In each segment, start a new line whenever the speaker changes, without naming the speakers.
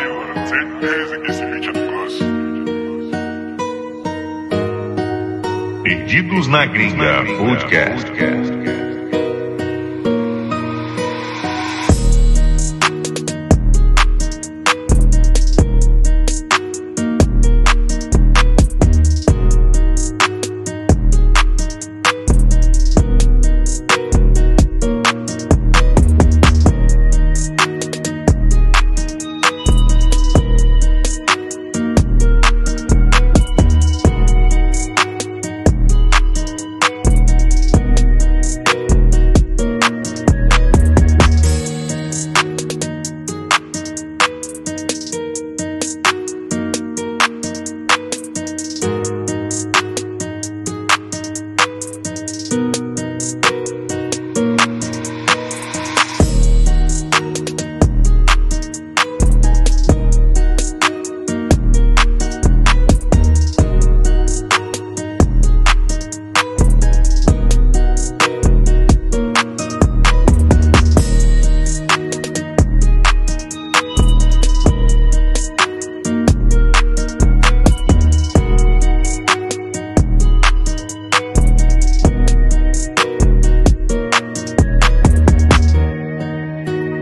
Satan has against the reach of God.
Perdidos na Gringa Podcast.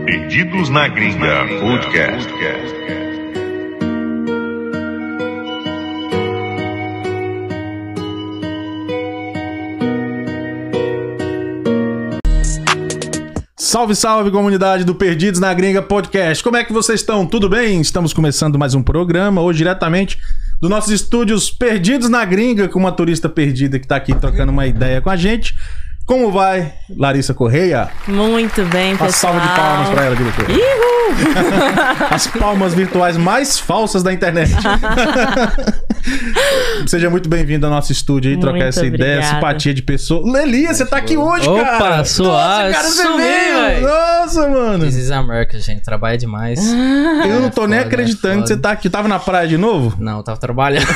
Perdidos na Gringa Podcast.
Salve, salve comunidade do Perdidos na Gringa Podcast. Como é que vocês estão? Tudo bem? Estamos começando mais um programa hoje diretamente dos nossos estúdios Perdidos na Gringa com uma turista perdida que tá aqui trocando uma ideia com a gente. Como vai, Larissa Correia?
Muito bem,
Uma
pessoal.
salva de palmas pra ela, diretor.
Ihu!
As palmas virtuais mais falsas da internet. Seja muito bem-vindo ao nosso estúdio aí, trocar
Muito
essa ideia,
obrigada.
simpatia de pessoa. Lelia, você tá aqui hoje,
Opa,
cara!
suave,
Nossa, cara, você
sumi,
veio!
véi.
Nossa, mano!
This is America, gente. Trabalha demais.
Eu não tô nem
foda,
acreditando que você
foda.
tá aqui. Tava na praia de novo?
Não, eu tava trabalhando.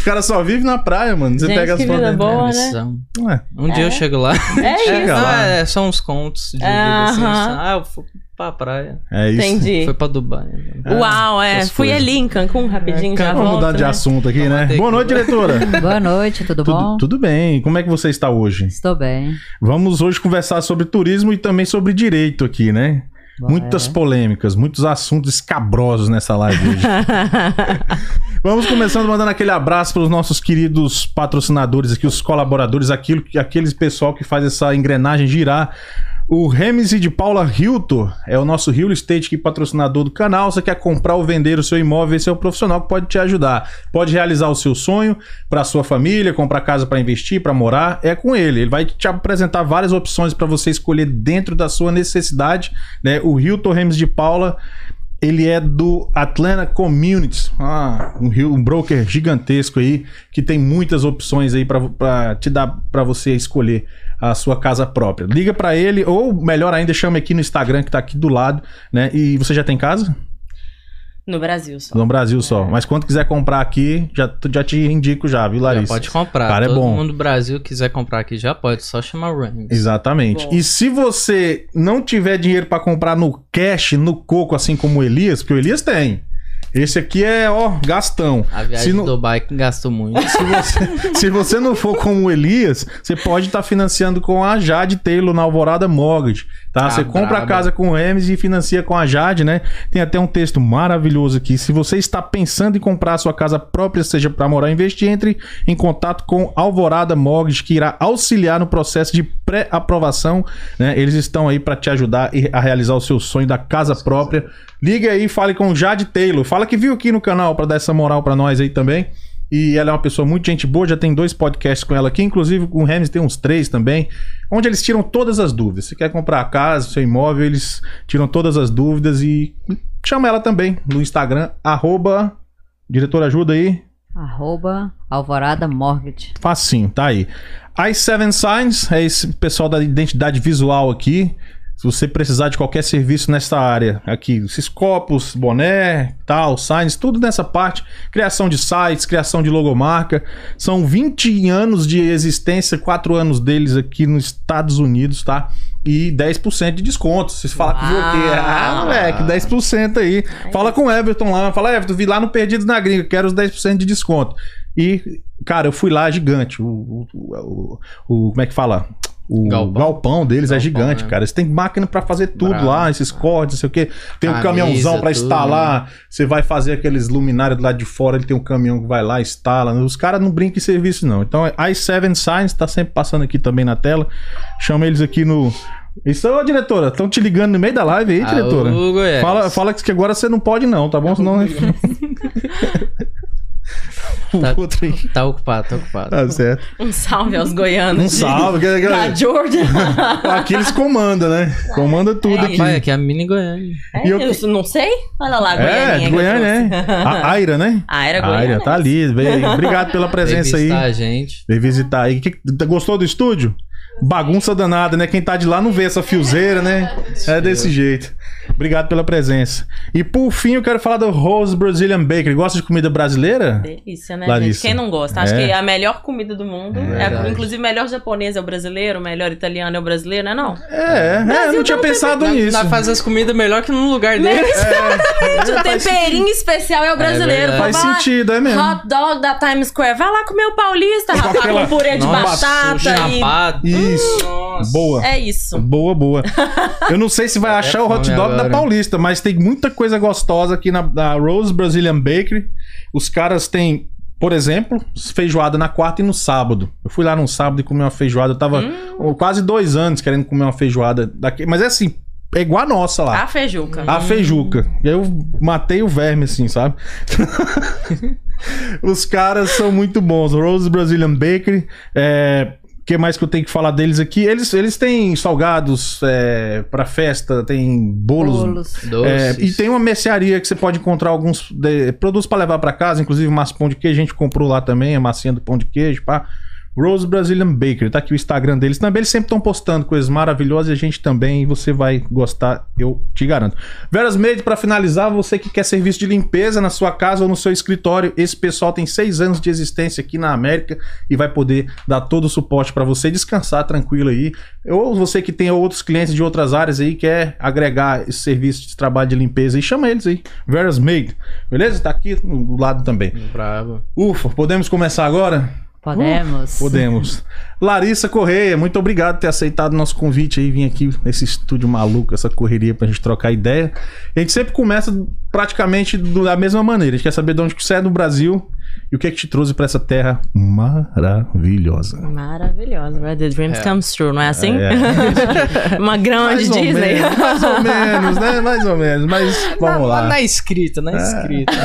O cara só vive na praia, mano. Você
Gente,
pega as
que
fotos.
vida
dele.
boa, né?
Missão.
Ué,
Um dia eu chego lá.
É
Chega
isso.
Não,
lá.
é, são uns contos de vida, assim,
Aham.
Ah, eu fui pra praia.
é isso.
Entendi.
Foi pra Dubai. né?
Uau, é.
essas
Fui
coisas.
ali em Cancún um rapidinho, já
É, Vamos
volto,
mudar de
né?
assunto aqui, né?
tequila.
Boa noite, diretora.
Boa noite, tudo, bom?
tudo, tudo bem. Como é que você está hoje?
Estou bem.
Vamos hoje conversar sobre turismo e também sobre direito aqui, né? Muitas polêmicas, muitos assuntos escabrosos nessa live hoje.
né?
Vamos começando mandando aquele abraço para os nossos queridos patrocinadores aqui, os colaboradores, aquilo, que- aqueles pessoal que faz essa engrenagem girar. O Remise de Paula Hilton é o nosso real estate que é patrocinador do canal. Você quer comprar ou vender o seu imóvel, esse é o profissional que pode te ajudar. Pode realizar o seu sonho para sua família, comprar casa para investir, para morar, é com ele. Ele vai te apresentar várias opções para você escolher dentro da sua necessidade, né? O Hilton Remes de Paula ele é do Atlanta Communities, ah, um, rio- um broker gigantesco aí que tem muitas opções aí para te dar para você escolher a sua casa própria. Liga para ele ou melhor ainda chame aqui no Instagram que tá aqui do lado, né? E você já tem casa?
No Brasil só.
No Brasil só. Mas quando quiser comprar aqui, já, já te indico já, viu, Larissa?
É. Já pode comprar.
Cara, é
Todo
bom.
mundo do Brasil quiser comprar aqui já pode. Só chamar o Rams.
Exatamente.
Bom.
E se você não tiver dinheiro pra comprar no cash, no coco, assim como o Elias, porque o Elias tem. Esse aqui é, ó, gastão.
A viagem
Se não-
de Dubai que gastou muito. Ah,
Se você, se você não for como o Elias, você pode estar financiando com a Jade Taylor na Alvorada Mortgage, tá?
Ah,
você compra a
braba.
casa com o Hermes e financia com a Jade, né? Tem até um texto maravilhoso aqui. Se você está pensando em comprar a sua casa própria, seja para morar ou investir, entre em contato com Alvorada Mortgage, que irá auxiliar no processo de pré-aprovação, né? Eles estão aí para te ajudar e- a realizar o seu sonho da casa própria. Liga aí, fale com o Jade Taylor. Fala que viu aqui no canal para dar essa moral para nós aí também. E ela é uma pessoa muito gente boa, já tem dois podcasts com ela aqui, inclusive com o Remes tem uns três também, onde eles tiram todas as dúvidas. Se quer comprar a casa, seu imóvel, eles tiram todas as dúvidas e chama ela também no Instagram, arroba, diretor ajuda aí,
Arroba Alvorada Mortgage.
facinho, tá aí. i7 Signs é esse pessoal da identidade visual aqui. Se você precisar de qualquer serviço nessa área, aqui, esses copos, boné, tal, signs, tudo nessa parte, criação de sites, criação de logomarca, são 20 anos de existência, 4 anos deles aqui nos Estados Unidos, tá? e 10% de desconto. Vocês falam que viu o quê?
Uau.
Ah, moleque, 10% aí. Fala com o Everton lá. Fala, Everton, vi lá no Perdidos na Gringa, quero os 10% de desconto. E, cara, eu fui lá é gigante. O, o- o- o- como é que fala? O galpão,
Galpão.
deles é
Galpão,
gigante,
né?
cara. Eles têm máquina pra fazer tudo
Bravo.
lá, esses cortes, não sei o quê. Tem um
Camisa,
caminhãozão pra
tudo, né?
instalar. Você vai fazer aqueles luminários do lado de fora, ele tem um caminhão que vai lá, instala. Os caras não brincam em serviço, não. Então, i7 Science tá sempre passando aqui também na tela. Chama eles aqui no. Isso, ô, diretora, estão te ligando no meio da live aí, diretora.
Aô, Goiás.
né? Fala, fala que agora você não pode, não, tá bom? Senão.
Tá-
o outro aí.
Tá ocupado, tá ocupado.
Tá certo.
Um salve aos goianos.
Um salve. que-
Tá De... Da
que-
Georgia.
Aqui eles comandam, né? Comanda tudo aqui.
Rapaz, aqui é a mini Goiânia.
É,
E eu-
eu... não sei? Olha lá,
É, de
Goiânia.
Goiânia, né? A Aira, né?
Ah, era
A Aira,
Goiânia.
tá ali. Veio- Obrigado pela presença aí.
Entrevistar a gente.
Vem visitar aí. Que- que- gostou do estúdio? Bagunça danada, né? Quem tá de lá não vê essa fiozeira, né? É desse jeito. Obrigado pela presença. E por fim, eu quero falar do Rose Brazilian Bakery. Gosta de comida brasileira?
Delícia, né,
Larissa.
gente? Quem não gosta? Acho
É.
que a melhor comida do mundo. É,
verdade.
inclusive, melhor japonês é o brasileiro, melhor italiano é o brasileiro, não é não?
É, é eu não tinha pensado
Na,
nisso.
na faz as comidas melhor que num
É,
lugar deles.
Gente, o temperinho especial é o brasileiro. Vou
verdade.
Faz
falar,
sentido, é mesmo.
Hot dog da Times Square. Vai lá comer o paulista, rapaz,
aquela-
com purê de
Nossa,
batata. e- Hum.
chapado.
Isso.
Nossa.
Boa.
É isso.
Boa, boa. Eu não sei se vai achar o hot
fome
dog da
agora.
Paulista, mas tem muita coisa gostosa aqui na, na Rose Brazilian Bakery. Os caras têm, por exemplo, feijoada na quarta e no sábado. Eu fui lá num sábado e comi uma feijoada. Eu tava oh, quase dois anos querendo comer uma feijoada daqui. Mas é assim, é igual a nossa lá.
A feijuca.
A feijuca. Eu matei o verme, assim, sabe? Os caras são muito bons. Rose Brazilian Bakery. É... O que mais que eu tenho que falar deles aqui? Eles, eles têm salgados é, para festa, tem bolos.
Bolos.
É,
Doces.
e tem uma mercearia que você pode encontrar alguns de- produtos para levar para casa, inclusive massa pão de queijo. A gente comprou lá também, a massinha do pão de queijo, pá. Rose Brazilian Bakery, tá aqui o Instagram deles também. Eles sempre estão postando coisas maravilhosas e a gente também. e Você vai gostar, eu te garanto. Veras Made, para finalizar, você que quer serviço de limpeza na sua casa ou no seu escritório, esse pessoal tem seis anos de existência aqui na América e vai poder dar todo o suporte para você descansar tranquilo aí. Ou você que tem outros clientes de outras áreas aí, quer agregar esse serviço de trabalho de limpeza aí, chama eles aí. Veras Made, beleza? Tá aqui do lado também.
Bravo.
Ufa, podemos começar agora?
Podemos?
Podemos. Larissa Correia, muito obrigado por ter aceitado o nosso convite aí, vir aqui nesse estúdio maluco, essa correria pra gente trocar ideia. A gente sempre começa praticamente do- da mesma maneira. A gente quer saber de onde que você é no Brasil e o que é que te trouxe pra essa terra maravilhosa.
Maravilhosa, right? The dreams
É.
comes true, não é assim?
É,
Uma grande
mais ou
Disney.
menos, mais ou menos, né? Mais ou menos, mas vamos
na,
lá.
na escrita, na escrita.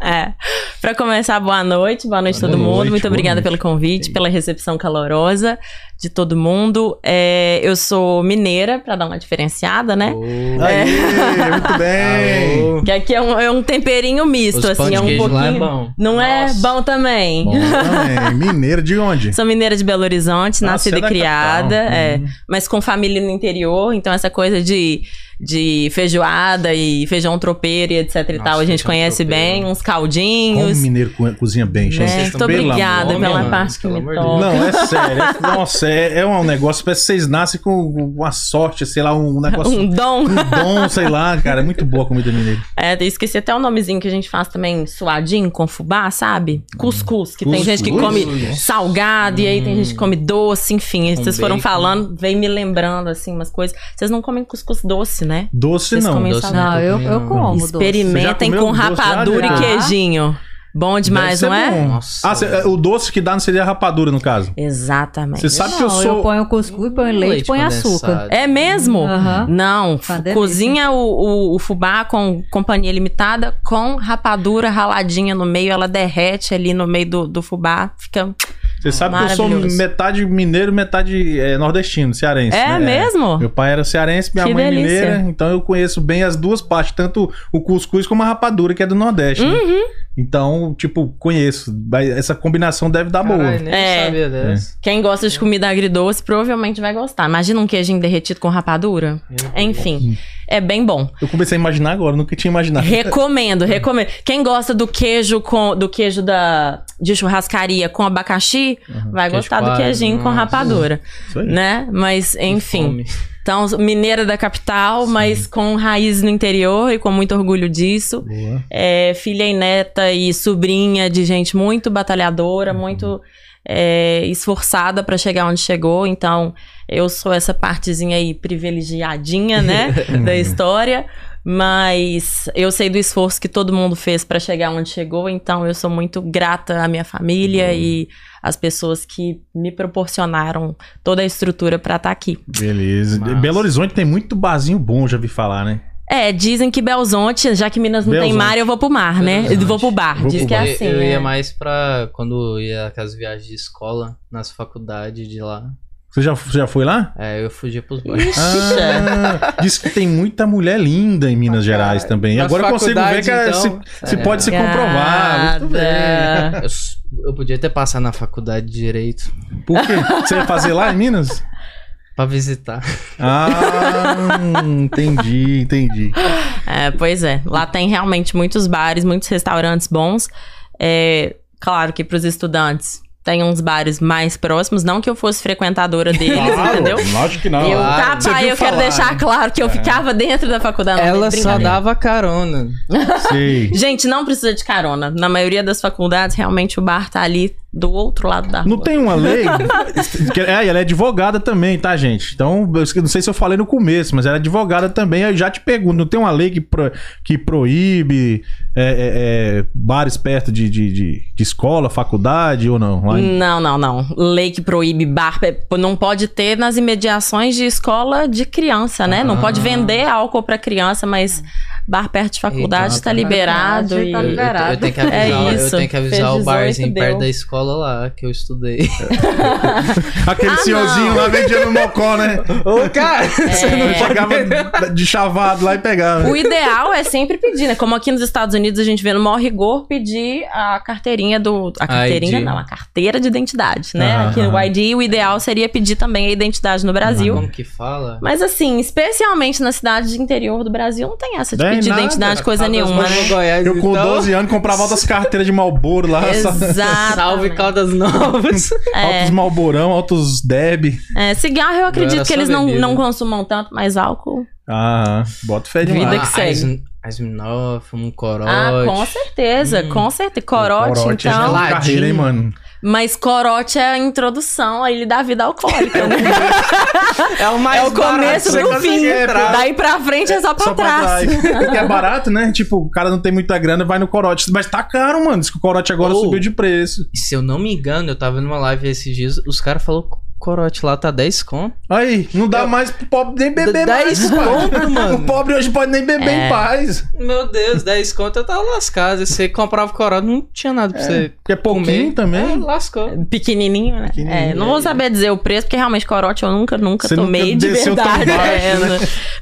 É. Pra começar, boa noite, boa noite a
Boa
todo
noite,
mundo. Muito
boa
obrigada
noite.
pelo convite, pela recepção calorosa de todo mundo. É, eu sou mineira, pra dar uma diferenciada, né?
Boa.
Aê, muito bem.
Alô.
Que aqui é um, é um temperinho misto,
Os pão
assim,
de
é um
queijo
pouquinho.
lá é bom.
Não é
Nossa.
bom também.
Bom também. Mineiro de onde?
Sou mineira de Belo Horizonte,
Nasceu
nascida e
na
criada,
capital.
é,
Uhum.
mas com família no interior, então essa coisa de, de feijoada e feijão tropeiro e etc e
Nossa,
tal, a gente
feijão
conhece
tropeiro.
bem, uns
Como
caldinhos.
mineiro co- cozinha bem, gente.
Né?
Vocês
Muito
tão- pelo
obrigada
amor,
pela
mano,
parte que
pelo
me
amor de
toca.
Deus.
Não, é sério. É, nossa, é, é um negócio. Parece que vocês nascem com uma sorte, sei lá, um negócio.
Um
Um
dom.
dom, sei lá, cara. É muito boa a comida mineira.
É, eu esqueci até o nomezinho que a gente faz também, suadinho, com fubá, sabe? Cuscuz, que tem gente que
Cuscuz?
come salgado, e aí tem gente que come doce, enfim.
Hum. Com
vocês foram
bacon.
falando, vem me lembrando, assim, umas coisas. Vocês não comem cuscuz doce, né?
Doce
Vocês
não.
comem
doce
salgado.
Não, eu, eu
Não.
como doce.
Experimentem
Você já comeu
com
doce já,
rapadura e
Adriana?
queijinho. Bom demais,
Deve
não
ser
é?
bom.
Nossa.
Ah, cê- é, o doce que dá não seria a rapadura, no caso.
Exatamente.
Você sabe que eu
Não,
sou.
eu ponho cuscuz, ponho leite, ponho açúcar.
condensado.
É mesmo?
Aham.
Não,
Tá
f-
Ah, delícia.
cozinha o, o- o fubá com companhia limitada, com rapadura raladinha no meio, ela derrete ali no meio do, do fubá, fica...
Você sabe que eu sou
Maravilhoso.
metade mineiro, metade é, nordestino, cearense. né?
É mesmo?
Meu pai era cearense, minha
Que
mãe
delícia.
mineira, então eu conheço bem as duas partes, tanto o cuscuz como a rapadura, que é do Nordeste. né?
Uhum.
Então, tipo, conheço. Mas Essa combinação deve dar boa.
Caralho, nem
É.
sabia dessa.
Quem gosta de comida agridoce provavelmente vai gostar. Imagina um queijinho derretido com rapadura. Enfim, é bem bom.
Eu comecei a imaginar agora, nunca tinha imaginado.
Recomendo, recomendo. Quem gosta do queijo com do queijo da de churrascaria com abacaxi vai
Uhum. Queijo
gostar do
coalho,
queijinho com
nossa.
rapadura,
Isso aí.
né? Mas, enfim.
Fome.
Então, mineira da capital, mas com raiz no interior e com muito orgulho disso.
Boa.
É, filha e neta e sobrinha de gente muito batalhadora,
Uhum.
muito é, esforçada para chegar onde chegou. Então, eu sou essa partezinha aí privilegiadinha, né, da
Uhum. Hum,
história. Mas eu sei do esforço que todo mundo fez para chegar onde chegou, então eu sou muito grata à minha
Uhum.
família e às pessoas que me proporcionaram toda a estrutura para estar aqui.
Beleza.
Massa.
Belo Horizonte tem muito barzinho bom, já vi falar, né?
É, dizem que Belzonte, já que Minas não tem
Belzonte.
mar, eu vou pro mar, né?
Belzonte.
Eu Vou pro bar.
Vou
Diz
pro
que é
bar.
assim.
eu, eu
né?
ia mais pra quando eu ia aquelas viagens de escola, nas faculdades de lá.
Você já, você já foi lá?
É, eu fugia pros bares.
Ixi, é. já.
Ah, diz que tem muita mulher linda em Minas Gerais também. E
Nas
agora eu consigo ver
faculdades,
que é-
então,
se, se
é.
pode se comprovar. Muito bem.
Obrigada.
Eu, s- eu podia ter passado na faculdade de direito
Por quê? Você ia fazer lá em Minas?
pra visitar.
Ah, entendi, entendi.
É, pois é. Lá tem realmente muitos bares, muitos restaurantes bons. É, claro que pros estudantes tem uns bares mais próximos. Não que eu fosse frequentadora deles, entendeu?
lógico que não.
eu,
claro.
tá,
Você
pai,
viu
eu
falar,
quero deixar
né?
claro que eu ficava dentro da faculdade. não,
Ela
tem
só
brincadeira.
dava carona.
Tá
Sei.
Gente, não precisa de carona. Na maioria das faculdades, realmente o bar tá ali do outro lado da rua.
Não tem uma lei. que- É, e ela é advogada também, tá, gente? Então, eu esque- não sei se eu falei no começo, mas ela é advogada também. Eu já te pergunto: não tem uma lei que, pro- que proíbe é, é, é, bares perto de, de, de- de escola, faculdade ou não? Lá em-
Não, não, não. Lei que proíbe bar é, p- não pode ter nas imediações de escola de criança, né? Não
Ah.
pode vender álcool pra criança, mas bar perto de faculdade
Eita,
tá liberado.
faculdade
e-
tá
Eu, eu-
liberado.
eu tenho que avisar,
É
eu
isso.
tenho que
Fez
avisar o
18,
barzinho
deu.
perto da escola lá que eu estudei.
Aquele
Ah,
senhorzinho
não.
lá vendendo mocó, né?
Ô, cara!
É,
Você não chegava de chavado lá e pegava.
O ideal é sempre pedir, né? Como aqui nos Estados Unidos a gente vê no maior rigor pedir a carteirinha do. A carteirinha,
ID.
não, a carteira de identidade, né?
Aham.
Aqui no ID, o ideal seria pedir também a identidade no Brasil.
Uhum.
Como que fala?
Mas assim, especialmente na cidade de interior do Brasil, não tem essa de
Tem
pedir
nada,
identidade, coisa
Caldas
nenhuma,
Novas,
né?
Goiás,
Eu com
então.
12 anos comprava altas carteiras de Malboro lá. só-
Exato.
Salve Caldas Novas.
Altos Malborão, altos Deb.
É, cigarro eu
Não, era
acredito
só
que eles não,
bebida.
não consumam tanto, mas álcool.
Ah, bota fé demais.
Vida que
Ah,
segue.
Aism- Aisminov, um corote.
Ah, com certeza,
Hum.
com certeza. Corote,
é
então.
gelado.
carreira, hein, mano?
Mas corote é a introdução, aí ele dá vida alcoólica, né?
É o mais
É o começo
barato.
do fim.
consegue entrar.
Daí pra frente é só pra, trás.
Porque é barato, né? Tipo, o cara não tem muita grana, vai no corote. Mas tá caro, mano. Diz que o corote agora
Oh.
subiu de preço.
Se eu não me engano, eu tava numa live esses dias, os caras falaram corote lá tá 10 com.
Aí, não dá
Eu-
mais pro pobre nem beber
Dá-
mais.
10
pai.
conto,
O
mano.
pobre hoje pode nem beber em
É.
paz.
Meu Deus, 10 conto eu tava lascado. Você comprava corote, não tinha nada pra você
Porque é pouquinho
comer. É,
também.
lascou.
Pequenininho, né?
Pequenininho.
É, não vou saber dizer o preço, porque realmente corote eu nunca, nunca
Você nunca
tomei de
desceu tão
verdade.
baixo,
É,
né?
não,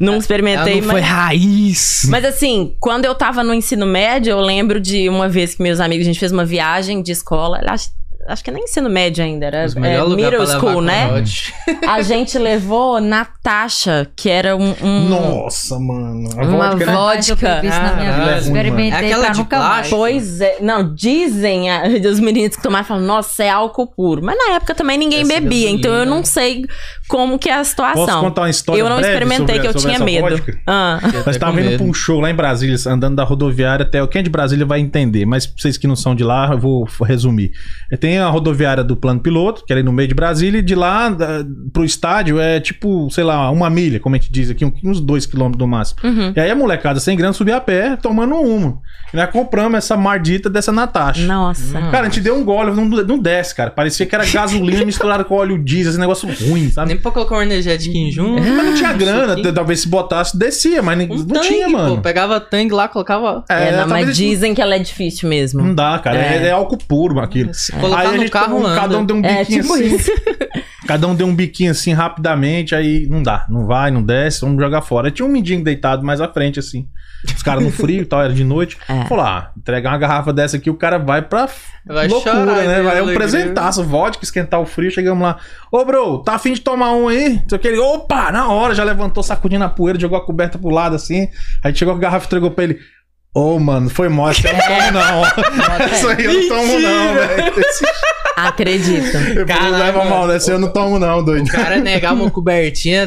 não
É,
Ah,
experimentei, mas.
raiz.
Mas assim, quando eu tava no ensino médio, eu lembro de uma vez que meus amigos, a gente fez uma viagem de escola, acho, acho que nem ensino médio ainda, era
Os
é,
melhores lugares
middle
pra
school,
levar
né?
corote.
A gente levou Natasha, que era um. um-
Nossa, mano. A
Uma
vodka, Ah, né?
vo-
Mas
Vodka.
eu proibi isso na minha
Caralho.
vida. Experimentei
É aquela
pra
de
nunca mais.
plástico?
Pois é. Não, dizem a- os meninos que tomaram falam, nossa, é álcool puro. Mas na época também ninguém
Essa
bebia, então eu
gasolina.
não sei como que é a
é Posso
situação.
contar uma história
Eu não
breve
experimentei,
sobre-
que eu
sobre
tinha
essa
medo.
vodka?
Ah.
Eu
Nós
tô
tava
com
indo
medo.
pra um show lá em Brasília, andando da rodoviária até. Quem é de Brasília vai entender, mas pra vocês que não são de lá, eu vou resumir. É, Tem a rodoviária do plano piloto, que é ali no meio de Brasília, e de lá da- pro estádio é tipo, sei lá, uma milha, como a gente diz aqui, um- uns dois quilômetros no máximo.
Uhum.
E aí a molecada sem grana subia a pé, tomando uma. E nós compramos essa mardita dessa Natasha.
Nossa.
Cara, a gente deu um gole, não, não desce, cara. Parecia que era gasolina misturada com óleo diesel, esse negócio ruim, sabe?
Nem pra colocar um energético em junto.
Mas não tinha
um
grana,
suquinho.
talvez se botasse, descia, mas nem-
Um
não tinha,
tangue, pô.
mano.
Pegava tangue lá, colocava.
É, não,
talvez
mas
eles não
dizem que ela é difícil mesmo.
Não dá, cara. É, é álcool puro aquilo.
Se colocar
aí a
no
gente
carro,
tomou um-
anda.
cada um deu um biquinho
É, tipo
assim.
isso.
Cada um deu um biquinho assim rapidamente, aí não dá, não vai, não desce, vamos jogar fora. Aí Tinha um mendigo deitado mais à frente, assim. Os caras no frio e tal, era de noite.
É.
Falou: ah, entregar uma garrafa dessa aqui, o cara vai pra
Vai
loucura,
chorar,
né?
de
Vai é um
alegria.
presentaço, vodka, esquentar o frio, chegamos lá. Ô, bro, tá afim de tomar um aí? Não sei o que ele, opa, na hora, já levantou, sacudindo a poeira, jogou a coberta pro lado assim. Aí chegou a garrafa e entregou pra ele. Ô, mano, foi mó, esse eu não tomo não. Isso aí eu não tomo não, velho. Esse- tipo,
Acredito.
Eu falei,
Caralho,
leva mal,
mano.
né? Esse eu não tomo não,
O
doido.
cara negar uma cobertinha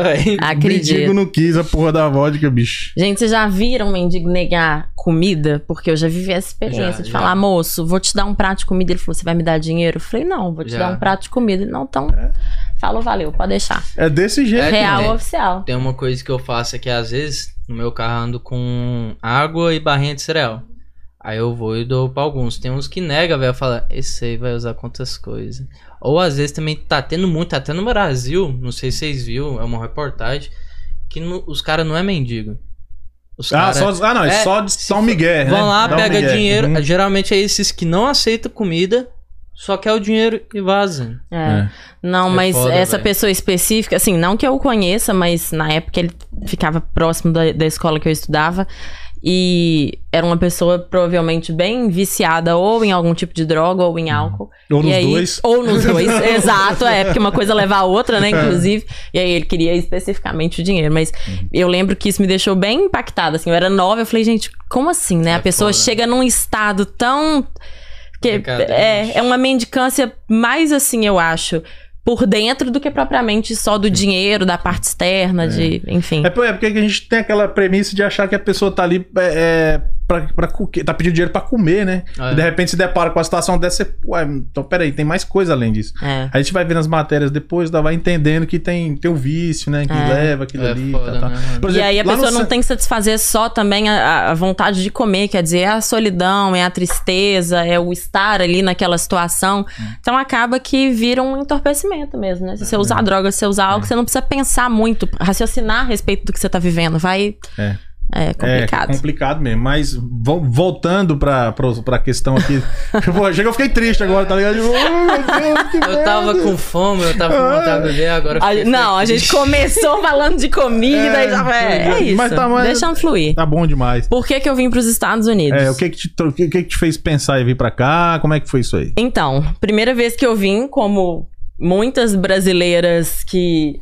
velho.
Mendigo
Acredito.
não quis a porra da vodka, bicho.
Gente, vocês já viram um mendigo negar comida? Porque eu já vivi essa experiência
Já,
de
já.
falar, moço, vou te dar um prato de comida. Ele falou, você vai me dar dinheiro? Eu falei, não, vou te
Já.
dar um prato de comida. Ele, não, então, falou, valeu, pode deixar.
É desse jeito.
É que
Real
nem-
oficial.
Tem uma coisa que eu faço é que às vezes no meu carro ando com água e barrinha de cereal. Aí eu vou e dou pra alguns. Tem uns que nega, velho, fala, esse aí vai usar quantas coisas. Ou às vezes também tá tendo muito, até no Brasil, não sei se vocês viram, é uma reportagem, que no- os caras não é mendigo. Os
Ah,
caras
só, ah, não, é
é,
só de São Miguel, né?
vão lá,
Dá um
pega
migué.
dinheiro.
Uhum.
Geralmente é esses que não aceitam comida, só quer o dinheiro e vazam.
É.
É.
Não,
É
mas
foda,
essa
velho.
pessoa específica, assim, não que eu o conheça, mas na época ele ficava próximo da, da escola que eu estudava. E era uma pessoa provavelmente bem viciada ou em algum tipo de droga ou
Uhum.
em álcool.
Ou
E
nos
aí-
dois. É.
Ou nos dois, exato. É, porque uma coisa leva a outra, né, inclusive. E aí ele queria especificamente o dinheiro. Mas
Uhum.
eu lembro que isso me deixou bem impactada, assim. Eu era nova, eu falei, gente, como assim, né?
É
a pessoa
foda.
chega num estado tão... Que
Decadente.
é, é uma mendicância mais assim, eu acho, por dentro do que propriamente só do dinheiro, da parte externa, de... Enfim.
É, por- é porque a gente tem aquela premissa de achar que a pessoa tá ali é, é, pra, pra cu- que- tá pedindo dinheiro pra comer, né?
É.
E de repente se depara com a situação dessa, você, ué, então peraí, tem mais coisa além disso.
É.
Aí a gente vai vendo as matérias depois, dá- vai entendendo que tem, tem o vício, né? Que
É.
leva aquilo
É
ali.
foda,
tá, tá.
né, mano?
Por
E
exemplo,
aí
lá
a
no
pessoa não
Sa-
tem que satisfazer só também a, a vontade de comer, quer dizer, é a solidão, é a tristeza, é o estar ali naquela situação.
Hum.
Então acaba que vira um entorpecimento mesmo, né? Se
É.
você usar droga, se você usar álcool, você não precisa pensar muito, raciocinar a respeito do que você tá vivendo. Vai.
É.
É complicado.
É, complicado mesmo. Mas vo- voltando pra, pra, pra questão aqui. Pô, chega, eu fiquei triste agora, tá ligado? Tipo, "Oh, meu Deus, que
Eu tava
merda."
com fome, eu tava com vontade de beber, agora eu
A-
fiquei
não, a
feliz.
gente começou falando de comida
É,
e já é,
mas
é isso.
tá, mas-
Deixando fluir.
Tá bom demais.
Por que, que eu vim pros Estados Unidos?
É, o que que, te, tro- o que que te fez pensar em vir pra cá? Como é que foi isso aí?
Então, primeira vez que eu vim, como muitas brasileiras que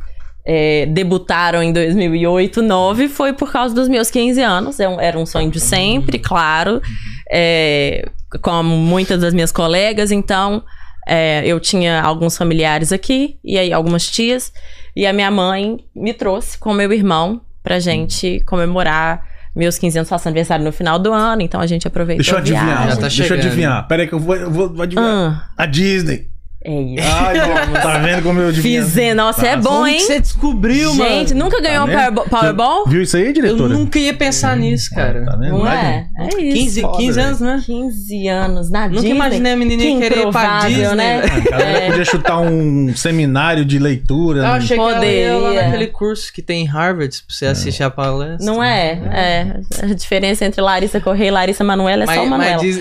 é, debutaram em 2008, 2009, foi por causa dos meus 15 anos. É um- Era um sonho de sempre,
Uhum.
claro. É, como muitas das minhas colegas, então. é, eu tinha alguns familiares aqui, e aí algumas tias, e a minha mãe me trouxe com meu irmão pra
Uhum.
gente comemorar meus 15 anos, faço aniversário no final do ano, então a gente aproveitou.
Deixa eu
a
adivinhar, né?
viagem.
Já
mano,
tá
deixa eu
chegando.
adivinhar. Pera aí que eu vou, eu vou, vou adivinhar.
Ah,
A Disney.
é isso.
Ai, mano, tá vendo como eu adivinhei?
Fizê, nossa, é bom,
Onde
hein?
Tá. que você descobriu, mano?
Gente, nunca
Tá
ganhou
vendo?
o Powerball- Powerball?
Viu isso aí,
Eu
diretora?
nunca ia pensar nisso, cara.
Tá vendo?
Não
Vai,
é? É isso.
15,
Foda,
15
velho.
né? anos, né?
15 anos, na
Nunca
Disney.
imaginei a menininha
Que
querer ir pra
improvável,
Disney. Ah, então
né?
velho.
Cara, eu
é
podia chutar um seminário de leitura.
Eu achei que ela ia
Poderia.
lá naquele curso que tem em Harvard
É.
pra você assistir a palestra.
é. Não é? É. A diferença entre Larissa Correia e Larissa Manuela é só
Mas, mas
Manuela.
diz...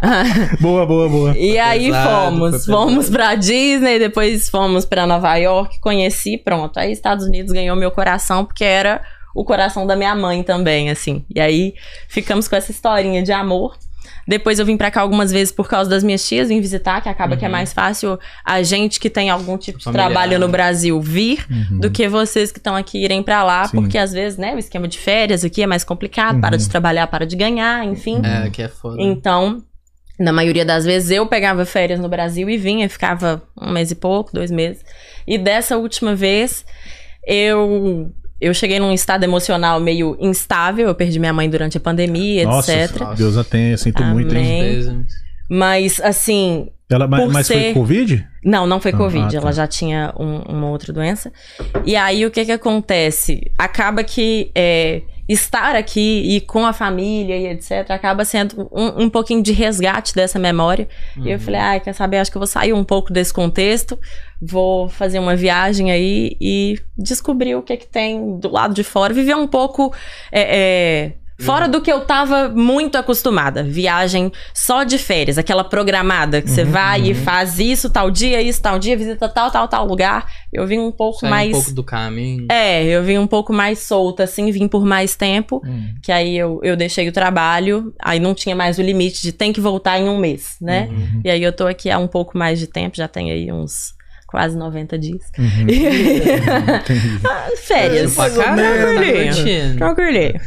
Aí-
Boa, boa, boa.
e aí
pesado, foi
fomos.
pesado.
Fomos pra Disney, depois fomos pra Nova York, conheci, pronto. Aí Estados Unidos ganhou meu coração, porque era o coração da minha mãe também, assim. E aí ficamos com essa historinha de amor. Depois eu vim pra cá algumas vezes por causa das minhas tias, vim visitar, que acaba que é mais fácil a gente que tem algum tipo de
Uhum. Familiar,
trabalho no
né? Uhum.
Brasil vir do que vocês que estão aqui irem pra lá,
Sim.
porque às vezes, né, o esquema de férias aqui é mais complicado, para de trabalhar, para de ganhar, enfim.
Uhum. é, que é
Uhum.
foda.
Então, na maioria das vezes eu pegava férias no Brasil e vinha, ficava um mês e pouco, dois meses. E dessa última vez, eu eu cheguei num estado emocional meio instável, eu perdi minha mãe durante a pandemia,
Uhum. Nossa,
etc.
Deus a tenha, sinto muito, hein?
Amém. Mas assim,
Ela, mas
Por
mas foi
ser-
Covid?
não, não foi
Ah,
Covid,
tá.
ela já tinha um- uma outra doença. E aí o que que acontece? Acaba que é, estar aqui e com a família e etc. acaba sendo um, um pouquinho de resgate dessa memória. E
Hum.
eu
Uhum.
falei, ai, quer saber? Acho que eu vou sair um pouco desse contexto, vou fazer uma viagem aí e descobrir o que que tem do lado de fora, viver um pouco. é, é,
Uhum.
Fora do que eu tava muito acostumada. Viagem só de férias, aquela programada que
Uhum,
você vai e faz isso tal dia, isso tal dia, visita tal, tal, tal lugar. Eu vim um pouco
Sai
mais.
um pouco do caminho.
É, eu vim um pouco mais solta, assim, vim por mais tempo. Que aí eu, eu deixei o trabalho, aí não tinha mais o limite de tem que voltar em um mês, né? E aí eu tô aqui há um pouco mais de tempo, já tem aí uns quase 90 dias.
Uhum.
Ah, Férias.
Pra caralho, tá
Tranquilinho.
curtindo.
Tranquilinho.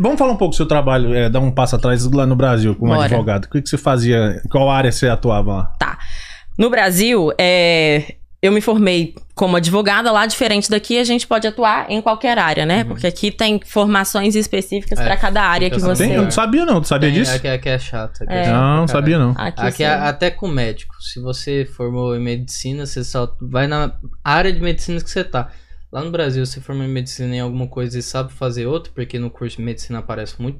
Vamos falar um pouco do seu trabalho, é, dar um passo atrás lá no Brasil como
Bora.
advogado. O que, que você fazia? Qual área você atuava lá?
No Brasil, é, eu me formei como advogada, lá diferente daqui, a gente pode atuar em qualquer área, né? Porque aqui tem formações específicas
É,
pra cada área que
fica
você.
Tem? Eu não sabia, não. Tu sabia
Tem,
disso?
Aqui, aqui é chato. Aqui é chato
Não,
pra
não
caralho.
sabia, não.
Aqui, é
Aqui, é
você-
a- até com médico. Se você formou em medicina, você só vai na área de medicina que você tá. Lá no Brasil, você formou em medicina em alguma coisa e sabe fazer outra, porque no curso de medicina aparece muito.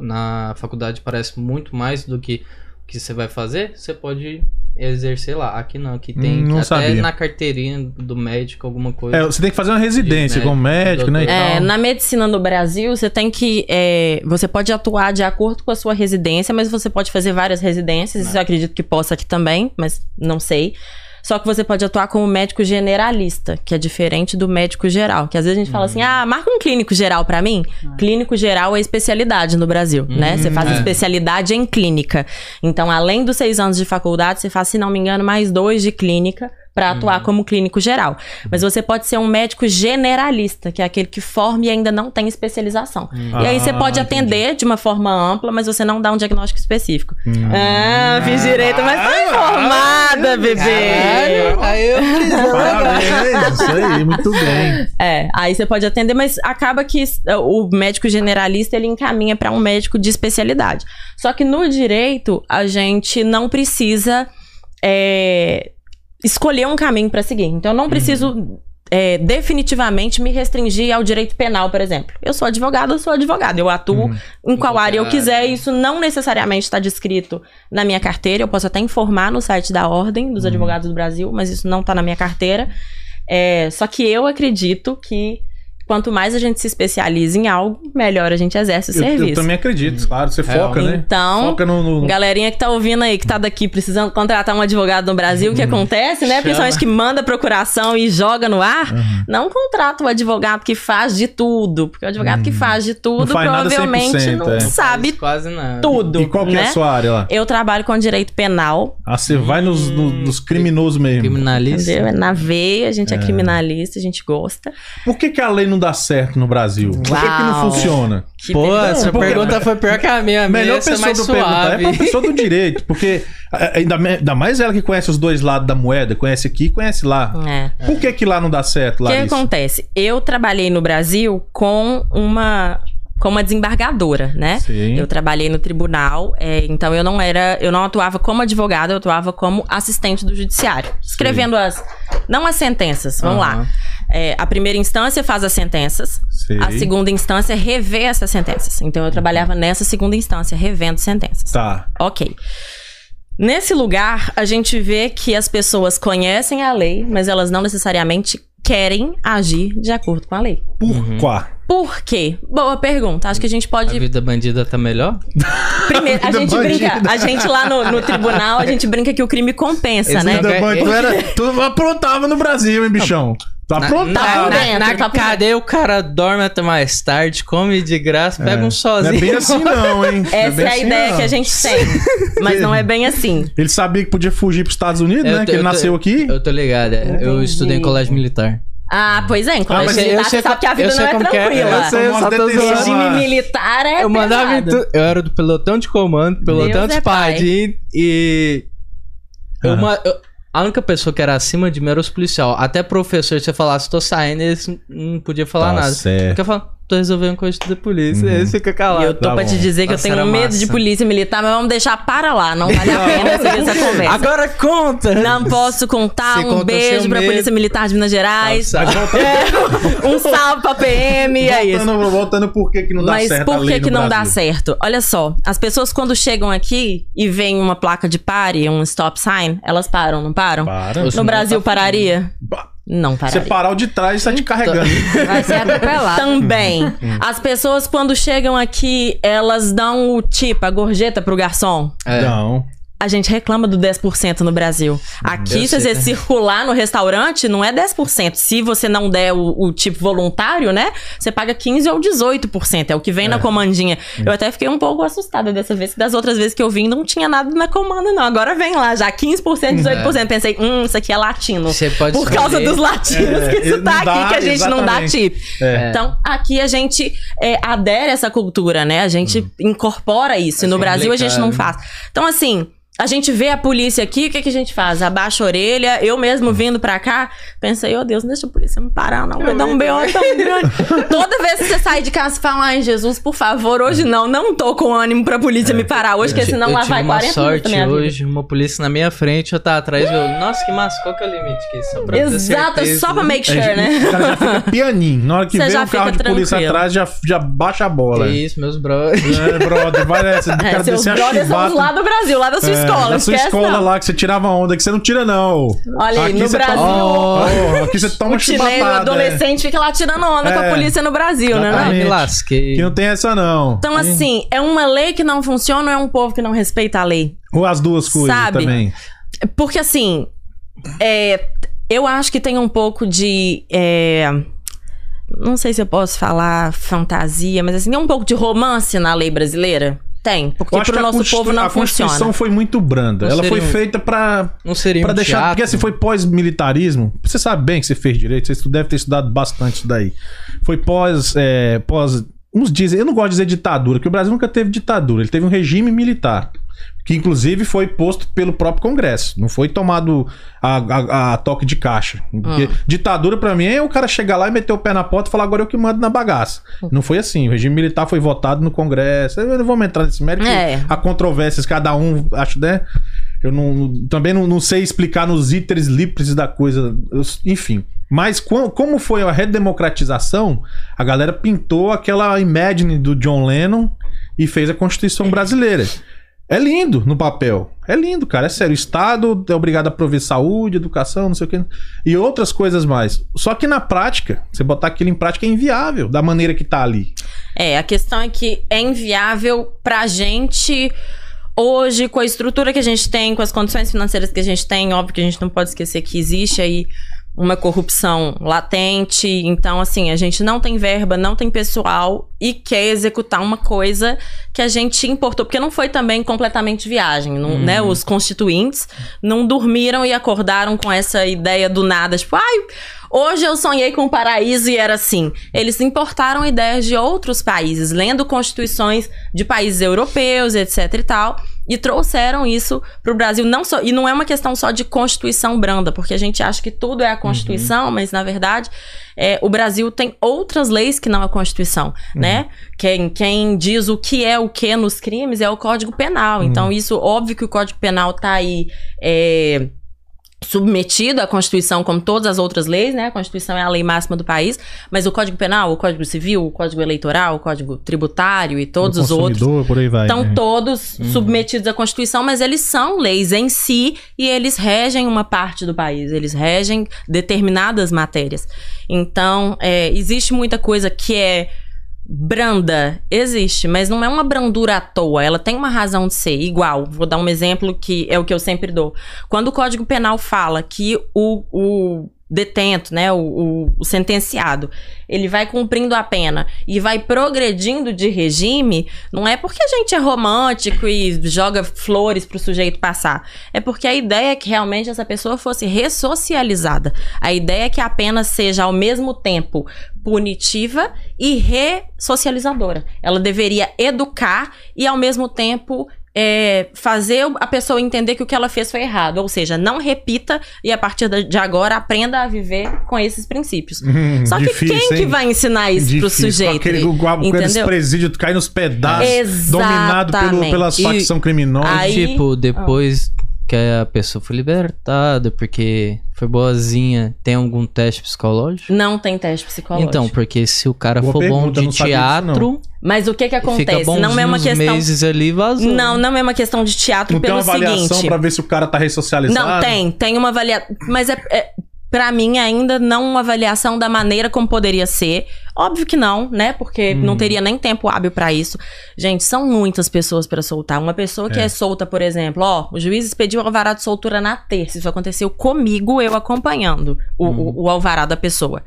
Na faculdade aparece muito mais do que o que você vai fazer, você pode exercer lá. Aqui não, aqui tem
Hum, não
até
sabia.
na carteirinha do médico alguma coisa.
É, você tem que fazer uma residência
médico,
como médico, né? e
doutor.
É,
tal.
na medicina no Brasil, você tem que. é, você pode atuar de acordo com a sua residência, mas você pode fazer várias residências.
Né.
Isso eu acredito que possa aqui também, mas não sei. Só que você pode atuar como médico generalista, que é diferente do médico geral. Que às vezes a gente
Uhum.
fala assim: ah, marca um clínico geral pra mim. Clínico geral é especialidade no Brasil, né? Você
Hum,
faz
é.
especialidade em clínica. Então, além dos seis anos de faculdade, você faz, se não me engano, mais dois de clínica para atuar como clínico geral. Mas você pode ser um médico generalista, que é aquele que forma e ainda não tem especialização. É, E aí você
Ah,
pode
entendi.
atender de uma forma ampla, mas você não dá um diagnóstico específico.
Hum.
Ah, fiz direito, mas tô informada,
É,
bebê.
Caralho, aí eu fiz
Parabéns, isso aí, muito bem.
É, aí você pode atender, mas acaba que eh, o médico generalista ele encaminha para um médico de especialidade. Só que no direito a gente não precisa eh, escolher um caminho para seguir. Então eu não preciso eh, definitivamente me restringir ao direito penal, por exemplo. Eu sou advogado, eu sou advogado, eu atuo
Hum,
em qual
qualquer
área eu
área.
quiser. Isso não necessariamente está descrito na minha carteira. Eu posso até informar no site da Ordem
Uhum.
dos Advogados do Brasil, mas isso não está na minha carteira. É, só que eu acredito que quanto mais a gente se especializa em algo, melhor a gente exerce o
Eu, eu
serviço. É,
também acredito, claro. Você foca, né?
Então,
Foca no. no-
Galerinha que tá ouvindo aí, que tá daqui precisando contratar um advogado no Brasil, o
Uhum.
que acontece, né?
Chama.
Principalmente que manda procuração e joga no ar,
Uhum.
não contrata o advogado que faz de tudo. Porque o advogado que faz de tudo
Uhum. Não faz nada
provavelmente
100%,
não
é.
sabe
quase nada.
tudo.
E qual que
né?
é a sua área lá?
Eu trabalho com direito penal,
Ah, você vai nos, no- nos criminosos mesmo.
Criminalista.
entendeu? É na veia, a gente é. criminalista, a gente gosta.
Por que, que a lei não dá certo no Brasil? Por que, que não
Uau.
funciona?
Que
Pô,
beleza.
essa
porque-
pergunta foi pior que a minha. A minha
Melhor
essa é
pessoa
mais
do perguntar
suave.
é pra pessoa do direito, porque a- ainda, me- ainda mais ela que conhece os dois lados da moeda, conhece aqui e conhece lá.
É.
Por que que lá não dá certo,
O que
Larissa?
acontece? Eu trabalhei no Brasil com uma, com uma desembargadora, né?
Sim.
Eu trabalhei no tribunal, é, então eu não era, eu não atuava como advogada, eu atuava como assistente do judiciário, escrevendo as, não as sentenças, vamos
Aham.
lá. É, a primeira instância faz as sentenças,
Sei.
a segunda instância revê essas sentenças. Então eu trabalhava nessa segunda instância, revendo sentenças.
Tá.
Ok. Nesse lugar, a gente vê que as pessoas conhecem a lei, mas elas não necessariamente querem agir de acordo com a lei.
Por quê?
Por quê? Boa pergunta. Acho que a gente
A
pode.
vida bandida tá melhor?
Primeiro, a
vida
gente
bandida.
brinca. A gente lá no, no tribunal, a gente brinca que o crime compensa,
Esse
né?
não
Ainda
É,
bem, tu,
eu-
era, tu aprontava no Brasil, hein, bichão? Tu aprontava.
Tá por dentro,
na
tá por
cadeia o cara dorme até mais tarde, come de graça, pega um
Não
sozinho.
é bem assim, não, hein? Não
Essa
bem
é a
assim,
ideia
não.
que a gente tem. Mas não é bem assim.
Ele sabia que podia fugir pros Estados Unidos,
Eu
né?
tô-
Que ele
eu tô-
nasceu aqui.
Eu tô ligado, é. eu
Entendi.
estudei em colégio militar.
Ah, pois é, em colégio
mas eu- eu
militar,
sei
você sabe
co-
que a vida
eu
não
sei
é
como que é,
tranquila.
eu sei, eu só tô
Famosa
zoando.
Regime militar é.
eu mandava em
pesado.
tu- Eu era do pelotão de comando, pelotão
Deus
de
é pai.
padim e. eu
Aham.
ma- eu- a única pessoa que era acima de mim era os policial. Até professor, se você falasse, tô saindo, eles n- não podiam falar
Tá
nada.
certo.
Porque eu falo, tô resolvendo coisa da polícia.
Uhum.
Eles ficam
E eu
calados.
tô
Tá
pra
bom.
te dizer que
Nossa,
eu tenho
era
medo
massa.
de polícia militar, mas vamos deixar para lá. Não vale a pena seguir essa conversa.
Agora conta!
Não posso contar.
Você
um
conta o
beijo
seu
pra
medo.
Polícia Militar de Minas Gerais.
Tá, sabe?
um salve pra PM e é isso.
Voltando, voltando por que que não dá
Mas
certo a
por
lei
que,
no
que não dá
Brasil?
certo? Olha só, as pessoas quando chegam aqui e veem uma placa de pare, um stop sign, elas param, não param?
Para.
Isso
No
não
Brasil
tá
pararia?
Ba-
Não
Você
pararia.
parar o de trás, tá te carregando.
Vai ser atropelado.
Também.
Hum.
As pessoas, quando chegam aqui, elas dão o tipo, a gorjeta pro garçom.
É.
Não.
a gente reclama do 10% no Brasil. Aqui, se
eu sei,
você
né?
circular no restaurante, não é 10%. Se você não der o, o tipo voluntário, né? Você paga 15% ou 18%. É o que vem na comandinha. Eu até fiquei um pouco assustada dessa vez, que das outras vezes que eu vim, não tinha nada na comanda, não. Agora vem lá já, 15%, 18%. Pensei, hum, isso aqui é latino.
Você pode
Por causa
escolher.
dos latinos
É,
que isso
não
tá
dá,
aqui, que a gente não dá
exatamente.
tip.
É.
Então, aqui a gente é, adere a essa cultura, né? A gente incorpora isso. E no
Acho
Brasil a gente
complicado,
não
né?
faz. Então, assim, a gente vê a polícia aqui, o que, que a gente faz? Abaixa a orelha. Eu mesmo vindo pra cá, pensei, oh Deus, não deixa a polícia me parar, não. Vai dar um B.O. tão grande. Toda vez que você sai de casa e fala, ai, Jesus, por favor, hoje não. Não tô com ânimo pra polícia me parar hoje, porque
ti-
senão lá
tive
vai
uma
40 minutos da
sorte
minha vida.
hoje, uma polícia na minha frente, eu tava atrás, eu, nossa, que massa, qual que é o limite que isso?
Exato, é só pra make sure,
O
né?
cara já fica pianinho. Na hora que
Você
vê
já
um carro de
fica
polícia
tranquilo.
atrás, já, já baixa a bola.
Que isso, meus brothers.
É, brother, parece. O
É,
cara
seus
descer a
brothers são
chibata.
os lá do Brasil, lá da sua
É,
escola.
da sua
esquece
escola
não.
lá que você tirava onda, que você não tira, não.
Olha aí, no
você
Brasil.
Toma... Oh, aqui você toma
O chileiro, o
chibatada. é.
adolescente, fica lá tirando onda com
É.
a polícia no Brasil, né? Não?
Ah, me
Exatamente.
lasquei.
Que não tem essa, não.
Então, assim, é uma lei que não funciona ou é um povo que não respeita a lei?
Ou as duas coisas
Sabe?
também.
Porque, assim, é, eu acho que tem um pouco de. é, não sei se eu posso falar fantasia, mas assim, tem um pouco de romance na lei brasileira? Tem, porque
Eu acho que
pro
a
nosso
Constitu-
povo não
A Constituição
funciona.
foi muito branda.
Não
Ela foi
seria um-
feita pra,
Não seria
pra
um
deixar.
teatro?
Porque assim, foi pós-militarismo. Você sabe bem que você fez direito, você estu- deve ter estudado bastante isso daí. Foi pós. é, pós uns dizem, eu não gosto de dizer ditadura, porque o Brasil nunca teve ditadura, ele teve um regime militar. Que inclusive foi posto pelo próprio Congresso. Não foi tomado a, a- a toque de caixa. Porque ditadura, pra mim, é o cara chegar lá e meter o pé na porta e falar agora eu que mando na bagaça. Não foi assim. O regime militar foi votado no Congresso. Eu não vou entrar nesse mérito.
É.
Há controvérsias, cada um, acho, né? Eu não, não- também não, não sei explicar nos íteres lípides da coisa. eu- enfim. Mas co- como foi a redemocratização, a galera pintou aquela imagine do John Lennon e fez a Constituição Brasileira. É lindo no papel. É lindo, cara. É sério. O Estado é obrigado a prover saúde, educação, não sei o quê. E outras coisas mais. Só que na prática, você botar aquilo em prática é inviável, da maneira que tá ali.
É, a questão é que é inviável pra gente hoje, com a estrutura que a gente tem, com as condições financeiras que a gente tem, óbvio que a gente não pode esquecer que existe aí uma corrupção latente. Então, assim, a gente não tem verba, não tem pessoal e quer executar uma coisa que a gente importou, porque não foi também completamente viagem, não- né? Os constituintes não dormiram e acordaram com essa ideia do nada, tipo, ai, hoje eu sonhei com o paraíso e era assim. Eles importaram ideias de outros países, lendo constituições de países europeus, etc e tal, e trouxeram isso pro Brasil, não só, e não é uma questão só de constituição branda, porque a gente acha que tudo é a constituição, mas na verdade, é, o Brasil tem outras leis que não a constituição, né? Quem, quem diz o que é o que nos crimes é o Código Penal. Então, isso, óbvio que o Código Penal tá aí. é, submetido à Constituição, como todas as outras leis, né? A Constituição é a lei máxima do país, mas o Código Penal, o Código Civil, o Código Eleitoral, o Código Tributário e todos
Do
os outros Então,
consumidor, por aí vai.
estão
né?
todos submetidos à Constituição, mas eles são leis em si e eles regem uma parte do país, eles regem determinadas matérias. Então, é, existe muita coisa que é branda, existe, mas não é uma brandura à toa, ela tem uma razão de ser, igual. Vou dar um exemplo que é o que eu sempre dou. Quando o Código Penal fala que o, o detento, né, o- o- o sentenciado, ele vai cumprindo a pena e vai progredindo de regime, não é porque a gente é romântico e joga flores pro sujeito passar. É porque a ideia é que realmente essa pessoa fosse ressocializada. A ideia é que a pena seja ao mesmo tempo punitiva e ressocializadora. Ela deveria educar e ao mesmo tempo é, fazer a pessoa entender que o que ela fez foi errado. Ou seja, não repita e a partir da- de agora aprenda a viver com esses princípios.
Hum,
Só
difícil,
que quem que
hein?
vai ensinar isso pro
Difícil,
sujeito?
Com aquele, com aqueles
entendeu?
presídios cai nos pedaços, dominado pelo,
Exatamente.
pelas
E-
facções criminosas.
Aí-
Tipo, depois que a pessoa foi libertada, porque foi boazinha, tem algum teste psicológico?
Não tem teste psicológico.
Então, porque se o cara
Boa
for bom
pergunta,
de
não sabia disso,
teatro,
Mas o que que
fica
acontece?
bom
Não é uma
uns
questão.
meses ali e vazou.
Não, não é uma questão de teatro
Não tem uma
pelo
avaliação
seguinte.
pra ver se o cara tá ressocializado?
Não tem, tem uma avaliação, mas é, é para mim ainda não uma avaliação da maneira como poderia ser. Óbvio que não, né? Porque
Uhum.
não teria nem tempo hábil pra isso. Gente, são muitas pessoas pra soltar. Uma pessoa que
É.
é. solta, por exemplo, ó, o juiz expediu o alvará de soltura na terça. Isso aconteceu comigo, eu acompanhando o,
Uhum.
o- o alvará da pessoa.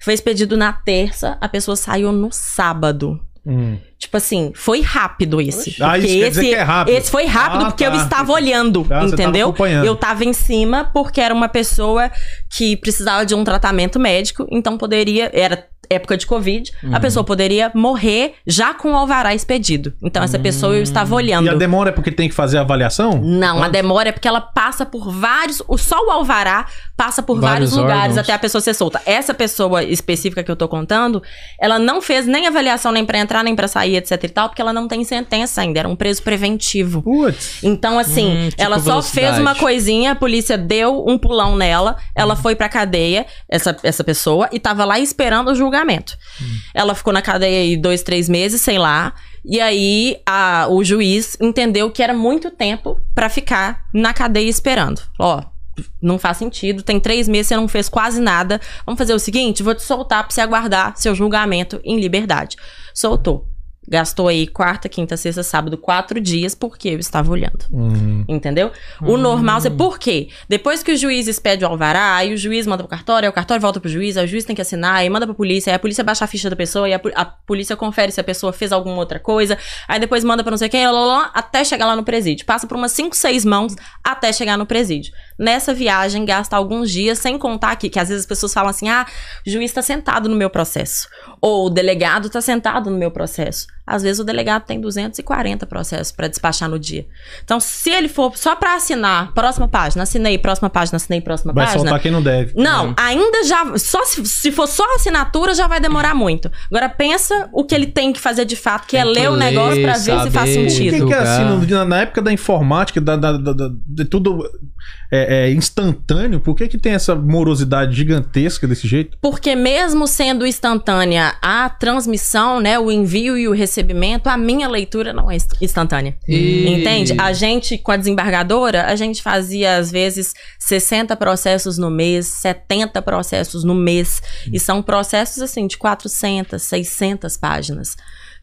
Foi expedido na terça, a pessoa saiu no sábado.
Hum.
Tipo assim, foi rápido esse.
Ah, isso
Porque
quer dizer que é rápido.
Esse foi rápido
Ah,
porque
tá.
eu estava olhando,
Tá, você tava
entendeu?
acompanhando.
eu estava em cima porque era uma pessoa que precisava de um tratamento médico, então poderia. Era época de Covid, a pessoa poderia morrer já com o alvará expedido. Então essa pessoa eu estava olhando.
E a demora é porque tem que fazer a avaliação?
Não, a demora é porque ela passa por vários. o- Só o alvará passa por
Vários
vários, lugares
órgãos.
até a pessoa ser solta. Essa pessoa específica que eu tô contando, ela não fez nem avaliação nem pra entrar, nem pra sair, etc e tal, porque ela não tem sentença ainda. Era um preso preventivo.
Putz.
Então, assim,
Hum, tipo
ela só
velocidade. Hum.
fez uma coisinha, a polícia deu um pulão nela, ela foi pra cadeia, essa, essa pessoa, e tava lá esperando o julgamento.
Hum.
Ela ficou na cadeia aí dois, três meses, sei lá. E aí a- o juiz entendeu que era muito tempo pra ficar na cadeia esperando. Ó. Não faz sentido, tem três meses, você não fez quase nada. Vamos fazer o seguinte: vou te soltar pra você aguardar seu julgamento em liberdade. Soltou. Gastou aí quarta, quinta, sexta, sábado, quatro dias, porque eu estava olhando.
Hum.
Entendeu? O normal, você, por quê? Depois que o juiz expede o alvará, aí o juiz manda pro cartório, aí o cartório volta pro juiz, aí o juiz tem que assinar, aí manda pra polícia, aí a polícia baixa a ficha da pessoa, e a, pol- a polícia confere se a pessoa fez alguma outra coisa, aí depois manda pra não sei quem, lá, lá, lá, até chegar lá no presídio. Passa por umas 5, 6 mãos até chegar no presídio. Nessa viagem, gasta alguns dias, sem contar aqui, que às vezes as pessoas falam assim, ah, o juiz tá sentado no meu processo, ou o delegado tá sentado no meu processo. Às vezes o delegado tem 240 processos pra despachar no dia. Então, se ele for só pra assinar, próxima página, assinei, próxima página, assinei, próxima
Vai
página.
soltar quem não deve.
Hum.
Não, ainda já. Só se, se for só assinatura, já vai demorar muito. Agora pensa o que ele tem que fazer de fato, que é
Tem que
ler o negócio
ler,
pra ver se faz
saber.
sentido.
Quem que é assim,
Julgar.
no- na- na época da informática, da, da- da- da- de tudo é, é, instantâneo, por que que tem essa morosidade gigantesca desse jeito?
Porque mesmo sendo instantânea a transmissão, né, o envio e o recebimento, a minha leitura não é inst- instantânea.
E-
Entende? A gente, com a desembargadora, a gente fazia, às vezes, 60 processos no mês, 70 processos no mês. E são processos, assim, de 400, 600 páginas.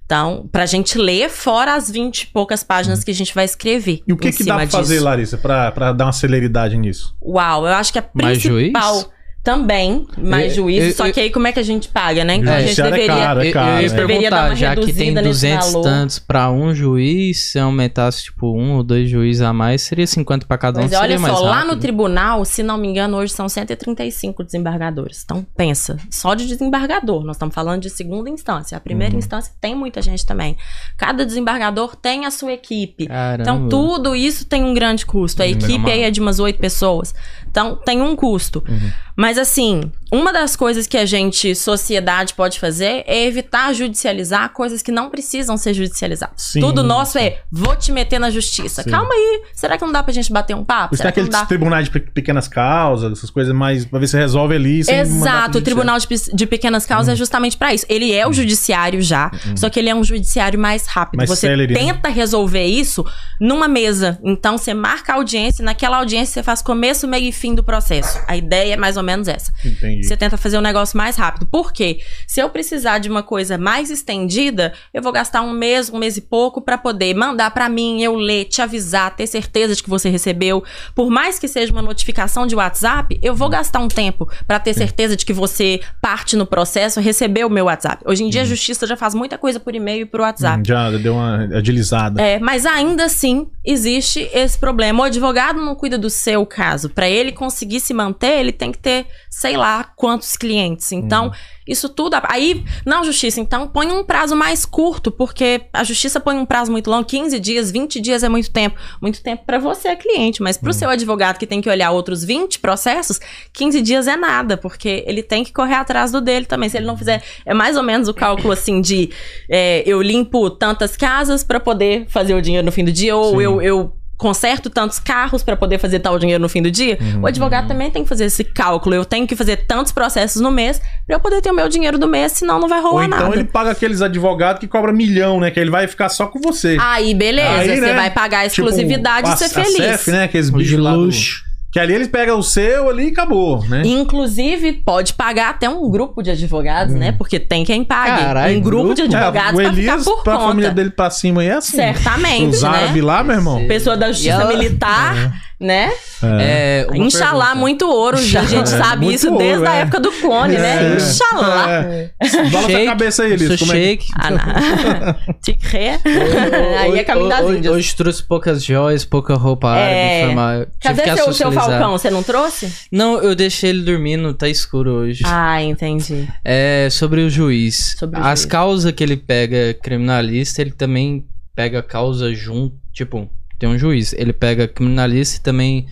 Então, pra gente ler, fora as 20 e poucas páginas que a gente vai escrever.
E o que
em
que dá
cima
pra fazer,
disso.
Larissa, pra, pra dar uma celeridade nisso?
Uau, eu acho que a
Mais
principal
juiz?
também, mais
Eu-
juízo,
eu-
só
eu-
que aí como é que a gente paga, né? Então
É,
a gente
judiciário é
deveria.
caro.
Eu- eu ia
né?
Deveria dar
perguntar,
uma
já que tem
reduzida nesse
200
valor.
tantos pra um juiz, se aumentasse tipo um ou dois juízes a mais, seria 50 pra cada um,
Mas
seria
é, olha só,
mais
lá
rápido.
no tribunal, se não me engano, hoje são 135 desembargadores. Então pensa, só de desembargador, nós estamos falando de segunda instância. A primeira
Uhum.
instância tem muita gente também. Cada desembargador tem a sua equipe.
Caramba.
Então tudo isso tem um grande custo. A
Hum,
equipe
legal.
aí é de umas oito pessoas. Então tem um custo.
Uhum.
Mas assim, uma das coisas que a gente, sociedade, pode fazer é evitar judicializar coisas que não precisam ser judicializadas.
Sim.
Tudo nosso é vou te meter na justiça.
Sim.
Calma aí, será que não dá pra gente bater um papo?
Isso tem
Será que não
aqueles
dá?
tribunais de pe- pequenas causas, essas coisas, mas pra ver se resolve ali. sem mandar
Exato,
pro
o Tribunal de, Pe- de Pequenas Causas é justamente pra isso. Ele é o judiciário já, só que ele é um judiciário mais rápido.
Uhum. Mais
você
célere, né?
tenta resolver isso numa mesa. Então você marca a audiência, e naquela audiência você faz começo, meio e fim do processo. A ideia é mais ou menos essa.
judiciário. Entendi.
Você tá tenta fazer o negócio mais rápido. Por quê? Se eu precisar de uma coisa mais estendida, eu vou gastar um mês, um mês e pouco pra poder mandar pra mim, eu ler, te avisar, ter certeza de que você recebeu. Por mais que seja uma notificação de WhatsApp, eu vou gastar um tempo pra ter certeza de que você parte no processo, recebeu o meu WhatsApp. Hoje em dia a justiça já faz muita coisa por e-mail e por WhatsApp.
Hum, Já deu uma agilizada.
É, mas ainda assim existe esse problema. O advogado não cuida do seu caso. Pra ele conseguir se manter, ele tem que ter sei lá quantos clientes. Então, isso tudo. Aí, não, justiça, então põe um prazo mais curto, porque a justiça põe um prazo muito longo 15 dias, 20 dias é muito tempo. Muito tempo pra você, cliente, mas pro seu advogado que tem que olhar outros 20 processos, 15 dias é nada, porque ele tem que correr atrás do dele também. Se ele não fizer, é mais ou menos o cálculo assim de é, eu limpo tantas casas pra poder fazer o dinheiro no fim do dia, ou
Sim.
eu, eu conserto tantos carros pra poder fazer tal dinheiro no fim do dia.
Uhum.
O advogado também tem que fazer esse cálculo. Eu tenho que fazer tantos processos no mês pra eu poder ter o meu dinheiro do mês, senão não vai
Ou
rolar
então
nada.
ele paga aqueles advogados que cobra milhão, né? Que ele vai ficar só com você.
Aí, beleza,
Aí,
você
né?
vai pagar a
Tipo,
exclusividade
a-
e ser
A
feliz.
CEF, né? Aqueles
Os de
bichos lá do-
luxo.
Que ali eles pegam o seu ali e acabou, né?
Inclusive, pode pagar até um grupo de advogados, né? Porque tem quem pague.
Caralho,
um grupo, de
grupo?
É,
advogados
o
pra ficar
Elias,
por
pra
conta.
família dele pra cima aí é assim.
Certamente,
Os
né?
árabes lá, meu irmão.
Pessoa da justiça
E ela-
militar, né?
É, uma
Inxalá,
pergunta.
muito ouro, gente. A gente
É,
sabe
muito
isso
ouro,
desde a
é.
época do clone, né?
É.
Inxalá.
É. Bola sua
Shake,
cabeça aí,
eu
Elias.
sou
Como é que-
shake.
Ah, não. Ticré. Aí é caminho das
hoje,
índias.
hoje trouxe poucas joias, pouca roupa árabe.
É.
Foi mal. Tive
Cadê
que
seu, seu
socializar.
falcão? Você não trouxe?
Não, eu deixei ele dormindo, tá escuro hoje.
Ah, entendi.
É sobre o juiz.
Sobre o
As
juiz.
causas que ele pega criminalista, ele também pega causa junto. Tipo, tem um juiz. Ele pega criminalista e também.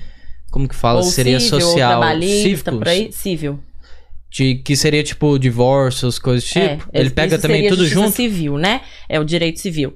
Como que fala?
Ou
seria
cível,
social.
trabalhista,
cívicos,
por aí. Cível.
de- que seria tipo divórcios, coisas do tipo.
É,
ele
isso-
pega
isso
também
seria
tudo
justiça
junto.
civil, né? É o direito civil.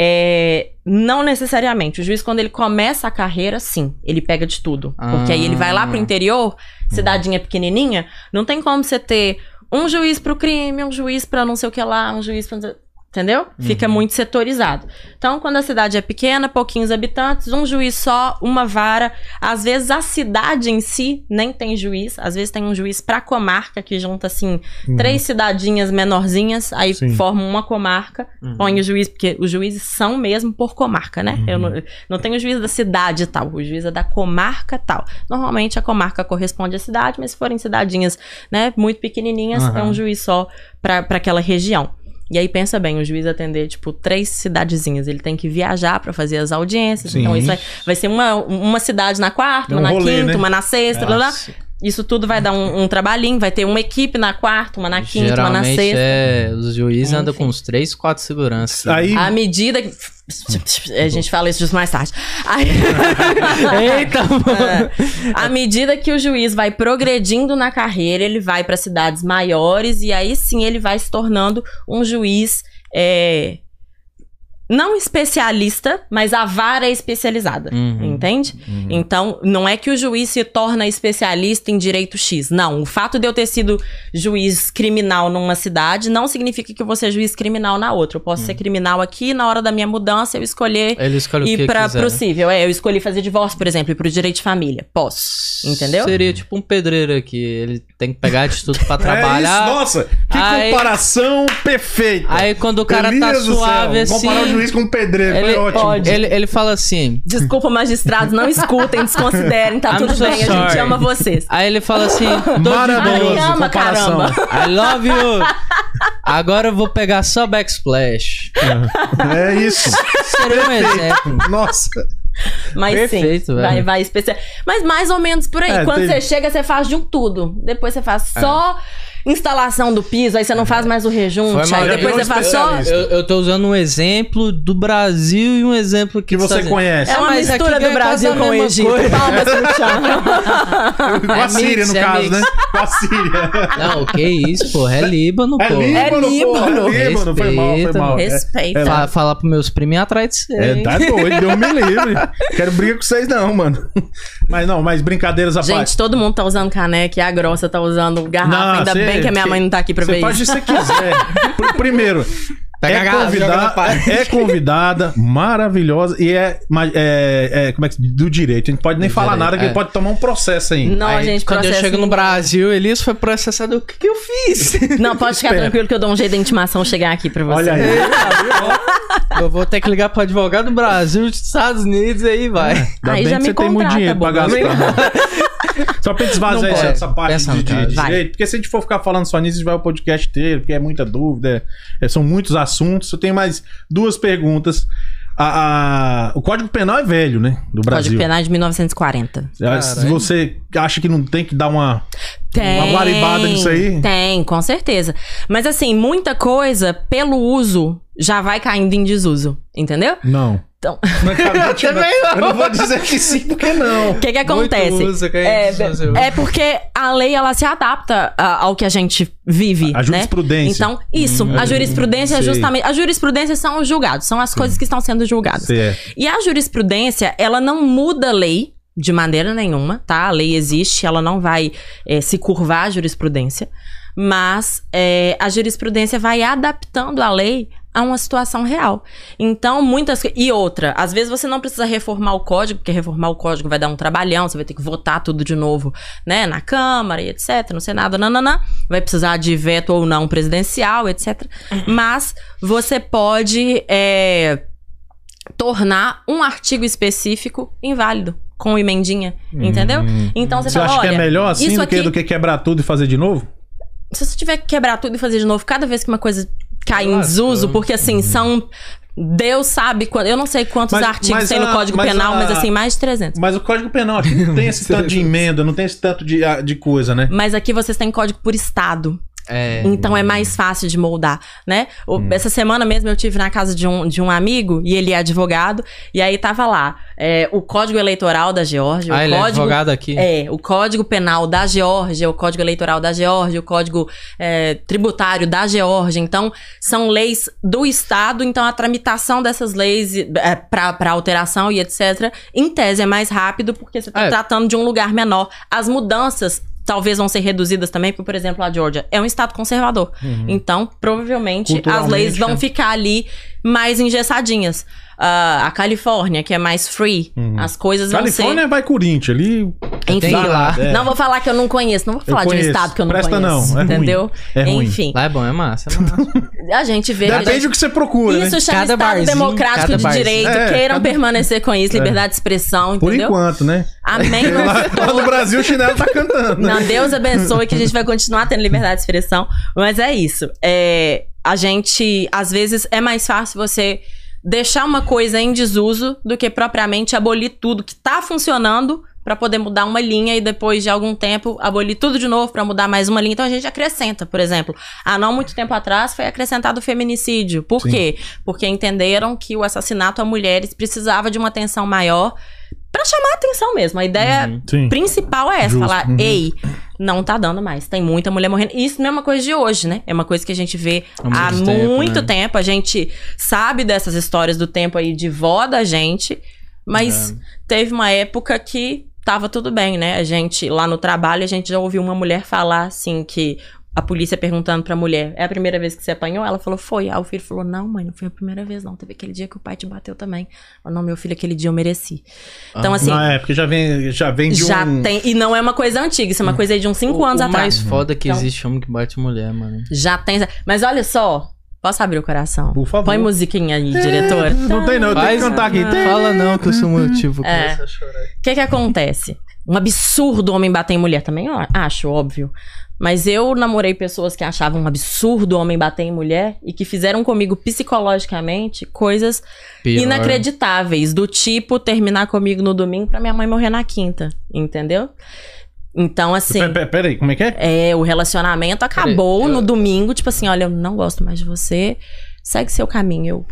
É, não necessariamente. O juiz, quando ele começa a carreira, sim, ele pega de tudo. Porque aí ele vai lá pro
Ah. Uhum.
interior, cidadinha pequenininha, não tem como você ter um juiz pro crime, um juiz pra não sei o que lá, um juiz pra... não sei- Entendeu? Fica
Uhum.
muito setorizado. Então, quando a cidade é pequena, pouquinhos habitantes, um juiz só, uma vara. Às vezes a cidade em si nem tem juiz, às vezes tem um juiz pra comarca que junta assim
Hum.
três cidadinhas menorzinhas, aí
Uhum. Sim. Uhum.
formam uma comarca, põe o juiz, porque os juízes são mesmo por comarca, né? Eu
Uhum.
não, não tenho juiz da cidade e tal, o juiz é da comarca e tal. Normalmente a comarca corresponde à cidade, mas se forem cidadinhas, né, muito pequenininhas,
Aham.
é
Uhum.
um juiz só pra pra aquela região. E aí pensa bem, o juiz atender tipo três cidadezinhas, ele tem que viajar pra fazer as audiências,
Sim.
então isso vai, vai ser uma, uma cidade na quarta,
É
uma
um
na
rolê,
quinta,
né?
uma na sexta, blá blá.
Nossa,
Isso tudo vai dar um, um trabalhinho, vai ter uma equipe na quarta, uma na quinta, uma na
Geralmente
sexta.
é. Os juízes andam com
Enfim.
uns três, quatro seguranças.
Aí, é
À medida que. A gente fala isso disso mais tarde. Aí-
Eita, mano.
É. À medida que o juiz vai progredindo na carreira, ele vai para cidades maiores e aí sim ele vai se tornando um juiz é, não especialista, mas a vara é especializada.
Uhum.
Entende? Então, não é que o juiz se torna especialista em direito X. Não. O fato de eu ter sido juiz criminal numa cidade não significa que eu vou ser juiz criminal na outra. Eu
Hum.
posso ser criminal aqui, na hora da minha mudança, eu escolher
Ele escolhe o
e
que
para
quiser.
pro cível. É, eu escolhi fazer divórcio, por exemplo, e pro direito de família. Posso. Entendeu?
Seria tipo um pedreiro aqui. Ele tem que pegar de tudo
é
pra
isso,
trabalhar.
nossa, que
Aí-
comparação perfeita.
Aí quando o cara
Elias
tá
do céu,
suave assim.
Comparar o juiz com um pedreiro,
Ele,
foi ótimo.
ele, ele fala assim.
Desculpa, magistrados, não escutem, desconsiderem, tá
I'm
tudo
so
bem, a gente
sorry.
ama vocês.
Aí ele fala assim. "Tô de
Maravilhoso.
boa.
Ai, ama, caramba.
I love you. Agora eu vou pegar só backsplash.
É isso.
Seria um exemplo.
Nossa.
Mas
Perfeito,
sim,
velho.
vai, vai especial. Mas mais ou menos por aí.
É,
Quando
tem-
você chega, você faz de um tudo. Depois você faz
É.
só instalação do piso, aí você não faz mais o
Foi
rejunte.
mal,
Aí
já
depois
virou
você faz só.
especialista.
Eu, eu tô usando um exemplo do Brasil e um exemplo
Que você
conhece.
conhece.
É uma
Mas aqui
mistura do
ganha
Brasil
quase a
com o
mesma
Egito.
coisa.
Palmas pro chão.
com a
é
Síria,
mix,
no
é
caso,
mix.
né? Com a Síria.
Não, que isso, porra. É Líbano,
É
porra.
Líbano, porra. É Líbano. Foi mal, foi
Respeita,
mal. É-
Respeita.
Fa- falar pros meus primos é atrás de você.
É,
hein?
tá doido, deu me livre. Quero briga com vocês, não, mano. Mas não, mas brincadeiras à parte.
Gente, todo mundo tá usando caneca e a grossa tá usando garrafa.
Não,
Ainda
cê-
bem que a minha mãe não tá aqui pra
Você
ver
faz
isso.
o que você quiser. Pr- Primeiro,
Pega a
é,
garrafa,
convida-
joga na parede.
é convidada, maravilhosa e é, ma- é- é- como é que do direito. A gente pode nem
Do
falar
direito,
nada que
é.
ele pode tomar um processo ainda.
Não,
Aí,
gente,
quando eu
processo
chego no
ninguém.
Brasil, Elias foi processado. O que, que eu fiz?
Não, pode ficar
Espera.
tranquilo que eu dou um jeito da intimação chegar aqui pra você.
Olha aí.
eu vou ter que ligar pro advogado do Brasil, dos Estados Unidos, aí vai.
Ainda
Aí
bem
já
que
me
você tem muito
contrata,
dinheiro pra
bobo.
gastar. né? Só pra gente esvaziar
Não
essa,
pode.
essa parte
Pensa
de,
no
de-
caso.
de
Vai.
direito, porque se a gente for ficar falando só nisso, a gente vai o podcast inteiro, porque é muita dúvida, é- é- são muitos assuntos. Eu tenho mais duas perguntas. A- a- o Código Penal é velho, né? Do
Código
Brasil.
Penal de 1940.
Se você acha que não tem que dar uma.
Tem.
Uma guaribada nisso aí?
Tem, com certeza. Mas assim, muita coisa, pelo uso, já vai caindo em desuso, entendeu?
Não.
Então-
Também não.
Eu não vou dizer que sim, porque não.
O que que acontece?
Muito uso, que
É,
é, isso, seu-
é porque a lei ela se adapta a- ao que a gente vive,
A
né?
jurisprudência. Hum,
Então, isso, a jurisprudência é
sei.
justamente, a jurisprudência são os julgados, são as coisas que estão sendo julgadas.
Certo.
E a jurisprudência, ela não muda a lei de maneira nenhuma, tá? A lei existe, ela não vai eh, se curvar é, à jurisprudência, mas eh, a jurisprudência vai adaptando a lei a uma situação real. Então, muitas. co- E outra, às vezes você não precisa reformar o código, porque reformar o código vai dar um trabalhão, você vai ter que votar tudo de novo, né? Na Câmara e etc., no Senado, nananã. Vai precisar de veto ou não presidencial, etc. Mas você pode. é, tornar um artigo específico inválido, com emendinha, entendeu? Então você,
Você
fala,
acha que
olha,
é melhor assim
isso
do que,
aqui-
do que quebrar tudo e fazer de novo?
se você tiver que quebrar tudo e fazer de novo cada vez que uma coisa cai em
Lascou.
desuso, porque assim, são... Deus sabe, quando, eu não sei quantos
Mas-
artigos
mas
tem no
a-
Código
mas
Penal,
a-
mas assim, mais de 300.
Mas o Código Penal aqui não tem esse tanto de emenda, não tem esse tanto de, ah, de coisa, né?
Mas aqui vocês têm código por estado.
É.
Então é mais fácil de moldar, né? O- Essa semana mesmo eu tive na casa de um, de um amigo, e ele é advogado, e aí tava lá é, o Código Eleitoral da Geórgia,
Ah,
o
ele é
Código
advogado aqui.
É, o Código Penal da Geórgia, o Código Eleitoral da Geórgia, o Código é, Tributário da Geórgia. Então, são leis do Estado, então a tramitação dessas leis é, para alteração e etc., em tese, é mais rápido, porque você está
É.
tratando de um lugar menor. As mudanças talvez vão ser reduzidas também, porque, por exemplo, a Geórgia é um Estado conservador. Então, provavelmente, as
Culturalmente,
leis vão
é.
ficar ali mais engessadinhas. Ah, a Califórnia, que é mais free, as coisas vão ser...
Califórnia vai Corinthians, ali.
Enfim,
Tem que ir lá.
É.
não vou falar que eu não conheço, não vou falar de um
conheço.
estado que eu não
Presta
conheço.
não, é ruim.
entendeu?
É ruim.
Enfim,
Lá é bom, é massa. É massa.
a gente vê.
Depende do que você procura,
Isso
né?
chama
Cada
Estado
barzinho,
democrático
cada
de
barzinho.
direito.
É,
queiram
cada- É.
permanecer com isso, liberdade de expressão,
Por
entendeu?
enquanto, né?
Amém.
Lá, lá no Brasil o chinelo tá cantando. né?
Não, Deus abençoe que a gente vai continuar tendo liberdade de expressão. Mas é isso. É, a gente, às vezes, é mais fácil você deixar uma coisa em desuso do que propriamente abolir tudo que tá funcionando pra poder mudar uma linha e depois de algum tempo abolir tudo de novo pra mudar mais uma linha. Então a gente acrescenta, por exemplo, há não muito tempo atrás foi acrescentado o feminicídio. Por
Sim.
quê? Porque entenderam que o assassinato a mulheres precisava de uma atenção maior pra chamar a atenção mesmo. A ideia
Uhum.
Sim.
principal é essa,
Justo,
falar,
uhum.
ei, não tá dando mais, tem muita mulher morrendo. E isso não é uma coisa de hoje, né? É uma coisa que a gente vê há,
Há muito
muito,
tempo,
tempo,
né?
A gente sabe dessas histórias do tempo aí de vó da gente, mas teve uma época que tava tudo bem, né? A gente, lá no trabalho, a gente já ouviu uma mulher falar assim que. A polícia perguntando pra mulher, é a primeira vez que você apanhou? Ela falou, foi. Aí o filho falou, não, mãe, não foi a primeira vez, não. Teve aquele dia que o pai te bateu também. Ela, não, meu filho, aquele dia eu mereci. Então, assim,
Não, é, porque já vem, já vem de
já
um... Hum.
tem. E não é uma coisa antiga, isso é uma coisa aí de uns 5
O-
anos
o
atrás.
mais foda é que
Então-
existe homem que bate mulher, mano.
Já tem. Mas olha só. Posso abrir o coração?
Por favor. É.
Põe Ah, musiquinha aí, diretor.
Não tem não, eu tenho que
Faz-
cantar aqui.
Fala não, que eu sou motivo.
É.
Começa a chorar.
O que que acontece? Um absurdo homem bater em mulher também, ó, acho, óbvio. Mas eu namorei pessoas que achavam um absurdo homem bater em mulher e que fizeram comigo psicologicamente coisas
Pior.
inacreditáveis, do tipo terminar comigo no domingo pra minha mãe morrer na quinta, entendeu? Então, assim.
Pe- pe- Peraí, como é que é?
É, o relacionamento acabou
Peraí, eu-
no domingo, tipo assim, olha, eu não gosto mais de você, segue seu caminho.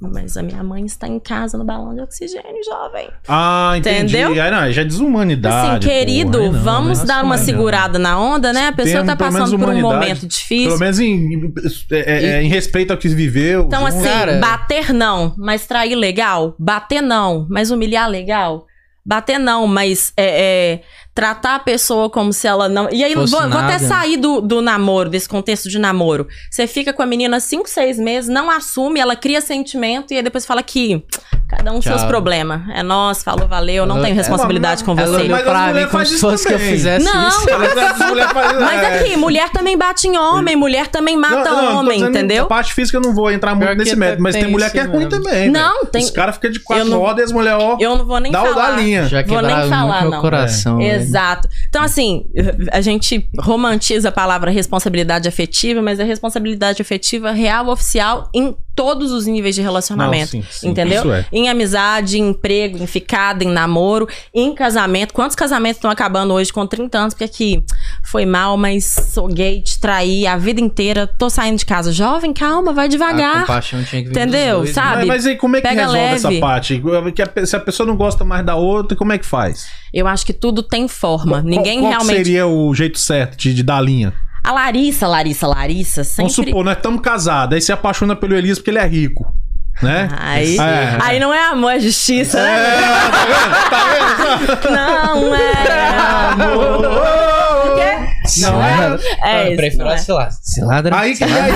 Eu, mas a minha mãe está em casa no balão de oxigênio, jovem.
Ah, entendi.
Entendeu?
Aí, não, já é desumanidade.
assim, querido,
porra, aí não,
vamos
né?
dar uma
Nossa,
segurada na onda, né? A pessoa
Temos,
tá
pelo menos,
passando por um
humanidade.
momento difícil.
Pelo menos em, é, é, é, em respeito ao que viveu.
Então,
junto.
assim,
Cara-
bater não, mas trair legal. Bater não, mas humilhar legal. Bater não, mas é, é, tratar a pessoa como se ela não. E aí, vou,
Fosse
vou até
nada.
sair do, do namoro, desse contexto de namoro. Você fica com a menina cinco, seis meses, não assume, ela cria sentimento e aí depois fala que cada um
Tchau.
seus problemas. É nós, falou, valeu, não
Ela-
tenho
ela-
responsabilidade com
Ela é
você.
olhou
Mas as
pra mim
mulheres
como
fazem
se
isso
fosse que eu
também.
fizesse
Não,
isso.
Mas é, as mulheres fazem-
Mas
é.
aqui, mulher também bate em homem, mulher também
Não,
mata
não, eu tô
homem,
dizendo, tá A
entendeu?
parte física eu não vou entrar muito
Pior que
nesse
até
método, mas tem
tem
mulher
isso
que é ruim
mesmo.
também.
Não,
velho.
tem-
Os caras ficam de
Eu
quatro
não-
rodas e as mulheres, ó.
Eu não vou nem
dá o
falar.
da linha.
Já
Vou nem
quebraram
falar,
muito meu
não. É.
coração. né?
né?
velho.
Exato. Então, assim, a gente romantiza a palavra responsabilidade afetiva, mas é responsabilidade afetiva real, oficial, em todos os níveis de relacionamento.
Não, sim, sim,
entendeu?
isso é.
Em amizade, em emprego, em ficada, em namoro, em casamento. Quantos casamentos estão acabando hoje com 30 anos? Porque aqui foi mal, mas sou gay, te traí a vida inteira, tô saindo de casa. Jovem, calma, vai
A
Ah,
devagar.
compaixão tinha que vir
Entendeu?
dos dois, né?
Sabe?
Mas, mas aí, como é que
Pega
resolve essa
leve.
parte? Que a pe- Se a pessoa não gosta mais da outra, como é que faz?
Eu acho que tudo tem forma. Ninguém
qual, qual que
realmente. é
seria o jeito certo de, de dar a linha?
A Larissa, Larissa, Larissa, sempre.
Vamos supor, nós estamos casados, aí se apaixona pelo Elias porque ele é rico, né?
Aí,
É.
aí não é amor, é justiça, né?
tá vendo? Tá vendo?
Não é amor.
Ô, ô, ô, ô.
Porque
Não, é.
É
eu
isso,
prefiro
não é?
as ciladas. Cilada
Aí, que- e aí?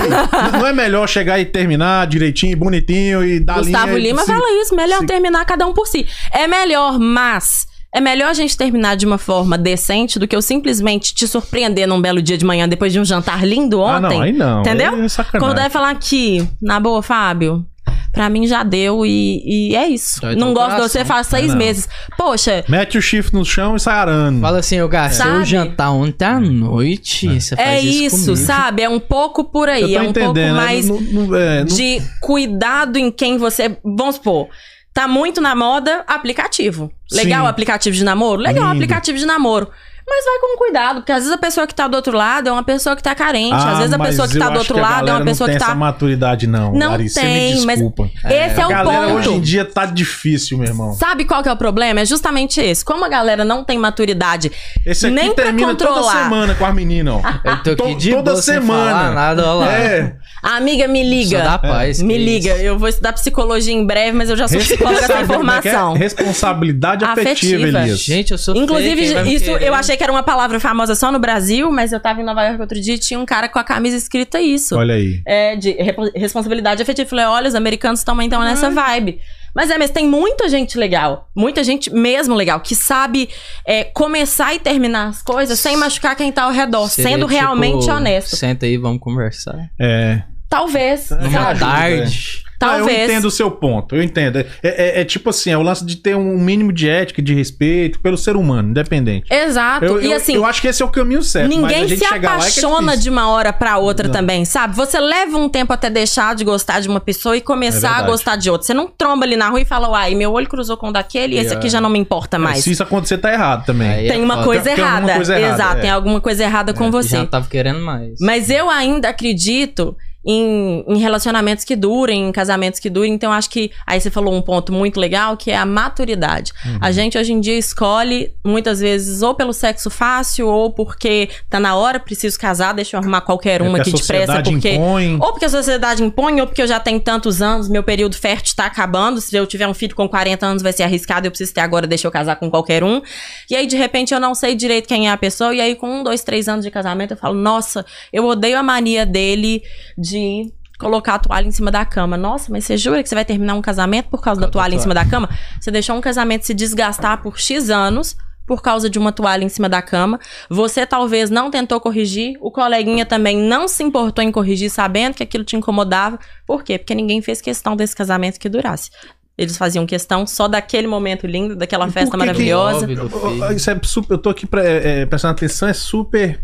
não é melhor chegar e terminar direitinho, bonitinho e dar
Gustavo
linha e
Lima
se-
fala isso, melhor
se-
terminar cada um por si. É melhor, mas é melhor a gente terminar de uma forma decente do que eu simplesmente te surpreender num belo dia de manhã depois de um jantar lindo
Ah,
ontem.
não, aí não.
entendeu?
Aí É sacanagem.
Quando deve falar aqui, na boa, Fábio, pra mim já deu e, e é isso.
Então,
Dói
não
teu
gosto de
coração.
você faz
Ah,
seis
não.
meses. Poxa,
Mete o chifre no chão e sai arando.
Fala assim, eu gastei o
Sabe?
jantar ontem à noite. Você faz
é
isso,
isso,
comigo.
sabe? É um pouco por
Eu
aí,
tô
é um pouco
entendendo, né?
mais
Não- não- é, não-
de cuidado em quem você. Vamos supor, tá muito na moda aplicativo. Legal
Sim.
aplicativo de namoro? Legal
Lindo.
aplicativo de namoro. Mas vai com cuidado, porque às vezes a pessoa que tá do outro lado é uma pessoa que tá carente.
Ah,
às vezes a
mas
pessoa que
eu
tá do
acho
outro
a
lado é uma
galera
pessoa
não
que
tem
tá.
essa maturidade, não.
Não
Larissa,
tem,
me
mas-
desculpa.
Esse é,
a
o
galera
ponto.
hoje em dia tá difícil, meu irmão.
Sabe qual que é o problema? É justamente esse. Como a galera não tem maturidade,
Esse aqui
Nem pra
termina toda
controlar. Ah,
semana com as meninas, ó.
Eu tô aqui
To-
de
toda
boa,
semana.
Sem falar nada, olha lá.
É,
a amiga me
Só
liga.
dá paz. que
Me
isso.
liga, eu vou estudar psicologia em breve, mas eu já sou psicóloga da
responsabil- como é que é?
formação.
Responsabilidade afetiva,
Afetiva.
Elias.
Gente, eu sou
Inclusive,
feio, quem vai me
isso
querer?
eu achei que era uma palavra famosa só no Brasil, mas eu tava em Nova York outro dia e tinha um cara com a camisa escrita isso.
Olha aí.
É, de repo- responsabilidade afetiva. Eu Falei, olha, os americanos também
Uhum.
estão nessa vibe. Mas é, mas tem muita gente legal, muita gente mesmo legal, que sabe é, começar e terminar as coisas sem machucar quem tá ao redor,
Seria
sendo
tipo,
realmente honesto.
Senta aí, vamos conversar.
É.
Talvez,
Numa
sabe?
tarde.
Talvez.
Eu entendo o seu ponto, eu entendo. É, é- é tipo assim, é o lance de ter um mínimo de ética, e de respeito pelo ser humano, independente.
Exato.
Eu,
e
eu-
assim,
eu acho que esse é o caminho certo. mas a
Ninguém
gente
se
chegar lá é que é
apaixona
difícil.
de uma hora pra outra
Não.
também, sabe? Você leva um tempo até deixar de gostar de uma pessoa e
É
começar a
verdade.
gostar de outra. Você não tromba ali na rua e fala, uai, meu olho cruzou com o daquele, esse
É.
aqui já não me importa mais.
Se isso acontecer, tá errado também.
Aí é
Tem uma
foda.
coisa
Tem alguma
errada.
coisa errada,
Exato,
é.
tem alguma coisa errada com você.
Já tava querendo mais.
Mas eu ainda acredito em, em relacionamentos que durem, em casamentos que durem. Então, acho que aí você falou um ponto muito legal, que é a maturidade.
Uhum.
A gente hoje em dia escolhe, muitas vezes, ou pelo sexo fácil, ou porque tá na hora, preciso casar, deixa eu arrumar qualquer
É que
uma
a
aqui depressa,
sociedade
porque.
impõe.
Ou porque a sociedade impõe, ou porque eu já tenho tantos anos, meu período fértil tá acabando. Se eu tiver um filho com 40 anos, vai ser arriscado, eu preciso ter agora, deixa eu casar com qualquer um. E aí, de repente, eu não sei direito quem é a pessoa. E aí, com um, dois, três anos de casamento, eu falo, nossa, eu odeio a mania dele de colocar a toalha em cima da cama. Nossa, mas você jura que você vai terminar um casamento por causa da
Por causa
toalha
da
em cima da cama? Você deixou um casamento se desgastar por X anos por causa de uma toalha em cima da cama. Você talvez não tentou corrigir, o coleguinha também não se importou em corrigir, sabendo que aquilo te incomodava. Por quê? Porque ninguém fez questão desse casamento que durasse. Eles faziam questão só daquele momento lindo, daquela
E por
festa
que que-
maravilhosa.
Óbvio do filho.
Isso é super, eu tô aqui pra, é, é, prestando atenção, é super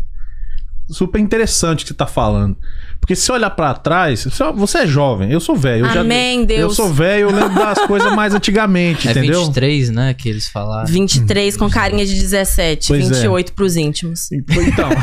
super interessante o que você tá falando. Porque se olhar pra trás, você- você é jovem, eu sou velho. eu já-
Amém,
Eu
Deus.
sou velho, eu lembro das coisas mais antigamente,
É
entendeu?
23, né, que eles falaram.
23 com carinha de 17,
Pois é.
28 pros íntimos.
Então.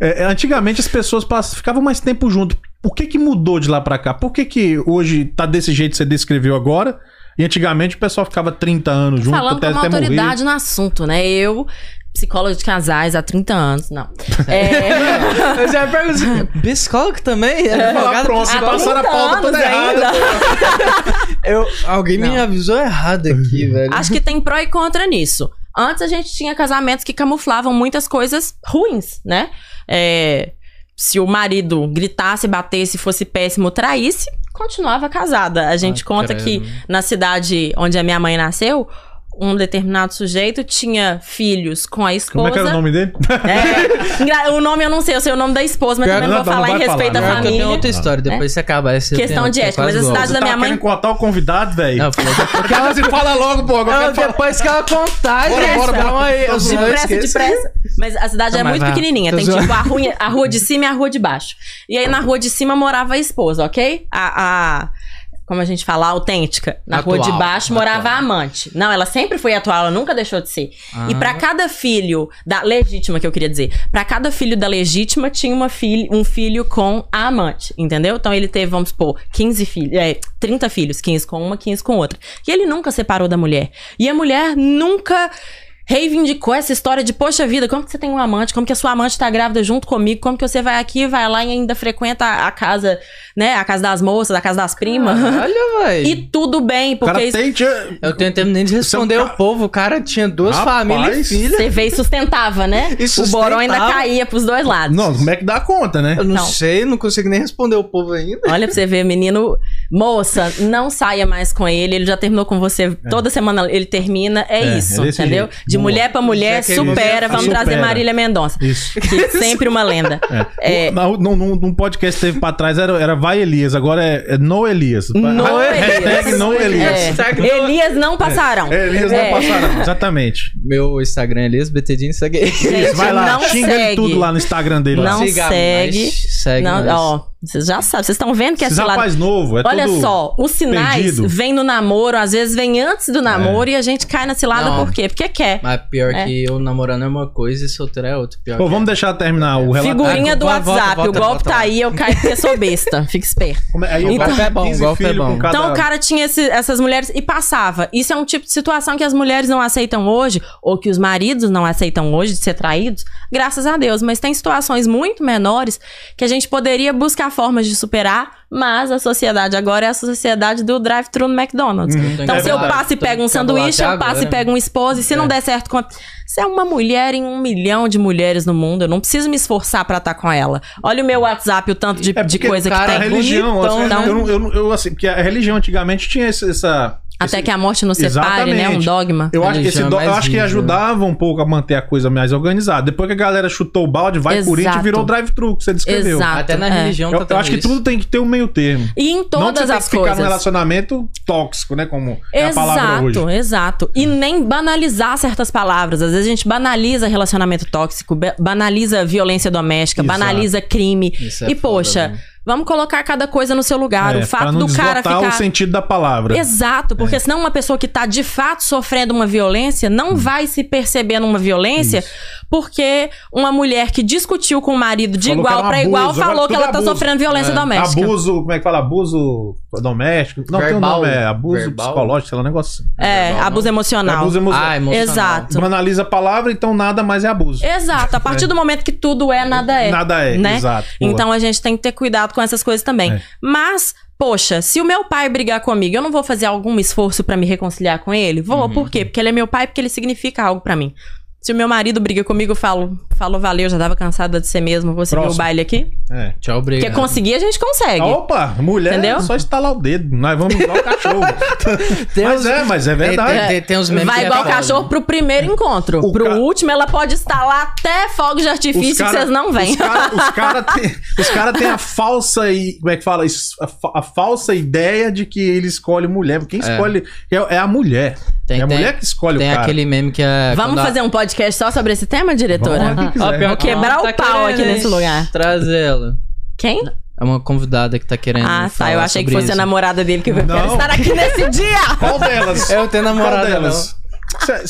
É, é, antigamente as pessoas pass- ficavam mais tempo junto. Por que que mudou de lá pra cá? Por que que hoje tá desse jeito que você descreveu agora? E antigamente o pessoal ficava 30 anos junto
Falando
até,
com uma
até morrer.
autoridade no assunto, né? Eu, psicóloga de casais há 30 anos, não. É,
Eu já pergunto psicólogo também? Advogado,
assim, É, pronto,
há
psicólogo.
passaram a pauta toda errada,
Eu, alguém me
Não.
avisou errado aqui, velho. é
Acho que tem pró e contra nisso. Antes a gente tinha casamentos que camuflavam muitas coisas ruins, né? É, se o marido gritasse, batesse, fosse péssimo, traísse, continuava casada. A gente
Ai,
conta
credo.
que na cidade onde a minha mãe nasceu, um determinado sujeito tinha filhos com a esposa.
Como é que era o nome dele?
É. Engra- o nome eu não sei, eu sei o nome da esposa, mas
Pior
também
que
não
não,
vou falar
não
em
vai
respeito
falar, né?
à
não.
Pior é que eu tenho
família. né?
outra história, depois você acaba. Essa eu
Questão
tenho-
de
eu
ética, mas
quase
a
gosto.
cidade da minha
Tava
mãe-
querendo cortar o convidado, velho.
Não, eu falei,
Porque ela se fala logo, pô. agora eu quero
Não,
falar.
depois que ela contar,
Bora,
gente,
bora, bora.
calma aí. eu não
Depressa,
esqueço.
depressa. Mas a cidade
Não,
é
mas
muito
vai.
pequenininha.
Tô
Tem
zoando.
tipo a rua, a rua de cima e a rua de baixo. E aí na rua de cima morava a esposa, ok? A. a- como a gente fala, a autêntica. Na rua
Atual,
de baixo
atual.
morava a amante. Não, ela sempre foi atual, ela nunca deixou de ser. E
Ah.
pra cada filho da legítima que eu queria dizer, pra cada filho da legítima tinha uma filha, um filho com a amante, entendeu? Então ele teve, vamos supor, 15 filhos, é, 30 filhos, 15 com uma, 15 com outra. E ele nunca separou da mulher. E a mulher nunca reivindicou essa história de, poxa vida, como que você tem um amante? Como que a sua amante tá grávida junto comigo? Como que você vai aqui, vai lá e ainda frequenta a a casa, né? A casa das moças, a casa das primas.
Olha, velho.
E tudo
Ah,
bem,
é. O
porque
cara
isso-
tem. tia-
Eu tenho tempo nem de responder
Seu
o povo. O cara tinha duas
Rapaz.
famílias e filha.
você vê e sustentava, né?
E
O borão ainda
sustentava.
caía pros dois lados.
Não, como é que dá conta, né?
Eu não,
Não.
sei, não consigo nem responder o povo ainda.
Olha pra você ver, menino. Moça, não saia mais com ele. Ele já terminou com você. Toda semana ele termina. É,
É,
isso,
é desse
entendeu?
jeito.
De
Boa.
mulher pra mulher,
Já que ele-
supera. Vamos
Supera.
trazer Marília Mendonça.
Isso.
Que sempre uma lenda.
É.
É.
O, na- num, num- num podcast que teve pra trás era, era Vai Elias, agora é, é No Elias.
No
Hashtag
Elias.
é, No Elias.
É.
Hashtag no-
Elias não passarão.
É, Elias
É.
não passaram. Exatamente.
Meu Instagram é Elias BTD, segue aí.
Gente,
Vai lá,
não
xinga ele
segue.
tudo lá no Instagram dele. lá.
Não
Siga
segue.
nós, segue
Não,
nós.
ó, vocês já sabem, vocês estão vendo que é
Esses
esse lado.
rapaz novo, é
Olha
tudo-
só, os sinais
perdido. É.
vêm no namoro, às vezes vem antes do namoro e a gente cai na cilada
Não.
por quê? Porque quer.
Mas pior
É.
que eu namorando é uma coisa e solteiro é outra. Pior
Pô,
que
vamos deixar terminar o relato.
Figurinha
Ah,
do
volta,
WhatsApp,
volta,
o golpe
volta
tá
lá.
aí, eu caio porque sou besta. Fica esperto.
Como é- aí
Então-
o golpe é bom,
o golpe é bom.
Então o cara tinha esse- essas mulheres e passava. Isso é um tipo de situação que as mulheres não aceitam hoje, ou que os maridos não aceitam hoje de ser traídos, graças a Deus. Mas tem situações muito menores que a gente poderia buscar formas de superar, mas a sociedade agora é a sociedade do drive-thru no McDonald's.
tô
É
Então, se eu
encabulado,
passo e
tô
pego um
encabulado
sanduíche,
até
eu passo e
agora.
pego um esposo, e se não der certo com a... Se é uma mulher em um milhão de mulheres no mundo, eu não preciso me esforçar pra estar com ela. Olha o meu WhatsApp, o tanto de,
É
de
porque
coisa que tá
cara
a
tem.
religião,
bonitão,
assim,
então.
eu, não- eu, não- eu, assim, porque a religião antigamente tinha esse- essa.
Até
esse-
que a morte nos separe,
Exatamente.
né? Um dogma.
Eu acho que esse
religião é
do- eu
mais
acho que
rígida.
ajudava um pouco a manter a coisa mais organizada. Depois que a galera chutou o balde, vai
Exato.
Corinthians e virou drive-thru que você descreveu.
Exato.
Até na
é.
religião
Eu,
tá
eu
tendo
acho que
isso.
tudo tem que ter um meio termo.
E em
não que você
todas
tem
as
que ficar num
coisas.
relacionamento tóxico, né? Como é a palavra hoje.
Exato, exato. E nem banalizar certas palavras. Às vezes a gente banaliza relacionamento tóxico, ba- banaliza violência doméstica,
Exato.
banaliza crime.
Isso é
e,
foda,
poxa,
né?
vamos colocar cada coisa no seu lugar.
É, pra
o fato
não
do cara
desbotar
ficar.
o sentido É. da palavra.
Exato, porque senão uma pessoa que tá de fato sofrendo uma violência
Hum.
não vai se perceber numa violência, porque uma mulher que discutiu com o marido de
Falou que era
igual
um
pra igual
abuso,
falou
agora
que
tudo
ela tá
abuso.
sofrendo violência
É,
doméstica.
Abuso, como é que fala? Abuso doméstico? Não, tem um
Verbal.
nome, é abuso
Verbal.
psicológico, sei lá, um negócio. assim.
É,
Verbal, não.
abuso emocional.
Abuso emocional.
Ah, emocional.
Exato.
Banaliza a palavra, então nada mais é abuso.
Exato, a partir do momento que tudo é, nada é.
Nada é,
né?
exato. boa.
Então a gente tem que ter cuidado com essas coisas também.
É.
Mas, poxa, se o meu pai brigar comigo, eu não vou fazer algum esforço pra me reconciliar com ele? Vou,
Uhum.
por quê? Porque ele é meu pai, porque ele significa algo pra mim. Se o meu marido briga comigo, eu falo, falo, valeu, já tava cansada de ser mesmo, vou seguir
Próximo.
o baile aqui.
É.
Tchau,
Porque
obrigado.
conseguir a gente consegue.
Ah, Opa, mulher,
Entendeu?
só estalar o dedo. Nós vamos igual o cachorro.
Tem
mas
uns-
é, mas é verdade.
Tem, tem, tem uns memes
Vai
que é
igual
foda.
cachorro pro primeiro encontro.
É. O
pro
ca-
último, ela pode instalar até fogos de artifício
cara-
que vocês não veem.
Os caras os cara têm cara tem a falsa e. Como é que fala? Isso, A, fa- a falsa ideia de que ele escolhe mulher. Quem escolhe é, é a mulher.
Tem-
é a
tem-
mulher que escolhe
Tem
o cara.
aquele meme que é.
Vamos fazer um podcast só sobre esse tema, diretora?
Vamos, quem quiser.
Ó, pior que
Quebrar
ela tá
o pau aqui
querendo,
nesse
hein?
lugar.
Traz ela.
Quem?
É uma convidada que tá querendo.
Ah, tá.
falar
Eu achei que
sobre
fosse a
isso.
namorada dele que eu quero
Não.
estar aqui nesse dia.
Qual delas?
Eu tenho namorada,
Qual delas? Esse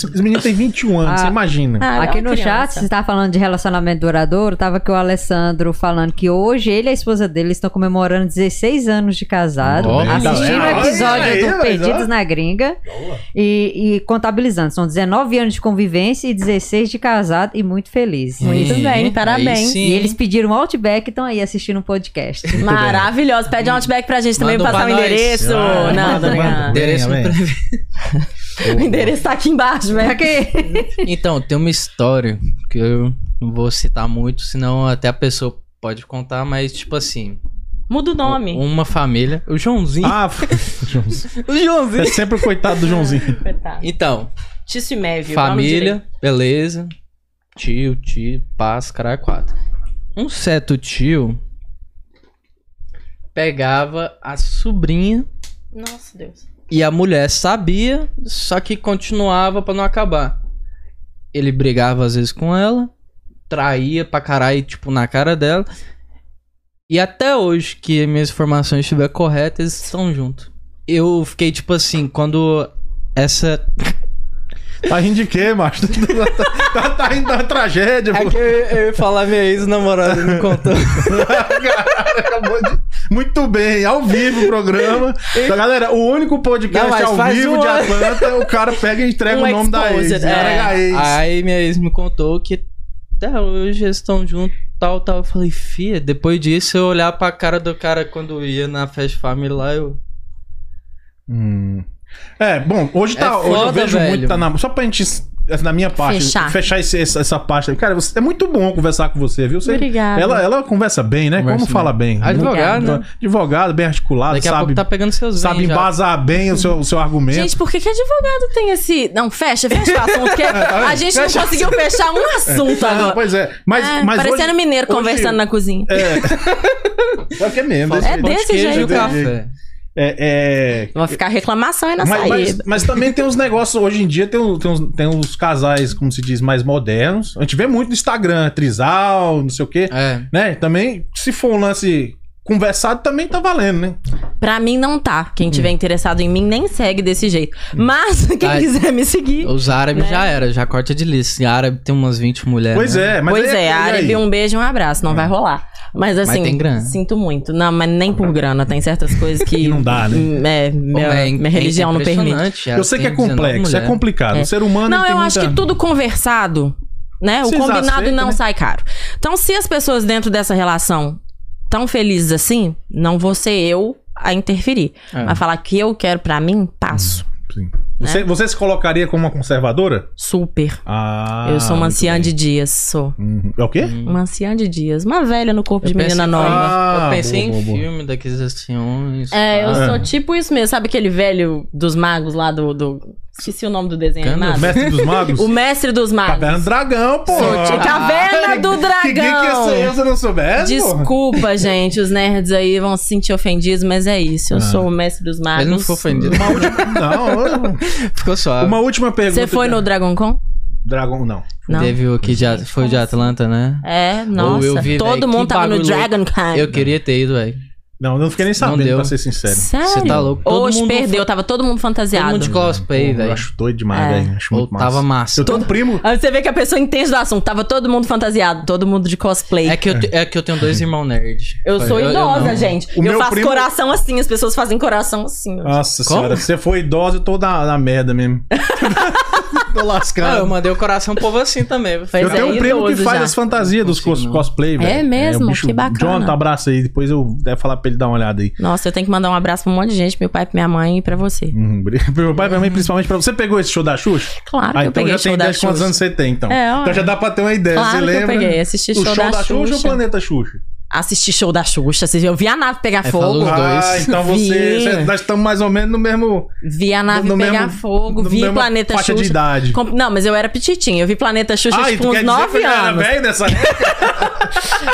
esse menino tem 21 anos,
Ah.
você imagina.
Ah,
Aqui
não,
no
criança.
chat, você estava falando de relacionamento duradouro, tava aqui o Alessandro falando que hoje ele e a esposa dele estão comemorando 16 anos de casado,
Ó,
assistindo o
tá vendo?
episódio
Olha aí,
do
mas, ó.
Perdidos na Gringa e, e contabilizando. São 19 anos de convivência e 16 de casado e muito felizes.
Muito
Sim,
bem,
aí
parabéns.
sim.
E eles pediram um Outback e estão aí assistindo o podcast.
Maravilhoso. Pede um outback pra gente também
Manda um
passar o
pra nós.
endereço.
Ah,
não,
manda,
tô
manda.
brincando.
Endereço
Vem,
no
vem.
privado.
O endereço tá aqui embaixo, velho.
Então, tem uma história que eu não vou citar muito, senão até a pessoa pode contar, mas tipo assim.
Muda o nome.
Uma família. O Joãozinho.
Ah, Joãozinho.
o Joãozinho.
é sempre o coitado do Joãozinho.
um, Coitado.
Então,
Tício Mévio.
Família, beleza. Tio, tio, paz, caralho, quatro. Um certo tio pegava a sobrinha
Nossa, Deus.
e a mulher sabia, só que continuava pra não acabar. Ele brigava às vezes com ela, traía pra caralho, tipo, na cara dela. E até hoje, que minhas informações estiver corretas, eles estão juntos. Eu fiquei tipo assim, quando essa
Tá rindo de quê, macho? Tá, tá- tá rindo da tragédia,
É
pô.
que eu, eu ia falar minha ex-namorada me contou.
Acabou de... Muito bem, ao vivo o programa. Então, galera, o único podcast
Não, mas
ao
faz
vivo
um
de
ano.
Atlanta, o cara pega e entrega
Um
o nome da ex. né?
exposed, é.
entrega a ex.
Aí minha ex me contou que até hoje eles estão juntos, tal, tal. Eu falei, fia, depois disso eu olhar pra cara do cara quando ia na Fast Family lá, eu.
Hum. É, bom, hoje tá.
É
hoje eu
foda,
vejo muito
velho.
tá na. Só pra gente. assim, Na minha parte,
Fechar.
esse- essa, essa parte. aí. Cara, você- é muito bom conversar com você, viu? Você,
Obrigada.
ela, é ela conversa bem, né?
Conversa
Como
bem.
fala bem.
Advogado,
Muito-
né?
Advogado, bem articulado,
Daqui a
Ah, sabe,
pouco tá pegando seus
sabe
bens já.
embasar bem o seu, o seu argumento.
Gente, por que, que advogado tem esse. Não, fecha, fecha o assunto. Porque
É, tá vendo?
a gente não
Fecha.
conseguiu fechar um assunto
Ah,
agora.
Pois é. Mas,
Ah,
mas
parecendo
hoje,
mineiro
hoje-
conversando na cozinha.
É o que é mesmo. desse
É
jeito.
Pão de
desse
queijo
jeito.
e o café.
É, é,
Vai ficar reclamação aí na
mas, mas,
saída.
mas também tem uns negócios, hoje em dia tem, um- tem, uns, tem uns casais, como se diz, mais modernos. A gente vê muito no Instagram, trisal, não sei o quê.
É.
Né? Também, se for um lance conversado, também tá valendo, né?
Pra mim não tá. Quem tiver
Hum.
interessado em mim nem segue desse jeito. Mas quem
Ai.
quiser me seguir.
Os árabes
Né?
já era, já corta de lista. Em árabe tem umas 20 mulheres.
pois
né?
é, mas
pois
aí-
é,
e
árabe,
aí? É.
um beijo e um abraço. Não vai rolar. Mas assim,
tem grana.
sinto muito. Não, mas nem por grana. Tem certas coisas que.
Não dá, né?
É, minha,
Como é,
minha religião não permite.
impressionante, já
Eu sei que é
tem 19
complexo, é
mulheres.
complicado.
É.
O ser humano
Não,
ele
eu
tem
acho
muita-
que tudo conversado, né? O
Vocês
combinado
aceitam,
não
né?
sai caro. Então, se as pessoas dentro dessa relação tão felizes assim, não vou ser eu a interferir.
É.
Mas falar que eu quero pra mim, passo.
Sim.
né?
Você, você se colocaria como uma conservadora?
Super.
Ah,
eu sou uma
muito
anciã
bem.
de dias, sou.
Uhum. É o quê?
Uma anciã de dias. Uma velha no corpo
Hum. Eu
de menina
pensei-
nova.
Ah,
eu pensei
boa,
em
boa, boa.
filme daqueles anciões.
É, eu
pá.
Ah.
sou tipo isso mesmo. Sabe aquele velho dos magos lá do... do... Esqueci o nome do desenho
Gandalf?
O
animado.
mestre dos magos?
O mestre dos magos.
Caverna do Tá Dragão, pô. Tá
Sou de Caverna do
Que geek
Dragão.
é essa? Eu não soubesse, porra.
Desculpa, gente, os nerds aí vão se sentir ofendidos, mas é isso. Eu
Ah.
sou o mestre dos magos.
Ele não ficou ofendido.
Uma última... Não,
Ficou
eu-
suave.
uma última pergunta.
Você foi no Dragon Con?
Dragão, não.
Não.
Teve o que já foi de Atlanta, né?
É,
eu
nossa.
vi,
Todo
velho,
mundo
que
tava no
bagulho
Dragon Con.
Eu queria ter ido, velho.
Não, eu não fiquei nem
Não
sabendo,
deu.
pra ser sincero.
Sério?
Você tá louco? Todo
Hoje
mundo
perdeu, tava todo mundo
Todo
fantasiado.
mundo de cosplay,
Porra, Eu
velho.
acho doido demais,
É.
velho. Acho
Ou
muito
tava
massa.
massa. É
Eu tenho um primo...
Aí Ah, você vê que a pessoa entende do assunto. Tava todo mundo fantasiado, todo mundo de cosplay.
É que, eu, te- é que eu tenho dois irmãos nerd.
Eu sou idosa,
não.
gente.
O meu
eu faço
primo- Ah.
coração assim, as pessoas fazem coração assim. ó.
Nossa
Como?
senhora, se você foi idosa, eu tô na, na merda mesmo. tô
Ah, eu
lascado.
mandei o coração pro povo assim também.
Mas
eu
é
tenho um primo que
idoso
faz
já.
as fantasias dos cos,
Consigo, não.
cosplay, velho. o
mesmo? Que bacana.
Jonathan, abraça aí. Depois eu devo falar pra ele dar uma olhada aí.
Nossa, eu tenho que mandar um abraço pra um monte de gente, pro meu pai, pra minha mãe e pra você.
Hum, bri- pro meu pai, pra mim, principalmente pra você. Você pegou esse show da Xuxa?
Claro que
ah,
eu
então
peguei
já
show
tem
da
ideia de quantos
Xuxa.
anos você tem, então.
É, olha.
então já dá pra ter uma ideia.
Claro
você
que eu
lembra?
peguei, assisti
o
show da
Xuxa ou o
Xuxa.
Planeta Xuxa?
Assistir show da Xuxa, você viu? Eu vi a nave pegar
É,
Aí
fogo.
falou- Os dois.
Ah, então você.
Vi.
você- Nós estamos mais ou menos no mesmo.
Vi a nave
no
pegar
mesmo-
fogo,
no
vi
mesmo
Planeta
faixa
Xuxa.
de idade.
Com- Não, mas eu era petitinha. Eu vi Planeta Xuxa
Ah, e
tipo,
tu
uns
quer dizer que
9
eu já era
anos.
velho nessa época?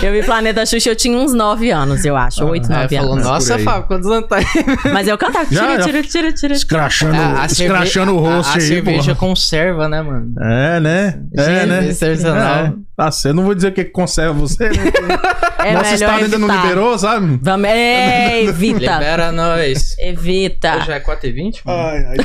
Eu vi Planeta Xuxa, eu tinha uns 9 anos, eu acho.
Ah, é,
8,
Aí
9
falou,
anos.
Por
nossa,
aí.
Fábio, quantos anos tá aí?
Mas eu cantava
Já,
tira,
já.
tira, tira, tira.
Escrachando, escrachando o
cerve-
rosto
a, a
aí,
cerveja
porra.
conserva, né, mano?
Tá.
É, né? É,
Gente,
né?
sensacional.
É. Nossa, eu não vou dizer o que que conserva você, né?
É
Nosso
melhor
estado ainda não
evitar.
liberou, sabe?
Vamos... É, evita.
Libera nós. Hoje
Evita.
é 4h20,
Ah,
mano?
Ai, ai,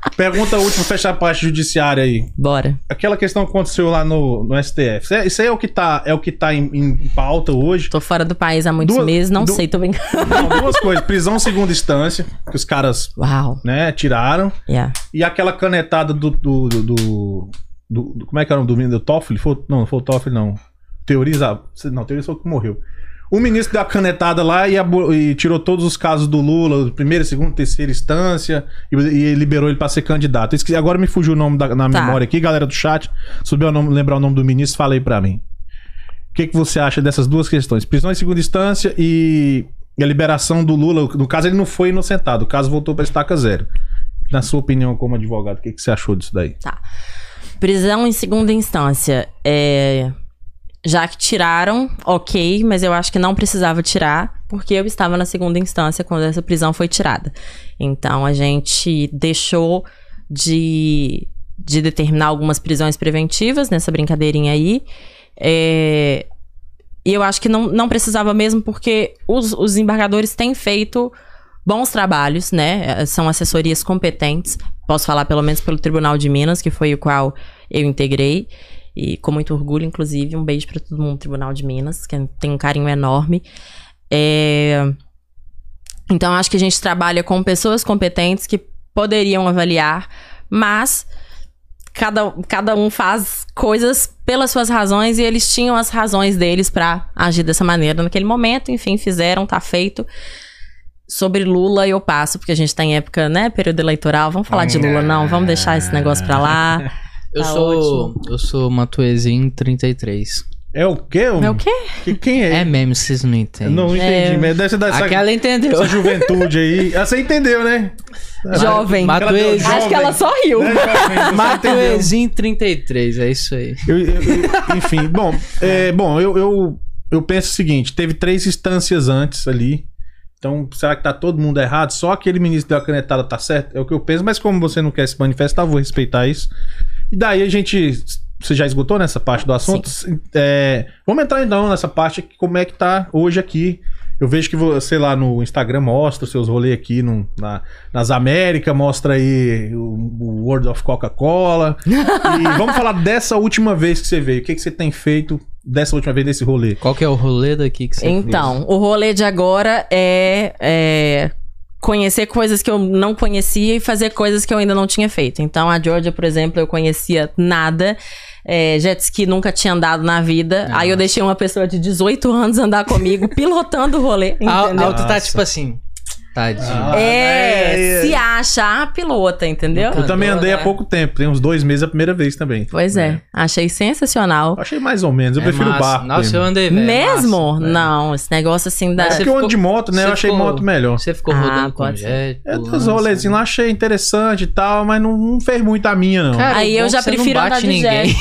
tá. Pergunta última, fecha a parte judiciária aí.
Bora.
Aquela questão que aconteceu lá no, no STF. Isso é- Isso aí é o que tá, é o que tá em, em pauta hoje.
Tô fora do país há muitos
Duas-
meses, não
du-
sei, tô brincando.
Não, duas coisas. Prisão segunda instância, que os caras,
Uau.
né, tiraram.
Yeah.
E aquela canetada do. do, do, do- do- do- como é que é o nome do menino? Do Toffoli? Foi- não, não foi o Toffoli, não. Teoriza. Não, Teoriza foi o que morreu. O ministro deu a canetada lá e, abo- e tirou todos os casos do Lula, primeira, segunda, terceira instância, e, e liberou ele pra ser candidato. Esque- agora me fugiu o nome da, na
Tá.
memória aqui, galera do chat. Subiu o nome, lembrar o nome do ministro, falei pra mim. O que, que você acha dessas duas questões? Prisão em segunda instância e, e a liberação do Lula. No caso, ele não foi inocentado, o caso voltou pra estaca zero. Na sua opinião, como advogado, o que, que você achou disso daí?
Prisão em segunda instância. É, já que tiraram, ok, mas eu acho que não precisava tirar, porque eu estava na segunda instância quando essa prisão foi tirada. Então a gente deixou de, de determinar algumas prisões preventivas nessa brincadeirinha aí. É, e eu acho que não, não precisava mesmo, porque os, os embargadores têm feito bons trabalhos, né? Eh, São assessorias competentes. Posso falar pelo menos pelo Tribunal de Minas, que foi o qual eu integrei. E com muito orgulho, inclusive, um beijo pra todo mundo do Tribunal de Minas, que tem um carinho enorme. É, Então, acho que a gente trabalha com pessoas competentes que poderiam avaliar, mas cada, cada um faz coisas pelas suas razões e eles tinham as razões deles pra agir dessa maneira naquele momento. Enfim, fizeram, tá feito. Sobre Lula eu passo, porque a gente tá em época, né, período eleitoral. Vamos falar de Lula, não. Vamos deixar esse negócio pra lá.
Eu
Tá
sou. Eu sou Matuezinho 33.
É o quê?
É o quê?
Que- Quem é?
É meme, vocês não
Eu
entendem.
Não entendi, mas deve ser dessa
Aquela entendeu.
essa juventude aí. Ah, Você entendeu, né?
Jovem.
Matuezinho.
Acho que ela sorriu.
Né, jovem? Você entendeu.
Matuezinho 33, é isso aí.
Eu- eu- eu- enfim, bom, é, bom eu, eu, eu penso o seguinte: teve três instâncias antes ali. Então, será que tá todo mundo errado? Só aquele ministro da canetada tá certo? É o que eu penso, mas como você não quer se manifestar, vou respeitar isso. E daí a gente. Você já esgotou nessa parte do assunto? É, vamos entrar então nessa parte aqui, como é que tá hoje aqui. Eu vejo que você lá no Instagram mostra os seus rolês aqui no- na, nas Américas, mostra aí o, o World of Coca-Cola. e vamos falar dessa última vez que você veio. O que, que você tem feito dessa última vez desse rolê?
Qual que é o rolê daqui que você
Então, o rolê de agora é, é conhecer coisas que eu não conhecia e fazer coisas que eu ainda não tinha feito. Então, a Georgia, por exemplo, eu conhecia nada. É, jet ski nunca tinha andado na vida. Aí eu deixei uma pessoa de 18 anos andar comigo, pilotando o rolê.
fez? A, a
entendeu?
outra tá
Nossa.
tipo assim. Tadinho.
Ah,
é,
é, é.
se acha a pilota, entendeu?
Eu também andei há pouco tempo, tem uns dois meses a primeira vez também.
né? Pois é, achei sensacional.
Eu achei mais ou menos, eu
É
prefiro o
massa.
barco.
Nossa, eu
mesmo.
andei velho,
Mesmo?
massa, velho.
não, esse negócio assim da.
Mas
É
você
porque eu ando
ficou-
de moto, né?
você
Eu achei
ficou-
moto melhor.
Você ficou
Ah,
rodando com
pode
jet. assim.
É, os
lança.
rolezinhos lá achei interessante e tal, mas não, não fez muito a minha, não.
Cara,
Aí
o
eu
bom
já
é que você não
prefiro
bate
andar de
ninguém.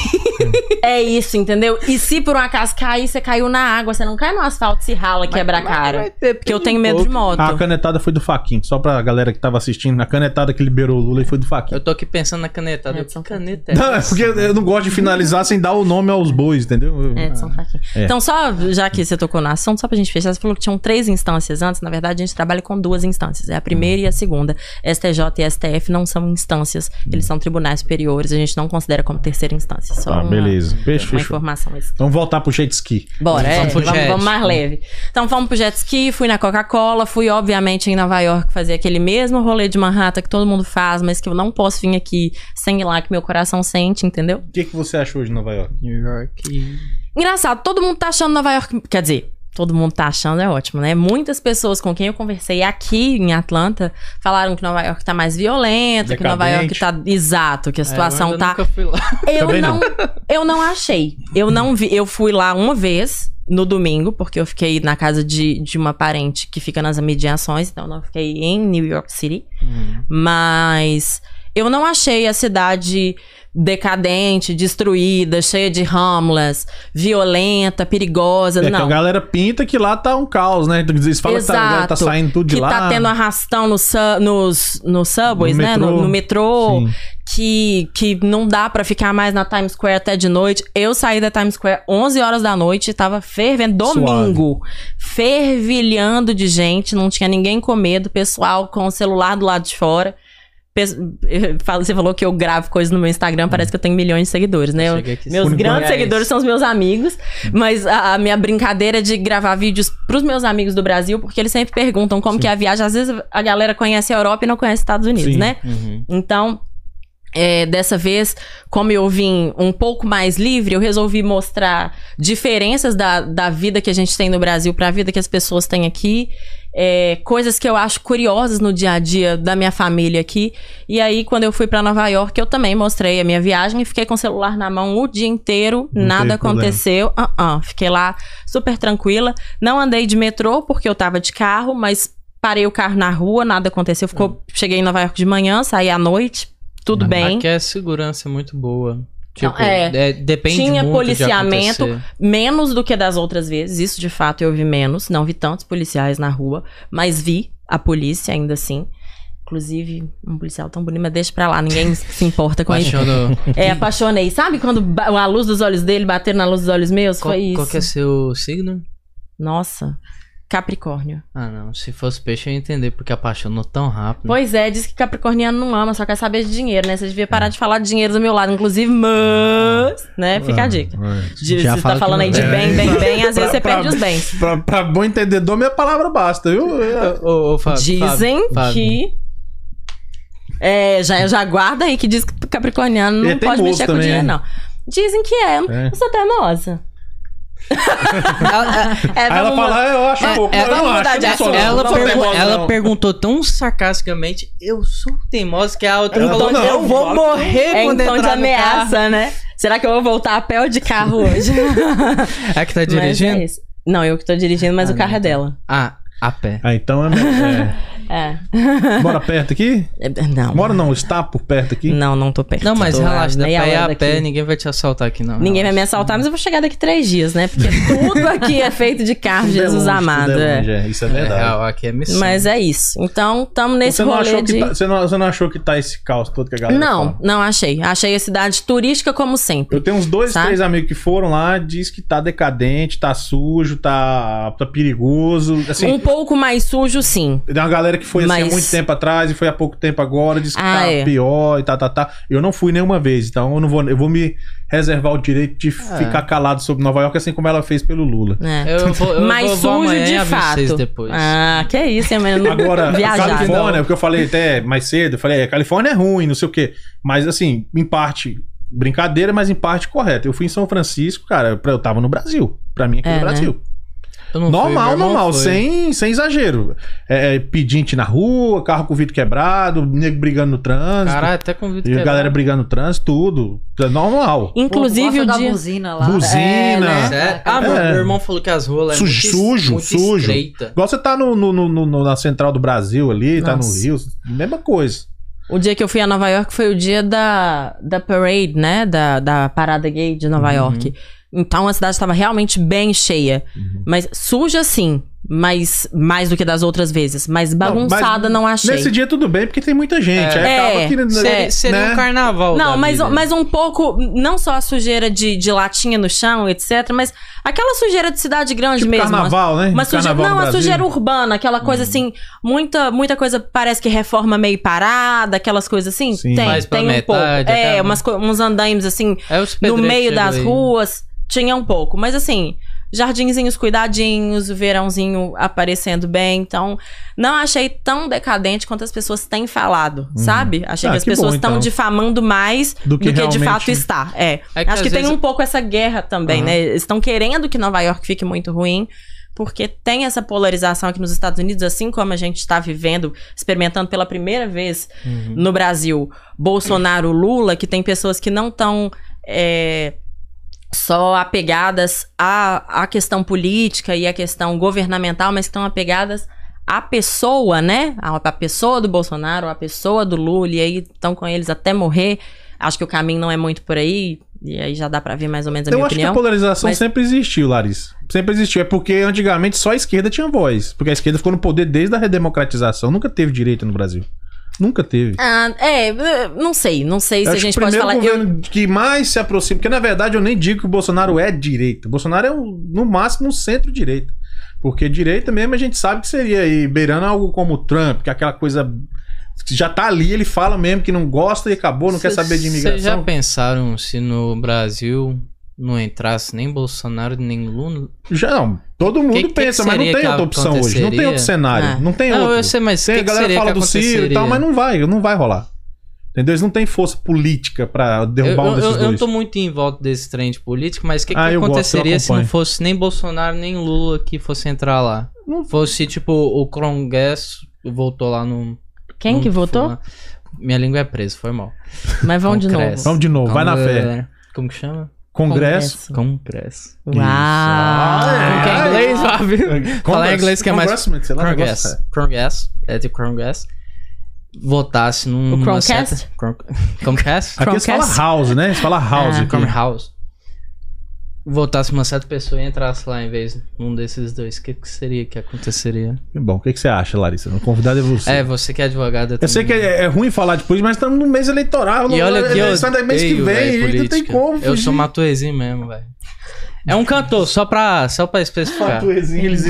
É isso, entendeu? E se por um acaso cair, você caiu na água, você não cai no asfalto, se rala, quebra a cara. Porque eu tenho medo de moto.
A canetada foi do Faquin, só pra galera que tava assistindo, a canetada que liberou o Lula aí foi do Faquin.
Eu tô aqui pensando na caneta.
É,
Eu, que
são-
caneta é
Não, é
essa?
porque eu não gosto de finalizar sem dar o nome aos bois, entendeu?
É, são fraquinhos.
É.
Então, só já que você tocou no assunto, só pra gente fechar, você falou que tinham três instâncias antes. Na verdade, a gente trabalha com duas instâncias. É a primeira e a segunda. STJ e STF não são instâncias, eles são tribunais superiores, a gente não considera como terceira instância. Só
Tá,
uma,
beleza. Beijo,
uma
fechou.
informação extra.
Vamos voltar pro jet ski.
Bora, é,
Vamos pro
vamos,
jet.
vamos mais leve. Então fomos pro jet ski, fui na Coca-Cola, fui obviamente em Nova York fazer aquele mesmo rolê de Manhattan que todo mundo faz, mas que eu não posso vir aqui sem ir lá que meu coração sente, entendeu?
O que, que você achou de Nova York?
New York.
Engraçado, todo mundo tá achando Nova York. Quer dizer, todo mundo tá achando, é ótimo, né? Muitas pessoas com quem eu conversei aqui em Atlanta falaram que Nova York tá mais violenta, que Nova York
Decadente.
tá. Exato, que a situação
É, eu
tá.
Nunca fui lá.
Eu
Também não.
não, eu não achei. Eu não vi. Eu fui lá uma vez no domingo, porque eu fiquei na casa de, de uma parente que fica nas imediações, então eu não fiquei em New York City.
Hum.
Mas eu não achei a cidade decadente, destruída, cheia de homeless, violenta, perigosa.
É que a
não.
galera pinta que lá tá um caos, né? Eles falam que tá, a galera tá
Exato.
saindo tudo de
que
lá.
tá tendo arrastão no su- nos, nos subways,
No
né?
metrô.
No, no metrô
Sim.
que, que não dá pra ficar mais na Times Square até de noite. Eu saí da Times Square 11 horas da noite, tava fervendo, domingo, fervilhando de gente, não tinha ninguém com medo, pessoal com o celular do lado de fora. Pes- eu falo- Você falou que eu gravo coisas no meu Instagram, parece que eu tenho milhões de seguidores, né? Eu-
Cheguei aqui
meus
sem
grandes
olhar
seguidores
isso.
são os meus amigos, mas a, a minha brincadeira é de gravar vídeos pros meus amigos do Brasil, porque eles sempre perguntam como que é a viagem. Às vezes a galera conhece a Europa e não conhece os Estados Unidos,
Sim.
né?
Uhum.
Então, é, dessa vez, como eu vim um pouco mais livre, eu resolvi mostrar diferenças da, da vida que a gente tem no Brasil para a vida que as pessoas têm aqui. é, coisas que eu acho curiosas no dia a dia da minha família aqui. E aí, quando eu fui para Nova York, eu também mostrei a minha viagem e fiquei com o celular na mão o dia
Não
inteiro.
teve
nada
problema.
aconteceu. ah, ah, Fiquei lá super tranquila. Não andei de metrô porque eu tava de carro, mas parei o carro na rua, nada aconteceu. Ficou, Cheguei em Nova York de manhã, saí à noite, tudo bem.
Aqui é segurança muito boa.
Então,
Tipo,
é,
é, depende
tinha
muito
policiamento,
de acontecer.
Menos do que das outras vezes, isso de fato eu vi menos. Não vi tantos policiais na rua, mas vi a polícia ainda assim. Inclusive, um policial tão bonito, mas deixa pra lá, ninguém se importa com isso.
Apaixonou.
É, apaixonei. Sabe quando ba- a luz dos olhos dele bater na luz dos olhos meus?
Qual, é
Foi isso.
qual que é seu signo?
Nossa. Capricórnio.
Ah, não. Se fosse peixe, eu ia entender porque apaixonou tão rápido.
Pois é, diz que capricorniano não ama, só quer saber de dinheiro, né? Você devia parar de falar de dinheiro do meu lado, inclusive, mas, né?
É,
Fica a dica. De,
Ah. Já
você tá
fala que
falando
não
aí de
é.
bem, bem, bem,
Pra-
às vezes você
pra-
perde os bens.
Pra, pra bom entendedor, minha palavra basta, viu? É,
Ô, ô, Fábio,
Dizem
Fábio, Fábio.
que. É, já, já guarda aí que diz que capricorniano
E é
não pode
teimoso
mexer com
também,
dinheiro,
né?
não. Dizem que é.
É.
Eu sou teimosa.
Aí
É,
ela
vamos
fala, ah, eu acho pouco.
é,
eu não
vamos
acho,
mudar
eu
de
não sou,
assunto.
não,
Ela,
não sou
pergu-
teimosa,
ela
não.
perguntou tão sarcasticamente, eu sou teimosa, que a outra
Ela
falou,
falou,
eu
não,
vou
fala-
morrer
É em
quando
tom de
entrar no
ameaça,
carro.
né? Será que eu vou voltar a pé ou de carro hoje?
É que tá
Mas é
dirigindo?
isso. não, eu que tô dirigindo, mas
Ah,
o carro
não,
é dela.
ah, a pé.
Ah, então é, me-
É.
é. Mora perto aqui?
É, Não.
Mora não, está por perto aqui?
Não, não tô perto.
Não, mas
Tô a
relaxa, da
meia
pé é
hora
a
daqui.
pé, ninguém vai te assaltar aqui não.
Ninguém vai
relaxa.
me assaltar, mas eu vou chegar daqui três dias, né? Porque tudo aqui é feito de carro,
Tudo é
Jesus
longe, tudo
amado.
é
é.
longe, é, Isso é
É
verdade.
real, aqui é missão.
Mas é isso. Então, estamos nesse
você, não
rolê
achou
de.
que tá, você, não, você não achou que tá esse caos todo que a galera
Não,
fala?
não achei. Achei a cidade turística como sempre.
Eu tenho uns dois,
Sabe?
três amigos que foram lá, diz que tá decadente, tá sujo, tá, tá perigoso. Assim,
Um pouco mais sujo, sim.
Tem uma galera que foi assim, há
Mas-
muito tempo atrás e foi há pouco tempo agora, diz que
Ah,
tá
é.
pior e tá, tá, tá. Eu não fui nenhuma vez, então eu não vou. Eu vou me reservar o direito de
Ah.
ficar calado sobre Nova York, assim como ela fez pelo Lula.
né?
Eu vou, eu
mais
vou, vou
sujo
amanhã e
de
aviso vocês
fato.
depois.
Ah, que isso, hein, mano?
Agora, a
Viajar.
Califórnia, o que eu falei até mais cedo, eu falei, é, a Califórnia é ruim, não sei o quê. Mas assim, em parte, brincadeira, mas em parte correto. Eu fui em São Francisco, cara, pra- eu tava no Brasil. Pra mim aqui
É,
no
né?
Brasil.
Eu não fui, meu
normal,
irmão
normal,
foi.
sem, sem exagero. É, é, pedinte na rua, carro com vidro quebrado, nego brigando no trânsito.
Caralho, até convido
E a
quebrar.
galera brigando no trânsito, tudo. É Normal.
Inclusive
o
o
da
dia.
buzina lá. É, né?
Buzina.
Sério? Ah, meu,
É.
meu irmão falou que as ruas lá é
Sujo,
muito,
sujo,
muito
sujo.
estreita.
Igual você tá no, no- no- no- na central do Brasil ali, tá no
Nossa.
Rio, mesma coisa.
O dia que eu fui a Nova York foi o dia da, da parade, né? Da, da parada gay de Nova
Uhum.
York. Então a cidade estava realmente bem cheia. Mas suja, sim. Mas mais do que das outras vezes. Mas bagunçada não, achei.
Nesse dia tudo bem, porque tem muita gente. Aí
É.
acaba
É.
que,
Seria, seria
né?
um carnaval.
Não,
da
mas,
vida.
mas um pouco, não só a sujeira de, de latinha no chão, etc., mas aquela sujeira de cidade grande
Tipo
mesmo.
carnaval, né?
Uma sujeira,
Carnaval
não,
no
a
Brasil. Hum.
sujeira urbana, aquela coisa assim, muita, muita coisa parece que reforma meio parada, aquelas coisas assim.
Sim.
Tem,
Mais pra
tem um
metade,
pouco. É,
acaba.
umas, co- uns andaimes assim,
É os
no
pedreiros que
meio
chegam
das
aí.
ruas, tinha um pouco. Mas assim, jardinzinhos cuidadinhos, o verãozinho aparecendo bem. Então, não achei tão decadente quanto as pessoas têm falado, sabe? Achei
Ah,
que as
que bom,
pessoas estão
então.
difamando mais
Do
do
que
um que, de
realmente-
fato está. É.
É que às
Acho que tem
vezes-
um pouco essa guerra também,
Aham.
né? Eles estão querendo que Nova York fique muito ruim. Porque tem essa polarização aqui nos Estados Unidos, assim como a gente está vivendo, experimentando pela primeira vez
Uhum.
no Brasil Bolsonaro, Lula, que tem pessoas que não estão só apegadas à, à questão política e à questão governamental, mas que estão apegadas à pessoa, né? À, à pessoa do Bolsonaro, à pessoa do Lula, e aí estão com eles até morrer. Acho que o caminho não é muito por aí, e aí já dá pra ver mais ou menos a
Eu
minha
acho que a
opinião.
polarização
mas-
sempre existiu, Larissa. Sempre existiu. É porque antigamente só a esquerda tinha voz. Porque a esquerda ficou no poder desde a redemocratização. Nunca teve direito no Brasil. Nunca teve.
Ah, é, eh, não sei, não sei
Eu
se a
acho
gente
que o
pode
primeiro
falar. Eu,
governo que mais se aproxima, porque na verdade eu nem digo que o Bolsonaro é direita. O Bolsonaro é um- no máximo um centro-direita. Porque direita mesmo a gente sabe que seria aí, beirando algo como o Trump, que é aquela coisa que já tá ali, ele fala mesmo que não gosta e acabou, não quer
Cê-
saber de
cê já
imigração.
pensaram se no Brasil não entrasse nem Bolsonaro, nem Lula?
Já, não, todo mundo
Que- que
pensa,
que
mas não
seria
tem
que
outra opção hoje, não tem
aconteceria? É.
outro cenário,
Ah.
não tem
não,
outro.
eu sei, mas
Tem,
que
a
que
galera
seria
fala
que
do Ciro e
aconteceria?
tal, mas não vai, não vai rolar. Entendeu? Eles não têm força política pra
Eu,
derrubar um
eu,
desses
eu, eu não
dois.
tô muito em volta desse trem de político, mas o que, que
Ah, eu gosto, eu
aconteceria se não
acompanho.
fosse nem Bolsonaro, nem Lula que fosse entrar lá?
Não-
Fosse, tipo, o Congresso voltou lá no...
quem
no-
que votou?
lá. Minha língua é presa, foi mal.
Mas vão de novo.
Congresso.
Vamos de novo, vai na
Vamos,
fé.
galera. Como que chama?
Congresso.
Congresso.
Uau!
Ah,
Ah,
é inglês,
é.
Fábio? Falar em inglês que é mais-
Congressman, sei lá, negócio,
Congress. Congress. É de Congress. Votasse num.
O
numa
Chromecast?
seta- Chrome- Chromecast?
é. Aqui eles falam
Chromecast.
house, né? Eles falam house.
Ah,
aqui.
Chrome House. Votasse uma certa pessoa e entrasse lá em vez de um desses dois. O que, que seria que aconteceria?
Bom, o que, que você acha, Larissa? O convidado é você.
É, você que é advogada.
Eu sei que é, é ruim falar de política, mas estamos no mês eleitoral.
E olha que eu.
eleição é mês que
odeio,
vem,
véi,
e não tem
política.
como.
Eu
fugir.
sou matuezinho mesmo, velho. É um cantor, só pra, só pra especificar.
Fatuezinho, eles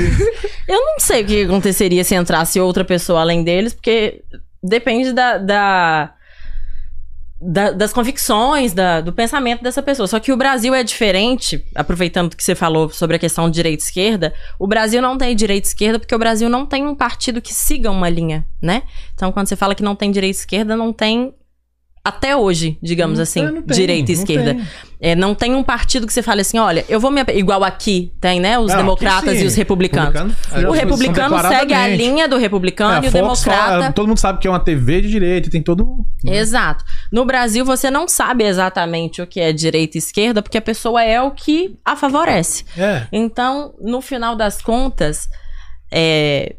Eu não sei o que aconteceria se entrasse outra pessoa além deles, porque depende da. da- da- das convicções, da- do pensamento dessa pessoa. Só que o Brasil é diferente, aproveitando que você falou sobre a questão de direita e esquerda, o Brasil não tem direita e esquerda porque o Brasil não tem um partido que siga uma linha, né? Então, quando você fala que não tem direita e esquerda, não tem, até hoje, digamos assim, direita e esquerda. É, não tem um partido que você fale assim, olha, eu vou me. ap- Igual aqui tem, né? Os
Ah,
democratas
aqui sim.
e os republicanos.
é,
Republicano-
O republicano segue a linha do republicano e o democrata.
todo mundo sabe que é uma TV de direita, tem todo.
Exato. No Brasil, você não sabe exatamente o que é direita e esquerda, porque a pessoa é o que a favorece.
É.
Então, no final das contas, é,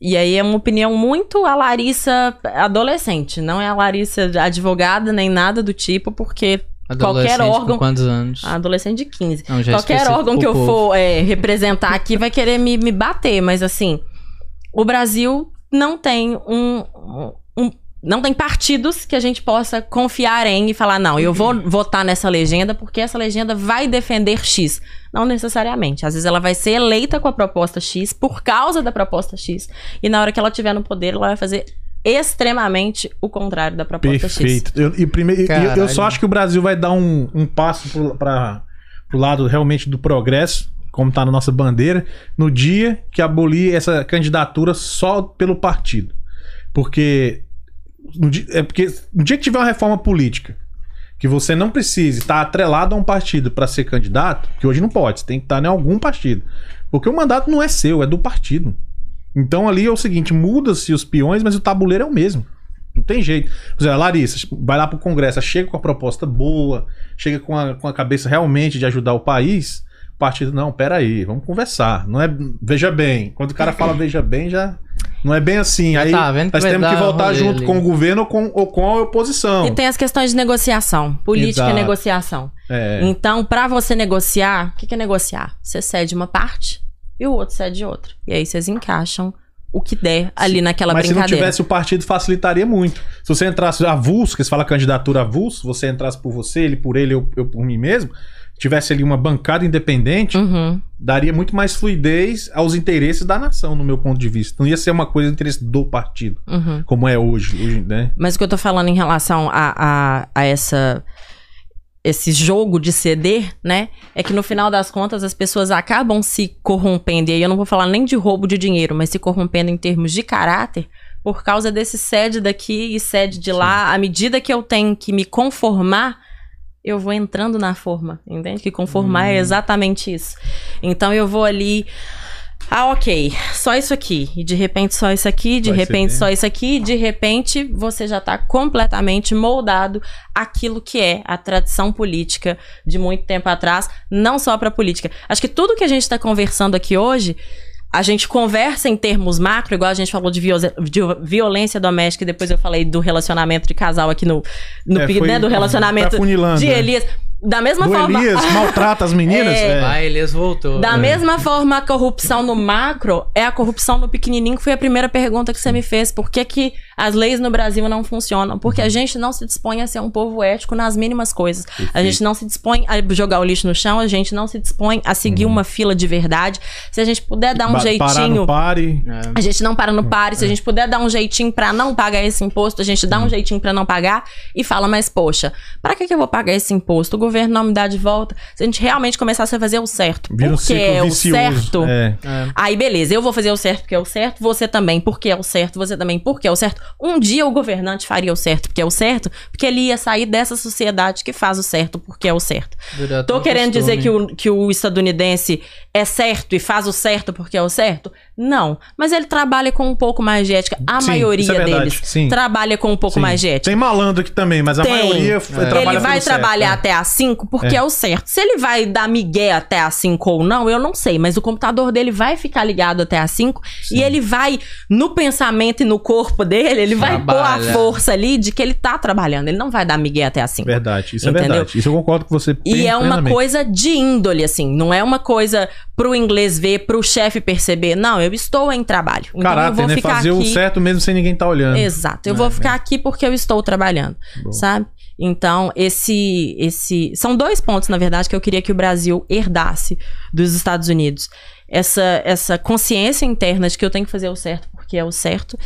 e aí é uma opinião muito a Larissa adolescente, não é a Larissa advogada nem nada do tipo, porque
Adolescente
Qualquer órgão-
Com quantos anos?
a adolescente de 15.
Não, já
Qualquer
especificou
órgão que eu
pouco.
for é, representar aqui vai querer me, me bater, mas assim, o Brasil não tem um, um- Não tem partidos que a gente possa confiar em e falar, não, eu vou votar nessa legenda porque essa legenda vai defender X. Não necessariamente. Às vezes ela vai ser eleita com a proposta X por causa da proposta X. E na hora que ela estiver no poder, ela vai fazer extremamente o contrário da proposta X.
Perfeito. Eu, e primeiro, e- e eu,
Caralho.
só acho que o Brasil vai dar um, um passo pro, pra, pro lado realmente do progresso, como tá na nossa bandeira, no dia que abolir essa candidatura só pelo partido. Porque no dia, é porque no dia que tiver uma reforma política que você não precise estar atrelado a um partido para ser candidato, que hoje não pode, você tem que estar em algum partido. Porque o mandato não é seu, é do partido. Então ali é o seguinte, muda-se os peões, mas o tabuleiro é o mesmo. Não tem jeito. Por exemplo, a Larissa vai lá pro Congresso, ela chega com a proposta boa, chega com a, com a cabeça realmente de ajudar o país. O partido, não, peraí, vamos conversar. Não é. Veja bem. Quando o cara fala veja bem, já. Não é bem assim.
Já
Aí
tá vendo que
nós
vai
temos
dar
que voltar
rolê
junto
ali.
com o governo ou com, ou com a oposição.
E tem as questões de negociação. Política
Exato.
é negociação.
É.
Então, pra você negociar, o que, que é negociar? Você cede uma parte e o outro cede outra. E aí vocês encaixam o que der ali naquela
Mas se não
brincadeira.
tivesse o partido, facilitaria muito. Se você entrasse avulso, que se fala candidatura avulso, você entrasse por você, ele por ele, eu, eu por mim mesmo, tivesse ali uma bancada independente,
Uhum.
daria muito mais fluidez aos interesses da nação, no meu ponto de vista. Não ia ser uma coisa do interesse do partido,
Uhum.
como é hoje, hoje, né?
Mas o que eu tô falando em relação a, a, a essa esse jogo de ceder, né? É que no final das contas as pessoas acabam se corrompendo. E aí eu não vou falar nem de roubo de dinheiro, mas se corrompendo em termos de caráter por causa desse sede daqui e sede de lá. À medida que eu tenho que me conformar, eu vou entrando na forma, entende? Que conformar é exatamente isso. Então eu vou ali. Ah, ok. Só isso aqui. E de repente só isso aqui, de
Vai
repente
cedendo.
só isso aqui, e de repente você já tá completamente moldado àquilo que é a tradição política de muito tempo atrás, não só para política. Acho que tudo que a gente está conversando aqui hoje, a gente conversa em termos macro, igual a gente falou de, viose- de violência doméstica, e depois eu falei do relacionamento de casal aqui no, no
É,
pi-
foi-
né, do
tá
relacionamento
funilando,
de
né?
Elias. Da mesma
Do
forma,
Elias maltrata as meninas? É.
Ah, Elias voltou.
da mesma forma, a corrupção no macro é a corrupção no pequenininho, que foi a primeira pergunta que você me fez. Por que, que as leis no Brasil não funcionam? Porque a gente não se dispõe a ser um povo ético nas mínimas coisas. A gente não se dispõe a jogar o lixo no chão, a gente não se dispõe a seguir uma fila de verdade. Se a gente puder dar um
Uhum. Ba- Parar
jeitinho.
no pare.
É.
A gente não para no pare,
é.
se a gente puder dar um jeitinho pra não pagar esse imposto, a gente dá um jeitinho pra não pagar e fala, mas poxa, pra que, que eu vou pagar esse imposto? O governo não me dá de volta. Se a gente realmente começasse a fazer o certo,
Vira um
porque
ciclo
é o
vicioso.
certo. um
É.
Aí beleza, eu vou fazer o certo porque é o certo, você também porque é o certo, você também porque é o certo. Um dia o governante faria o certo porque é o certo, porque ele ia sair dessa sociedade que faz o certo porque é o certo.
Durou até
Tô
um
querendo
costume.
dizer que o, que o estadunidense é certo e faz o certo porque é o certo? Não. Mas ele trabalha com um pouco mais de ética. A
Sim, isso
maioria
é verdade,
deles
sim.
trabalha com um pouco
Sim.
mais de ética.
Tem malandro aqui também, mas a
Tem.
maioria
É.
f- trabalha
ele vai
pelo certo,
trabalhar
é.
até às 5 porque é. o certo. Se ele vai dar migué até às 5 ou não, eu não sei, mas o computador dele vai ficar ligado até às 5 e ele vai, no pensamento e no corpo dele, ele vai pôr a
Trabalha.
força ali de que ele tá trabalhando. Ele não vai dar migué até às 5.
Verdade, isso é
Entendeu?
verdade. Isso eu concordo com você.
E é uma
plenamente.
coisa de índole, assim. Não é uma coisa pro inglês ver, pro chefe perceber. Não, eu estou em trabalho. Então eu
Caráter,
vou
né?
ficar
Fazer
aqui.
o certo mesmo sem ninguém estar tá olhando.
Exato. Eu vou ficar aqui porque eu estou trabalhando,
Bom.
sabe? Então, esse, esse. São dois pontos, na verdade, que eu queria que o Brasil herdasse dos Estados Unidos. Essa, essa consciência interna de que eu tenho que fazer o certo porque é o certo.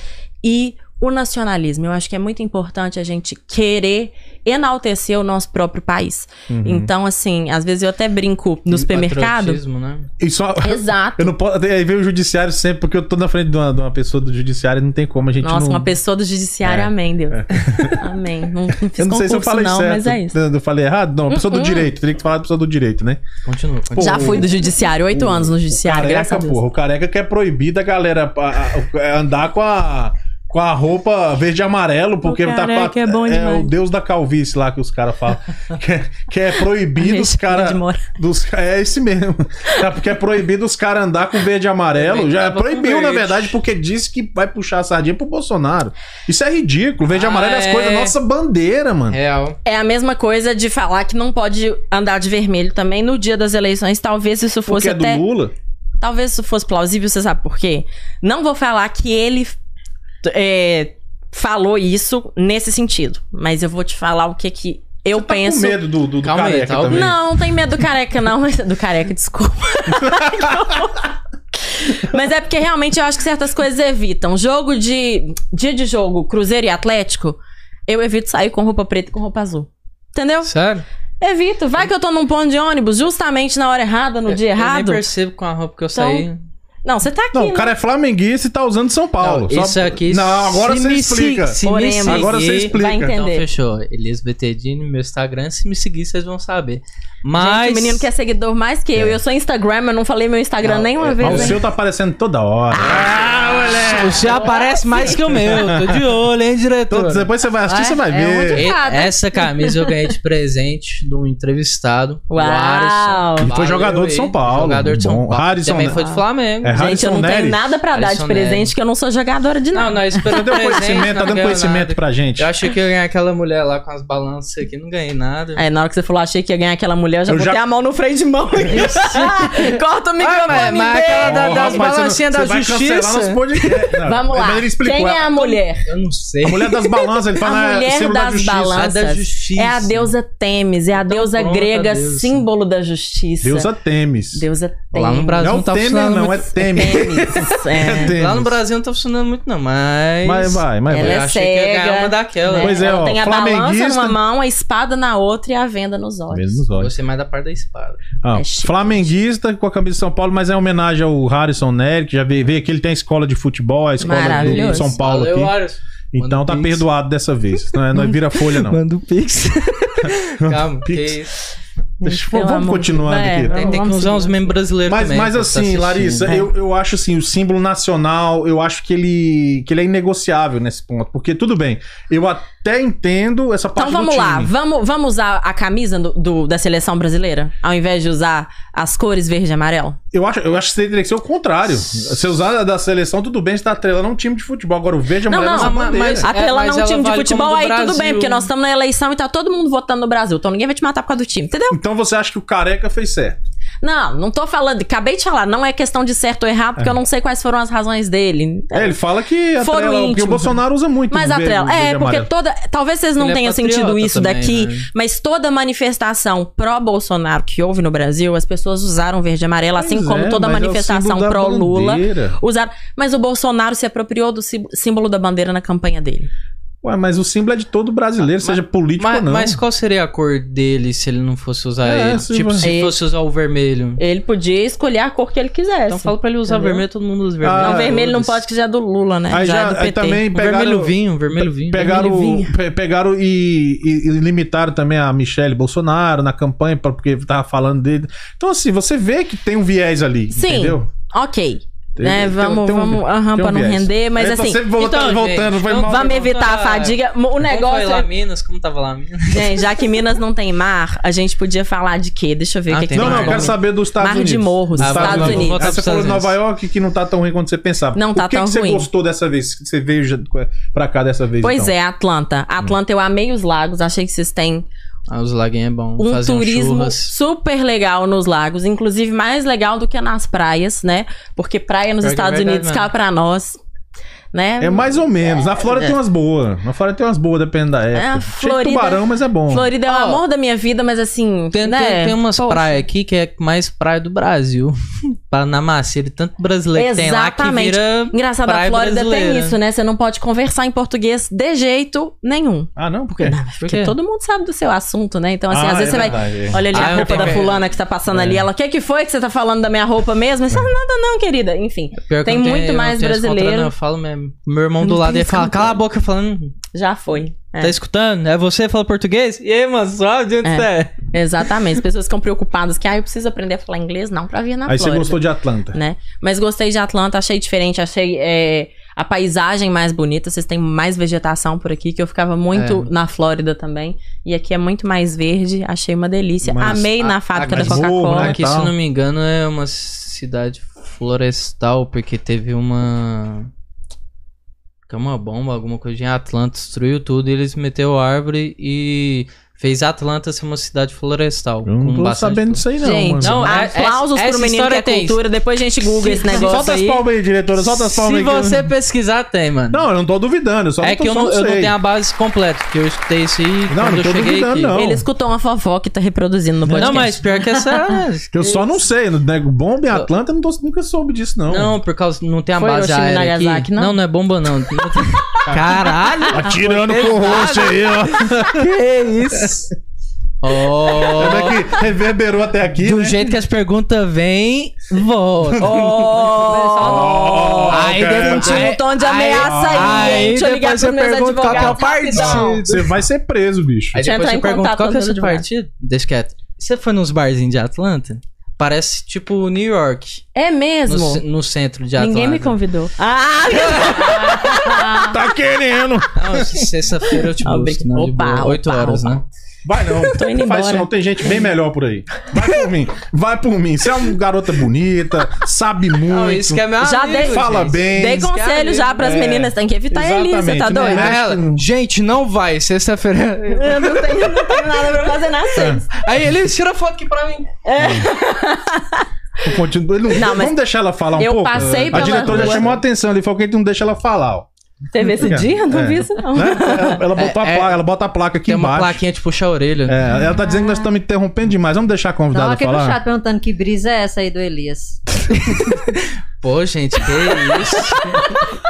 E o nacionalismo. Eu acho que é muito importante a gente querer enaltecer o nosso próprio país.
Uhum.
Então, assim, às vezes eu até brinco no supermercado.
Um Patriotismo, Né?
E só.
Exato.
Eu não posso. Aí vem o judiciário sempre, porque eu tô na frente de uma, de uma pessoa do judiciário e não tem como a gente.
Nossa,
não...
uma pessoa do judiciário,
É.
amém, Deus. Amém. Não, não fiz
Eu não
concurso,
sei se eu falei
não,
certo.
mas é isso. Uhum.
Eu falei errado? Não, pessoa do direito. Teria que falar da pessoa do direito, né?
Continua, continua.
Já fui do judiciário, oito
o-
anos no judiciário, graças a
careca,
Deus.
porra. O careca que é proibido a galera a- a- a- andar com a, com a roupa verde e amarelo, porque tá
careca
com a-
é bom demais.
o deus da calvície lá que os caras falam. que, é- que é proibido os
Alexandre
caras.
de Moraes.
É esse mesmo. Tá, porque é proibido os caras andar com verde e amarelo.
Também
Já é
tava com
proibiu, na
verde.
verdade, porque disse que vai puxar a sardinha pro Bolsonaro. Isso é ridículo. Verde e
Ah,
amarelo é as
é.
coisas, nossa bandeira, mano.
Real.
É a mesma coisa de falar que não pode andar de vermelho também no dia das eleições. Talvez isso fosse
Porque é do
até.
Lula.
Talvez isso fosse plausível, você sabe por quê? Não vou falar que ele t- é, falou isso nesse sentido. Mas eu vou te falar o que que eu
Tá
penso.
com medo do, do, do
Calma aí, tá
careca
calma aí.
também.
Não, não tem medo do careca, não. mas- Do careca, desculpa. Mas é porque realmente eu acho que certas coisas evitam. Jogo de. Dia de jogo, Cruzeiro e Atlético, eu evito sair com roupa preta e com roupa azul. Entendeu?
Sério?
Evito. Vai que eu tô num ponto de ônibus justamente na hora errada,
É,
no dia
Eu nem
errado.
percebo com a roupa que eu
Então,
saí.
Não, você tá aqui.
Não,
né?
o cara é flamenguista e tá usando São Paulo.
Não,
Só-
isso aqui.
Não, agora
se
você
me
explica.
se- se me
Oremos.
Agora você
seguir-
explica.
Vai entender.
Então fechou. Elias Betedini, meu Instagram. Se me seguir, vocês vão saber. Mas.
Gente, o menino que é seguidor mais que eu. Eu sou Instagram, eu não falei meu Instagram
Não,
nenhuma
é-
É. Mas o
vez. né? hein?
seu tá aparecendo toda hora.
Ah, O já aparece mais que o meu. Tô de olho, hein, diretor?
Todo- Então, depois você vai assistir,
Vai?
você vai
É
ver.
E-
Obrigada.
Essa camisa eu ganhei de presente de um entrevistado. o
Uau.
Alisson.
Ele
foi
Valeu
jogador de
aí.
São Paulo.
Jogador de
Bom,
São Paulo.
Harrison-
Também foi do Flamengo.
É,
Gente, eu
Harrison
não
Neres.
tenho nada pra dar de
Harrison Neres.
presente, que eu não sou jogadora de
Não,
nada.
nós
Você
esperamos
deu
presente,
conhecimento, tá
não
dando
ganhou
conhecimento
nada.
pra gente.
Eu achei que eu ia ganhar aquela mulher lá com as balanças aqui, não ganhei nada.
É, na hora que você falou, achei que ia ganhar aquela mulher, eu já
Eu já-
botei a mão no freio de mão. É. Corta o
Ah,
microfone
mas- mas
dele.
aquela da-
Porra,
das
mas você não-
balancinhas
você
da
vai
justiça.
cancelar nosso podcast. Não,
Vamos
mas
lá.
ele explicou,
Quem é a mulher?
Eu não sei.
A mulher das balanças, ele fala
a
é
mulher
símbolo da
das
justiça.
balanças
É da justiça.
é a deusa Temis, é a deusa
Tá pronta,
grega,
deusa.
símbolo da justiça.
Deusa Temes.
Deusa Temis.
Lá no Brasil
Não é
não
o
tá
Temer,
funcionando
não,
muito.
é Temes.
Temis,
É
é.
Temes.
Lá no Brasil não tá funcionando muito, não, mas.
Mas vai, mas
Ela
Eu
vai.
é
achei que ia ganhar
cega, né?
uma daquela.
Pois é,
Ela
ó,
tem a balança
flamenguista-
numa mão, a espada na outra e a venda nos olhos.
Menos olhos.
Você mais da parte da espada.
Ah,
É chique.
flamenguista com a camisa de São Paulo, mas é homenagem ao Harrison Nery, que já veio, veio aqui. Ele tem a escola de futebol, a escola do- do
Maravilhoso.
São Paulo
Valeu,
aqui.
Alisson.
Então tá
Manda um pix.
perdoado dessa vez. Não, é, não é vira folha, não.
Manda o Pix. Calma, que
Pix.
isso.
Deixa-
Pelo
vamos
amor de
continuando
Deus.
aqui.
É,
Tem, tem que
Vamos
usar uns
seguir. É.
membros brasileiros
Mas,
também.
mas
pra
assim,
estar assistindo. É.
Larissa, eu, eu acho assim, o símbolo nacional, eu acho que ele, que ele é inegociável nesse ponto. Porque, tudo bem, eu até entendo essa parte
Então vamos
do
lá,
time.
vamos, vamos usar a camisa do- do- da seleção brasileira, ao invés de usar as cores verde e amarelo?
Eu acho, eu acho que teria que ser o contrário. Se usar a da seleção, tudo bem, você tá atrelando a um time de futebol. Agora o verde é
Não,
amarelo é
não,
uma
mas-
bandeira.
mas-
Apelar
É,
não um
ela
time de
vale
futebol
como do
aí, tudo
Brasil.
bem, porque nós estamos na eleição e tá todo mundo votando no Brasil. Então ninguém vai te matar por causa do time, entendeu?
Então você acha que o careca fez certo.
Não, não tô falando, acabei de falar, não é questão de certo ou errado, porque eu não sei quais foram as razões dele.
É, ele fala que
Foro
atrela, porque o
íntimo.
Bolsonaro usa muito
Mas
o
a
verde-
trela.
o verde e
É, porque
amarelo.
toda. Talvez vocês não
Ele é
tenham
patriota
sentido isso
também,
daqui,
né?
mas toda manifestação pró-Bolsonaro que houve no Brasil, as pessoas usaram verde e amarelo, assim
Pois
como
é,
toda
mas é o
manifestação
símbolo da
pró-Lula.
bandeira.
Usaram. Mas o Bolsonaro se apropriou do sí- símbolo da bandeira na campanha dele.
Ué, mas o símbolo é de todo brasileiro, seja político
Mas,
ou tipo, não.
mas qual seria a cor dele se ele não fosse usar
É,
ele?
se
Tipo,
vai-
se fosse usar o vermelho.
Ele podia escolher a cor que ele quisesse.
Então fala pra ele usar
É assim, entendeu?
vermelho, todo mundo usa vermelho.
Ah,
Não, vermelho não
Todos.
pode, que já é do Lula, né?
Aí
já,
já-
é do
aí
PT.
também
Um
pegaram-
Vermelho vinho, um vermelho vinho.
Pegaram,
Vermelho vinho.
pe- pegaram e, e- e limitaram também a Michelle Bolsonaro na campanha, pra- porque tava falando dele. Então, assim, você vê que tem um viés ali,
Sim.
entendeu?
Ok.
Tem-
né?
tem-
Vamos,
tem um-
vamos, aham,
tem um
pra não
viés.
render, mas
Aí
assim.
Você tá volta,
Então,
voltando,
gente,
foi
então
mal.
Vamos evitar a
voltar-
fadiga. O negócio. é-
Como foi lá Minas? Como tava lá Minas?
Gente, já que Minas não tem mar, a gente podia falar de quê? Deixa eu ver o
Ah,
que, que
tem
Não,
mar.
não, eu
pra
quero
mim.
saber dos Estados
Mar de
Unidos. Dos
Morros,
Ah, vamos, vamos voltar
Aí
pros
você falou de
Estados
Nova
Unidos.
York que não tá tão ruim quanto você pensava.
Não tá
o que
tão
que você
ruim.
gostou dessa vez? Que você veio já- pra cá dessa vez? então?
Pois é, Atlanta. Atlanta, eu amei os lagos. Achei que vocês têm
Ah, os laguinhos é bom.
um
fazer
turismo
churras.
super legal nos lagos. Inclusive, mais legal do que nas praias, né? Porque praia nos
Pior que é
Estados
verdade
Unidos
mesmo.
cá pra nós. né?
É mais ou menos. Na Flórida tem umas boas. Na Flórida tem umas boas, dependendo da época. Cheio
é. Florida-
de tubarão, mas é bom.
Florida é o
Ó.
amor da minha vida, mas assim,
Tem,
né?
tem, tem umas praias aqui que é mais praia do Brasil. Panamacera, tanto brasileiro que tem lá que
Exatamente.
vira.
Engraçado, a
praia
Flórida
brasileira.
tem isso, né? Você não pode conversar em português de jeito nenhum.
Ah, não? Por quê?
Por
Porque
quê?
todo mundo sabe do seu assunto, né? Então, assim,
Ah,
às vezes
é
você
verdade, é.
vai. Olha ali
Ah,
a
eu
roupa da
tenho-
fulana que tá passando ali. Ela, o que, que foi que você tá falando da minha roupa mesmo?
É.
Isso, é nada, não, querida. Enfim,
Pior que
tem
eu não
muito
tenho- eu
mais
não tenho esse controle,
brasileiro.
não. Eu falo mesmo. Meu irmão
Eu
do
não
lado
tenho
ele
esse
fala,
controle.
cala a boca, falando.
já foi. É.
Tá escutando? É você fala português? E aí, mano, suave, de onde
É.
você é?
Exatamente. As pessoas ficam preocupadas que, ah, eu preciso aprender a falar inglês, não, pra vir na
Aí você
Flórida.
gostou de Atlanta.
né? Mas gostei de Atlanta, achei diferente, achei é, a paisagem mais bonita. Vocês têm mais vegetação por aqui, que eu ficava
É.
muito na Flórida também. E aqui é muito mais verde, achei uma delícia.
Mas
Amei na
a-
fábrica da
aqui- Morro,
Coca-Cola.
né?
Aqui,
tal.
se não me engano, é uma cidade florestal, porque teve uma. que é uma bomba, alguma coisa em Atlanta, destruiu tudo, e eles meteu árvore e fez Atlanta ser uma cidade florestal.
Eu não
com
tô
bastante
sabendo
flor.
disso aí, não,
Gente,
mano.
Não, é-
aplausos
essa-
pro
essa
menino que
história
é
tem.
cultura. Depois a gente google esse negócio
solta as
aí.
palmas aí, diretora. Solta as palmas
Se
aí. que eu-
você pesquisar, tem, mano.
né? Não, eu não tô duvidando. Eu só
é
não tô,
que eu,
só
não, eu não
sei.
tenho a base completa, porque eu escutei isso aí
Não,
quando
não tô
eu cheguei
duvidando,
aqui.
não.
Ele escutou uma fofoca que tá reproduzindo no podcast.
Não, mas pior que essa.
Eu só não sei. No Nego Bomba em Atlanta, eu não tô- nunca soube disso, não.
Não, por causa. Não tem a
Foi
base
Hiroshima e
aérea aqui.
Nagasaki, não?
não, não é bomba, não. Não tem- Caralho!
Atirando com o rosto aí, ó.
Que isso? Oh,
Como é que reverberou até aqui,
do
né?
jeito que as perguntas vêm, volta.
Oh,
Aí
cara.
depois-
Tinha um tom de ameaça aí, hein? Deixa eu ligar
depois
pros
você
meus
pergunta qual que é o
advogados
partido.
rapidão.
Você vai ser preso, bicho.
Aí
Deixa eu entrar
depois você
em
pergunta
contato
qual que é o
com
seu
os meus
partido. Deixa quieto. Você foi nos barzinhos de Atlanta? Parece tipo New York,
É
no,
mesmo?
ce- no centro de Atlanta.
Ninguém me convidou. Ah,
Tá querendo.
Não, sexta-feira eu te
Ah,
busco, não, de
opa,
boa.
opa,
Oito horas,
opa.
né?
Vai não.
Tô indo
não faz isso
embora.
não. Tem gente bem melhor por aí. Vai por mim. Vai por mim. Você é uma garota bonita, sabe muito.
Não, isso que é meu
Já
amigo,
dei-
gente.
Fala bem.
Dei conselho já pras
É.
meninas, tem que evitar a Elisa, tá
Exatamente, né?
doido?
Aí ela, gente, não vai, sexta-feira.
Eu não tenho, não tenho nada pra fazer
Tá.
na sexta.
Aí ele tira foto aqui pra mim.
Eu continuo- ele não-
Não, mas
Vamos deixar ela falar um
eu
pouco?
passei
a
pela
diretora já
rua-
chamou a atenção ali. Falou que a gente não deixa ela falar, ó.
Teve esse
É.
dia? Não
É.
vi isso, não.
Né? Ela, ela botou a
É, é-
placa, ela bota a placa aqui
Tem uma
embaixo.
plaquinha de puxar a orelha.
É, ela tá dizendo que nós estamos interrompendo demais. Vamos deixar a
Então,
convidada
aqui no
falar?
chat perguntando que brisa é essa aí do Elias.
Pô, gente, que isso.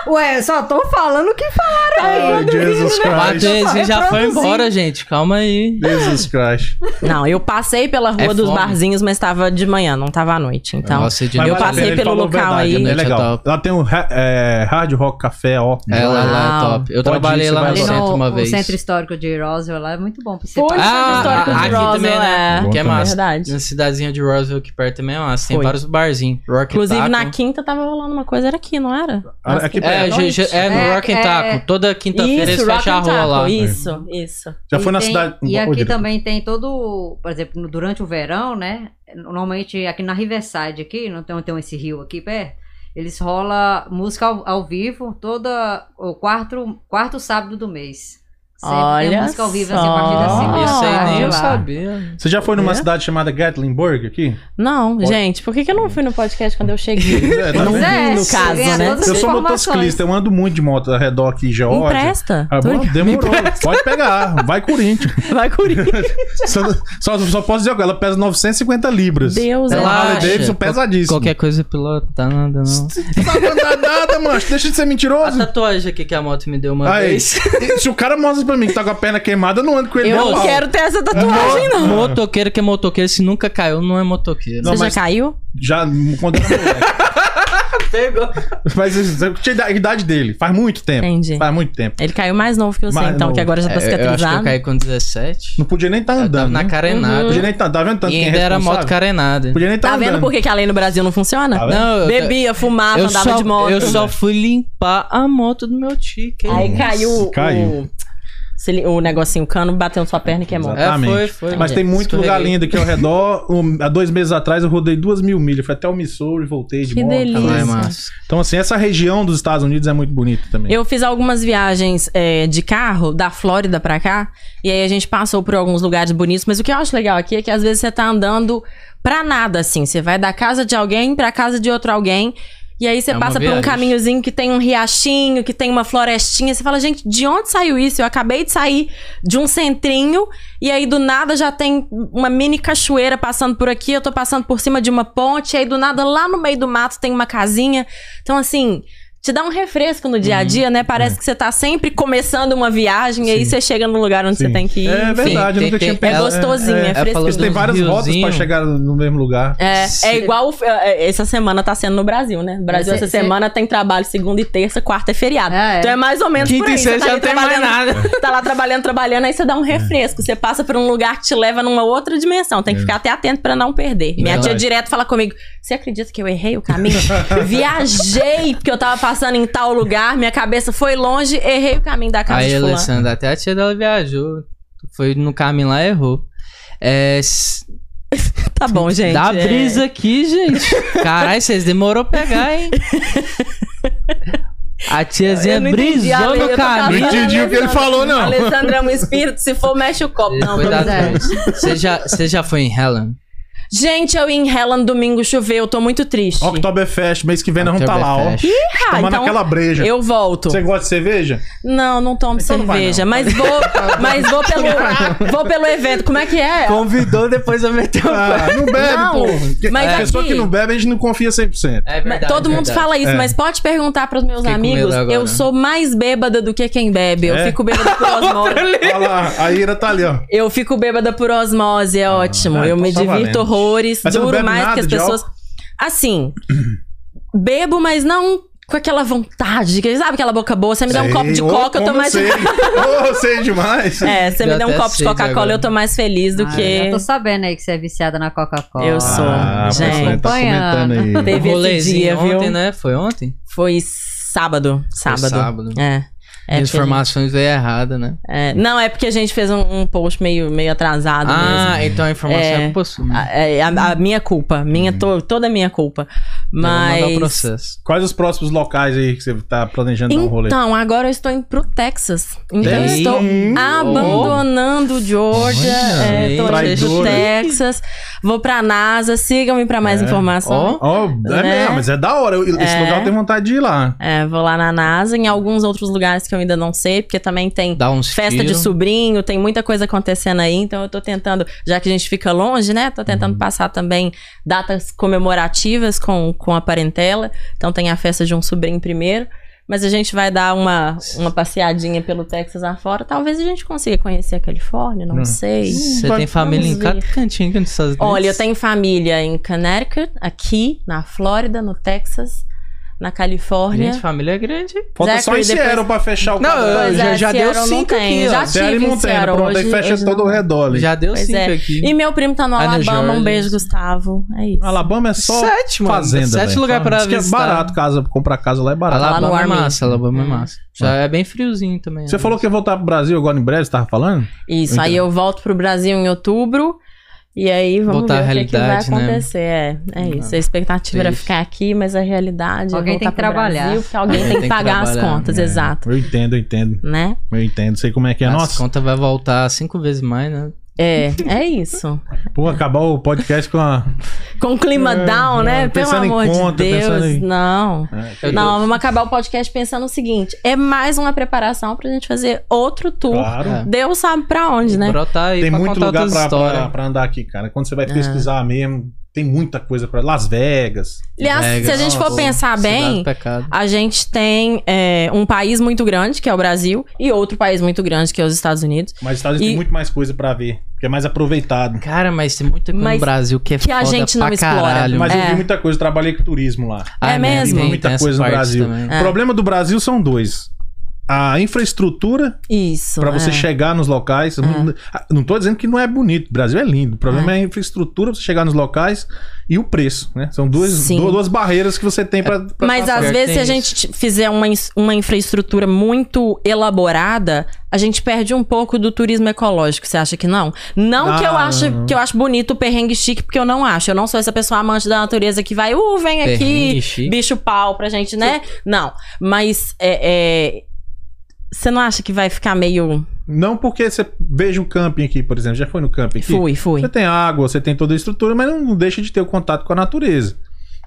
Ué, só tô falando o que falaram
Ai,
aí.
Jesus Christ.
Matheus, já foi
reproduzindo.
embora, gente. Calma aí.
Jesus Christ.
Não, eu passei pela rua
É
dos
fome.
barzinhos, mas tava de manhã, não tava à noite. Então,
Nossa, de
Mas
novo.
vale a
passei
pena, ele
pelo
falou a
local
verdade,
aí.
É legal.
Top.
Ela tem um ra- é, Hard Rock Café, ó.
Ela lá é
Uau.
top. Eu
Pode ir,
trabalhei
você
lá
vai
no
Ali
adorar.
centro
no
uma
o
vez.
centro histórico de Roswell lá é muito bom pra você.
Foi
passar.
Centro Histórico
Ah,
de
aqui
Roswell,
também, né?
é.
Que é
Bom
massa.
verdade.
Na cidadezinha de Roswell aqui perto também é massa. Tem
Foi.
vários barzinhos. Rock
Inclusive,
Taco.
na quinta tava rolando uma coisa, era aqui, não era?
Ah, aqui
um É,
perto.
ge- ge- é no
É,
Rock and
é-
Taco. Toda quinta-feira eles
Isso, Rock
fecham a
and
rua
Taco,
lá.
É.
Isso, isso.
Já
E
foi na
tem-
cidade.
E
Ô,
aqui
diretor.
também tem todo, por exemplo, no- durante o verão, né? Normalmente aqui na Riverside aqui, não tem, tem esse rio aqui perto. Eles rola música ao, ao vivo toda o quarto, quarto sábado do mês. Sempre tem
Olha
música ao vivo assim, a partir
só.
das cinco da
Isso aí
tarde
nem eu
lá.
sabia.
Você já foi numa
É?
cidade chamada Gatlinburg aqui?
Não, gente, por que, que eu não fui no podcast quando eu cheguei?
É, tá
Não
vendo?
vi, no caso,
ganha
né?
todas as
Eu sou
informações.
motociclista, eu ando muito de moto ao redor aqui, Geórgia.
Empresta.
Ah,
Tô
bom,
ligado.
demorou. Pode pegar. Vai Corinthians.
Vai curir.
Só, só, só posso dizer agora, ela pesa 950 libras.
Deus,
Ela é uma Harley
Relaxa.
Davidson pesadíssima.
Qualquer coisa pilotando, não.
Não dá nada, mancho. Deixa de ser
A
mentiroso.
tatuagem aqui que a moto me deu uma
Aí,
vez.
se o cara mostra pra mim que tá com a perna queimada, eu não ando com ele.
Eu
nem a
não
pau.
quero ter essa tatuagem, não.
Motoqueiro que é motoqueiro, se nunca caiu, não é motoqueiro.
Não,
Você
mas-
já caiu?
Já quando eu era moleque.
Pegou.
Mas eu tinha a idade dele. Faz muito tempo.
Entendi.
Faz muito tempo.
Ele caiu mais novo que você,
Mais
então,
novo.
que agora já tá
É, eu acho que eu
cicatrizado.
caí com 17.
Não podia nem
Tá
estar
Eu tava
andando.
na
né?
carenada.
Podia nem estar. Tá vendo tanto
E
quem é
ainda era
responsável?
moto carenada.
Podia nem estar
Tá
andando.
vendo por que que a lei no Brasil não funciona?
Tá vendo?
Não, eu,
Bebia, fumava,
eu,
andava
só,
de moto.
eu só fui limpar a moto do meu É, tio.
Ah,
que
Aí
isso.
caiu,
caiu.
O, cili- o negocinho, o cano, bateu na sua perna e queimou.
Exato. Exatamente.
É, foi, foi.
Mas tem muito
Escorreguei.
lugar lindo aqui ao redor. Um, há dois meses atrás eu rodei duas mil milhas. Fui até o Missouri, voltei de
Que
moto.
delícia.
Vai,
Isso.
massa.
Então, assim, essa região dos Estados Unidos é muito bonita também.
Eu fiz algumas viagens é, de carro da Flórida pra cá, e aí a gente passou por alguns lugares bonitos, mas o que eu acho legal aqui é que às vezes você tá andando pra nada, assim. Você vai da casa de alguém pra casa de outro alguém. E aí você
É uma
passa por um
viagem.
caminhozinho que tem um riachinho, que tem uma florestinha. Você fala, gente, de onde saiu isso? Eu acabei de sair de um centrinho e aí do nada já tem uma mini cachoeira passando por aqui. Eu tô passando por cima de uma ponte. E aí do nada lá no meio do mato tem uma casinha. Então assim... Te dá um refresco no
Uhum.
dia a dia, né?
É.
Parece que você tá sempre começando uma viagem, e
Sim.
aí você chega num lugar onde
Sim.
você tem que ir.
É
enfim.
verdade, eu
tem-
nunca
tem-
tinha
é
pensado.
gostosinho, é fresco.
falando
Porque tem
dos
várias rotas pra
riozinhos.
chegar no mesmo lugar.
É, é
Se-
igual. o- é, Essa semana tá sendo no Brasil, né? No Brasil,
Cê-
essa
cê-
semana tem trabalho segunda e terça, quarta é feriado.
Ah, é.
Então é mais ou menos
Quinta
por
e
aí. Você
sexta
tá
já
ali
não tem mais
trabalhando-
nada.
Tá lá trabalhando, trabalhando, aí você dá um refresco. Você passa por um lugar que te leva numa outra dimensão. Tem que ficar até atento pra não perder. Minha
É. Verdade.
tia direto fala comigo: Você acredita que eu errei o caminho? Viajei porque eu tava passando em tal lugar, minha cabeça foi longe, errei o caminho da casa
Aí,
de fulano.
Alessandra, até a tia dela viajou. Foi no caminho lá e errou. É, s-
Tá bom, gente.
dá
é.
brisa aqui, gente. Caralho, vocês demorou pra pegar, hein? A tiazinha
Eu não entendi,
brisou
Ale, eu
no
tô casada,
caminho.
Não entendi o que ele
Alessandra.
falou, não.
Alessandra é um espírito, se for, mexe o copo. Não, é
Foi
tô
da
brincando.
vez. Você já, você já foi em Helen?
Gente, eu ia em Helen domingo choveu, eu tô muito triste.
Oktoberfest, mês que vem nós vamos estar lá, ó.
Oktoberfest.
Ah,
Tomando aquela breja.
Eu volto.
Você gosta de cerveja?
Não, não tomo
Então não vai,
cerveja,
não.
mas vou, mas vou pelo vou pelo evento. Como é que é?
Convidou, depois eu meteu o pé.
Ah, não bebe,
Não,
porra. Porque
mas
a pessoa
aqui-
que não bebe, a gente não confia 100%.
É
Mas todo mundo fala
É.
isso, mas pode perguntar pros meus
Fiquei com medo
amigos.
agora.
Eu sou mais bêbada do que quem bebe. Eu
É?
fico bêbada por osmose.
Olha lá, a Ira tá ali, ó.
Eu fico bêbada por osmose, é ótimo.
ah,
eu
então
me
tá valendo.
divirto horrores,
Mas você não
duro
bebe
mais
nada
que as
de
pessoas. Assim, bebo, mas não com aquela vontade, que sabe aquela boca boa, você me dá um
Sei,
copo de
ô,
coca, eu tô
como
mais
Sei. Ô, sei demais.
É, você me
Deu
dá um
até
copo de
sede
Coca-Cola,
agora.
eu tô mais feliz do
Ah,
que.
Eu tô sabendo aí que você é viciada na Coca-Cola.
Eu sou.
Ah,
Gente.
gente. Tá comentando aí.
Teve esse dia, viu?
ontem, né? Foi ontem?
Foi sábado. Sábado.
sábado.
É. É
As
porque a gente-
informações veio errada, né?
é, Não, é porque a gente fez um, um post meio, meio atrasado mesmo.
Ah, então a informação
É.
é, possível.
A, é, a- a minha culpa. Minha, to- toda a minha culpa.
Eu vou Uhum. Então mandar o
Mas.
processo.
Quais os próximos locais aí que você tá planejando dar um rolê?
Então, agora eu estou indo pro Texas. Então eu
Eita.
estou abandonando Georgia.
Olha,
É, tô indo pro
traidora.
Texas. Vou pra NASA. Sigam-me pra mais
É.
informações.
Ó.
Ó, é,
Né?
mesmo, mas é da hora. eu- Esse
É.
lugar eu tenho vontade de ir lá.
É, vou lá na NASA, em alguns outros lugares que eu ainda não sei, porque também tem
Dá uns
festa de
tiros.
sobrinho, tem muita coisa acontecendo aí, então eu tô tentando, já que a gente fica longe, né? Tô
Uhum.
tentando passar também datas comemorativas com, com a parentela. Então tem a festa de um sobrinho primeiro. Mas a gente vai dar uma, uma passeadinha pelo Texas afora. Talvez a gente consiga conhecer a Califórnia, não
Hum.
sei.
Você
Vai-
tem família em
vamos
cada cantinho que nos Estados Unidos.
Olha, eu tenho família em Connecticut, aqui, na Flórida, no Texas, na Califórnia.
Gente, família é grande.
Falta
Zachary,
só em Seattle
depois-
pra fechar o
Não,
quadro.
eu-
Pois
já-
é,
já
Seattle
deu
não
cinco
tem.
aqui, ó.
Já
Seattle e
tive em
Montana,
Seattle
pronto,
hoje.
aí fecha
hoje
todo
não.
o redor ali.
Já deu
Pois
cinco
é.
aqui.
E meu primo tá no
Ah, na
Alabama. Um
Georgia.
beijo, Gustavo. É isso.
Alabama é só
Sete, mano.
fazenda,
Sete
velho.
lugar pra
Diz que é
visitar.
barato casa, comprar casa lá é barato.
lá no Hum.
Alabama é
ar mesmo.
massa, Alabama é massa. Já é bem friozinho também.
Você
né?
falou que ia voltar pro Brasil agora em breve, você tava falando?
Isso. Aí
Então.
eu volto pro Brasil em outubro. E aí vamos
Voltar à
ver o que que, vai
realidade, né?
acontecer. É, é isso. A expectativa era
Isso.
ficar aqui, mas a realidade é
Alguém tem
voltar
que
pro
trabalhar.
Brasil, porque alguém
Alguém
tem que
tem que
pagar as
trabalhar,
contas,
né?
exato.
Eu entendo, eu entendo.
Né?
Eu entendo, sei como é que é.
As
Nossa,
conta vai voltar cinco vezes mais, né?
É, é isso.
pô, acabar o podcast com a.
Com clima
É,
down, né?
é,
Pelo
pensando em
amor
conta,
de Deus.
pensando em-
Não.
É,
Eu
Não,
dou-
vamos acabar o podcast pensando o seguinte: é mais uma preparação pra gente fazer outro tour.
claro.
É.
Deus sabe pra onde, né?
Brotar aí
Tem
pra
muito
contar
lugar
outras
pra, pra,
histórias.
pra andar aqui, cara. Quando você vai
É.
pesquisar mesmo, tem muita coisa pra. Las Vegas.
Aliás,
Vegas,
se a gente for
nossa,
pensar
Cidade
bem,
do Pecado.
a gente tem é, um país muito grande, que é o Brasil, e outro país muito grande, que é os Estados Unidos,
Mas os Estados Unidos
E-
tem muito mais coisa pra ver, porque é mais aproveitado.
Cara, mas tem muita coisa
Mas
no Brasil que é
que a
foda
gente não
pra
explora.
caralho.
Mas eu
É.
vi muita coisa, eu trabalhei com turismo lá.
Ah,
É
né?
mesmo?
Tem-
muita
tem essa
coisa no
parte
Brasil.
É.
também.
O problema do Brasil são dois. A infraestrutura
isso.
pra você
é.
chegar nos locais. Não, não tô dizendo que não é bonito, o Brasil é lindo. O problema é, a infraestrutura pra você chegar nos locais e o preço, né? São duas,
Sim.
du- duas barreiras que você tem pra. pra né?
Mas
passar.
às
certo,
vezes, se
tem
a gente t- fizer uma, ins- uma infraestrutura muito elaborada, a gente perde um pouco do turismo ecológico. Você acha que não? Não que eu
Ah,
acho
não.
que eu acho bonito o perrengue chique, porque eu não acho. Eu não sou essa pessoa amante da natureza que vai, uh, vem
Perrengue
aqui,
chique.
bicho pau pra gente, né? Não. Mas é, é, você não acha que vai ficar meio.
Não porque você veja o camping aqui, por exemplo. Já foi no camping aqui?
Fui, fui.
Você tem água, você tem toda a estrutura, mas não deixa de ter o contato com a natureza.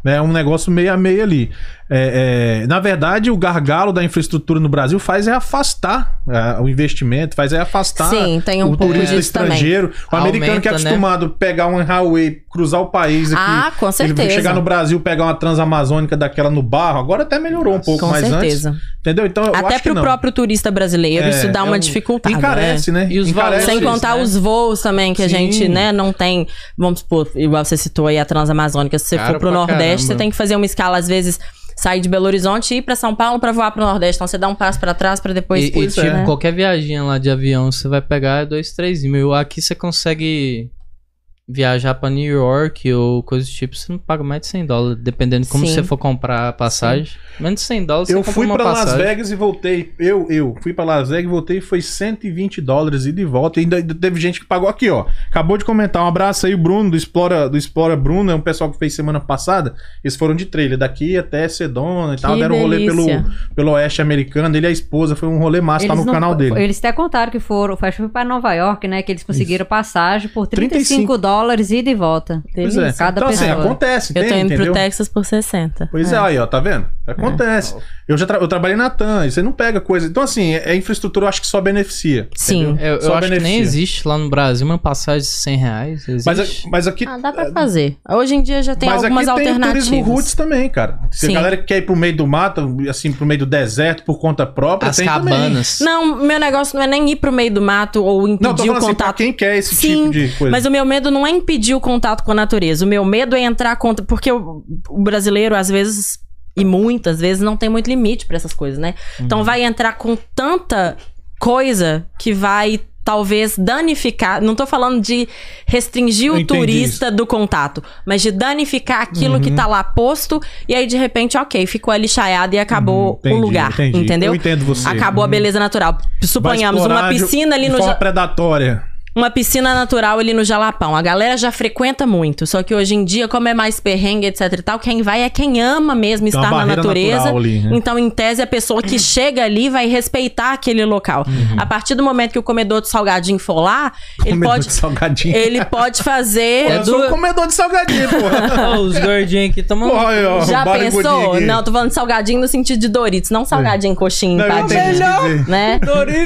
É um negócio meio a meio ali. É, é, na verdade, o gargalo da infraestrutura no Brasil faz é afastar é, o investimento, faz é afastar
Sim, tem um
o
pouco
turista
disso também.
estrangeiro. O americano que é
Aumenta, né?
acostumado a pegar um highway, cruzar o país aqui.
Ah, com
ele
certeza.
chegar no Brasil, pegar uma transamazônica daquela no barro, agora até melhorou um pouco,
com
mas
certeza.
antes. Entendeu? Então, eu
Até
acho que
pro
não.
próprio turista brasileiro,
É,
isso dá
é
uma
um-
dificuldade.
Encarece, né?
E os
né?
valores,
Encarece
Sem
Isso,
contar
né?
os voos também, que a
Sim.
gente, né, não tem. Vamos supor, igual você citou aí a Transamazônica. Se você
Caro
for pro
pra
Nordeste,
caramba.
você tem que fazer uma escala, às vezes, sair de Belo Horizonte e ir pra São Paulo pra voar pro Nordeste. Então você dá um passo pra trás pra depois. né?
E, e,
pois
tipo,
é.
qualquer viagem lá de avião, você vai pegar é dois, três mil. Aqui você consegue viajar pra New York ou coisa do tipo, você não paga mais de 100 dólares, dependendo de como
Sim.
você for comprar a passagem. Menos de 100 dólares você
Eu
compra
fui
uma
pra Las
passagem.
Vegas e voltei. Eu, eu fui pra Las Vegas e voltei. Foi 120 dólares ida e de volta. E ainda, ainda teve gente que pagou aqui, ó. Acabou de comentar. Um abraço aí, o Bruno, do Explora, do Explora Bruno. É um pessoal que fez semana passada. Eles foram de trailer daqui até Sedona e tal.
Que
Deram um rolê pelo,
delícia.
pelo oeste americano. Ele e a esposa. Foi um rolê massa. tá no
não-
canal dele.
Eles até contaram que foram, acho que foi para Nova York, né? Que eles conseguiram passagem por 35,
35
dólares ida e volta.
Pois é.
Cada
então, assim,
pessoa.
acontece.
Eu
tem,
tô indo
entendeu?
pro Texas por 60.
Pois é. aí, ó, tá vendo? Acontece. Eu já tra- eu trabalhei na TAM, e você não pega coisa. Então, assim, é é infraestrutura, eu acho que só beneficia.
Sim.
entendeu?
É, Eu, eu
Só
acho que nem
beneficia.
existe lá no Brasil uma passagem de 100 reais. Existe.
Mas, a- mas aqui.
Ah, dá pra fazer. Hoje em dia já tem algumas alternativas.
turismo roots também, cara. Se
Sim.
a galera que quer ir pro meio do mato, assim, pro meio do deserto, por conta própria,
As
tem também.
cabanas.
Não, meu negócio não é nem ir pro meio do mato ou
Não, tô
impedir
falando
o
assim, pra
contato.
quem quer esse
Sim,
tipo de coisa.
Mas o meu medo não é impedir o contato com a natureza. O meu medo é entrar contra. Porque o, o brasileiro, às vezes, e muitas vezes, não tem muito limite pra essas coisas, né?
Uhum.
Então vai entrar com tanta coisa que vai. Talvez danificar, não tô falando de restringir
Eu
o
entendi Uhum.
turista do contato, mas de danificar aquilo que tá lá posto, e aí de repente, ok, ficou ali chaiado e acabou o
Uhum. Entendi,
lugar,
entendi.
entendeu?
Eu entendo você. Uhum.
Acabou a beleza natural. Suponhamos
Vai explorar
uma
de-
piscina ali
de
no.
forma
Ja-
predatória.
uma piscina natural ali no Jalapão. A galera já frequenta muito, só que hoje em dia, como é mais perrengue, etc e tal, quem vai é quem ama mesmo
Tem uma
estar na
barreira
natureza.
natural ali, né?
Então, em tese, a pessoa que chega ali vai respeitar aquele local. A partir do momento que o comedor de salgadinho for lá, ele
Uhum. Comedor
pode,
de salgadinho.
ele é pode
Pô,
fazer.
eu sou um
do-
comedor de salgadinho, porra.
Ó, os gordinhos aqui tomam.
Porra, aí, ó,
Já
barrigudinho
pensou?
aqui.
Não, tô falando de salgadinho no sentido de Doritos, não salgadinho coxinha,
É. Não, eu
empadinha,
entendi o que dizer.
né?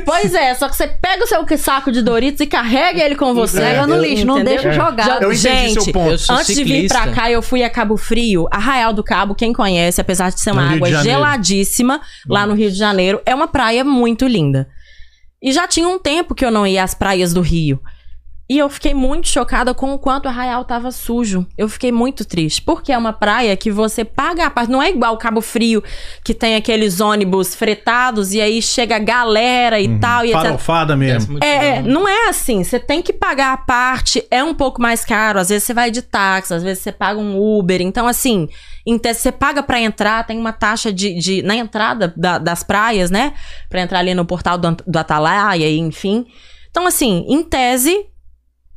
Pois é, só que você pega o seu saco de Doritos e carrega ele com você.
Leva no lixo, não
Entendeu?
deixa jogar.
Já-
É. Eu entendi
Gente,
seu ponto.
eu sou
Antes de vir
ciclista.
pra cá, eu fui a Cabo Frio, Arraial do Cabo, quem conhece, apesar de ser
No
uma
Rio de
água
Janeiro.
geladíssima, lá no Rio de Janeiro, é uma praia muito linda. E já tinha um tempo que eu não ia às praias do Rio. E eu fiquei muito chocada com o quanto o Arraial tava sujo. Eu fiquei muito triste. Porque é uma praia que você paga a parte. Não é igual Cabo Frio, que tem aqueles ônibus fretados e aí chega a galera e
Uhum.
tal. E etc.
Farofada
Parece
mesmo.
muito
É, é,
bom.
não é assim. Você tem que pagar a parte, é um pouco mais caro. Às vezes você vai de táxi, às vezes você paga um Uber. Então, assim, em tese, você paga pra entrar, tem uma taxa de. de- na entrada da- das praias, né? Pra entrar ali no portal do, Ant- do Atalaia, e enfim. Então, assim, em tese,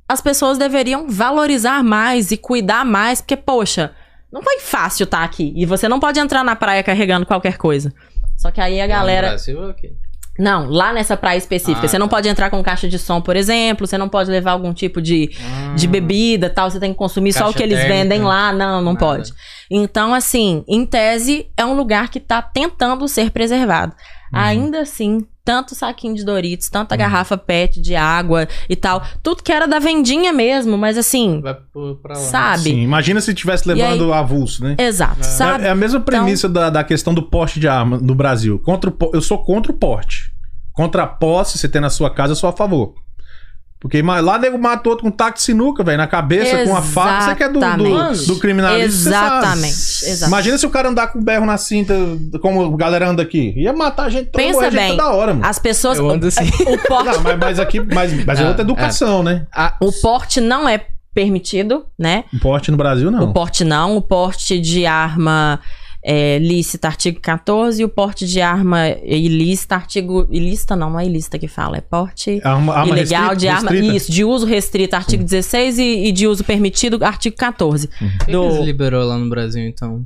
as pessoas deveriam valorizar mais e cuidar mais, porque, poxa, não foi fácil estar aqui. E você não pode entrar na praia carregando qualquer coisa. Só que aí a
Lá no
galera.
Brasil, ok.
Não, lá nessa praia específica.
Ah,
você não pode entrar com caixa de som, por exemplo. Você não pode levar algum tipo de,
Ah,
de bebida tal. Você tem que consumir só o
Hum. Caixa
que eles
térmica.
vendem lá. Não, não
Nada.
pode. Então, assim, em tese, é um lugar que tá tentando ser preservado.
Uhum.
Ainda assim, tanto saquinho de Doritos, tanta garrafa PET de água e tal. Tudo que era da vendinha mesmo, mas assim,
Vai pro- pra lá.
sabe?
Sim, imagina se tivesse levando avulso, né?
Exato, sabe? Então
É, é a mesma premissa da, da questão do porte de arma no Brasil. Contra o po- eu sou contra o porte. Contra a posse, você tem na sua casa, eu sou a favor. Porque ma- lá nego mata outro com taco de sinuca, velho, na cabeça, com a faca. Você que é do, do,
Exatamente.
do criminalista. você sabe.
Exatamente, exatamente.
Imagina se o cara andar com um berro na cinta, como a galera anda aqui. Ia matar a gente toda,
Pensa
morrer gente
bem.
toda hora, mano.
As pessoas.
é. Eu ando assim.
O porte
Não, mas, mas aqui, mas, mas é
Ah,
outra educação, né?
Ah,
O porte não é permitido, né?
O porte no Brasil, não.
O porte não. O porte de arma é, lícita, artigo 14. E o porte de arma ilícita, artigo. Ilícita não, não é ilícita que fala, é porte.
Arma, arma
ilegal
restrita-
de arma,
restrita?
isso, de uso restrito, artigo 16 e, e de uso permitido, artigo 14.
por que que
Do-
eles liberou lá no Brasil, então?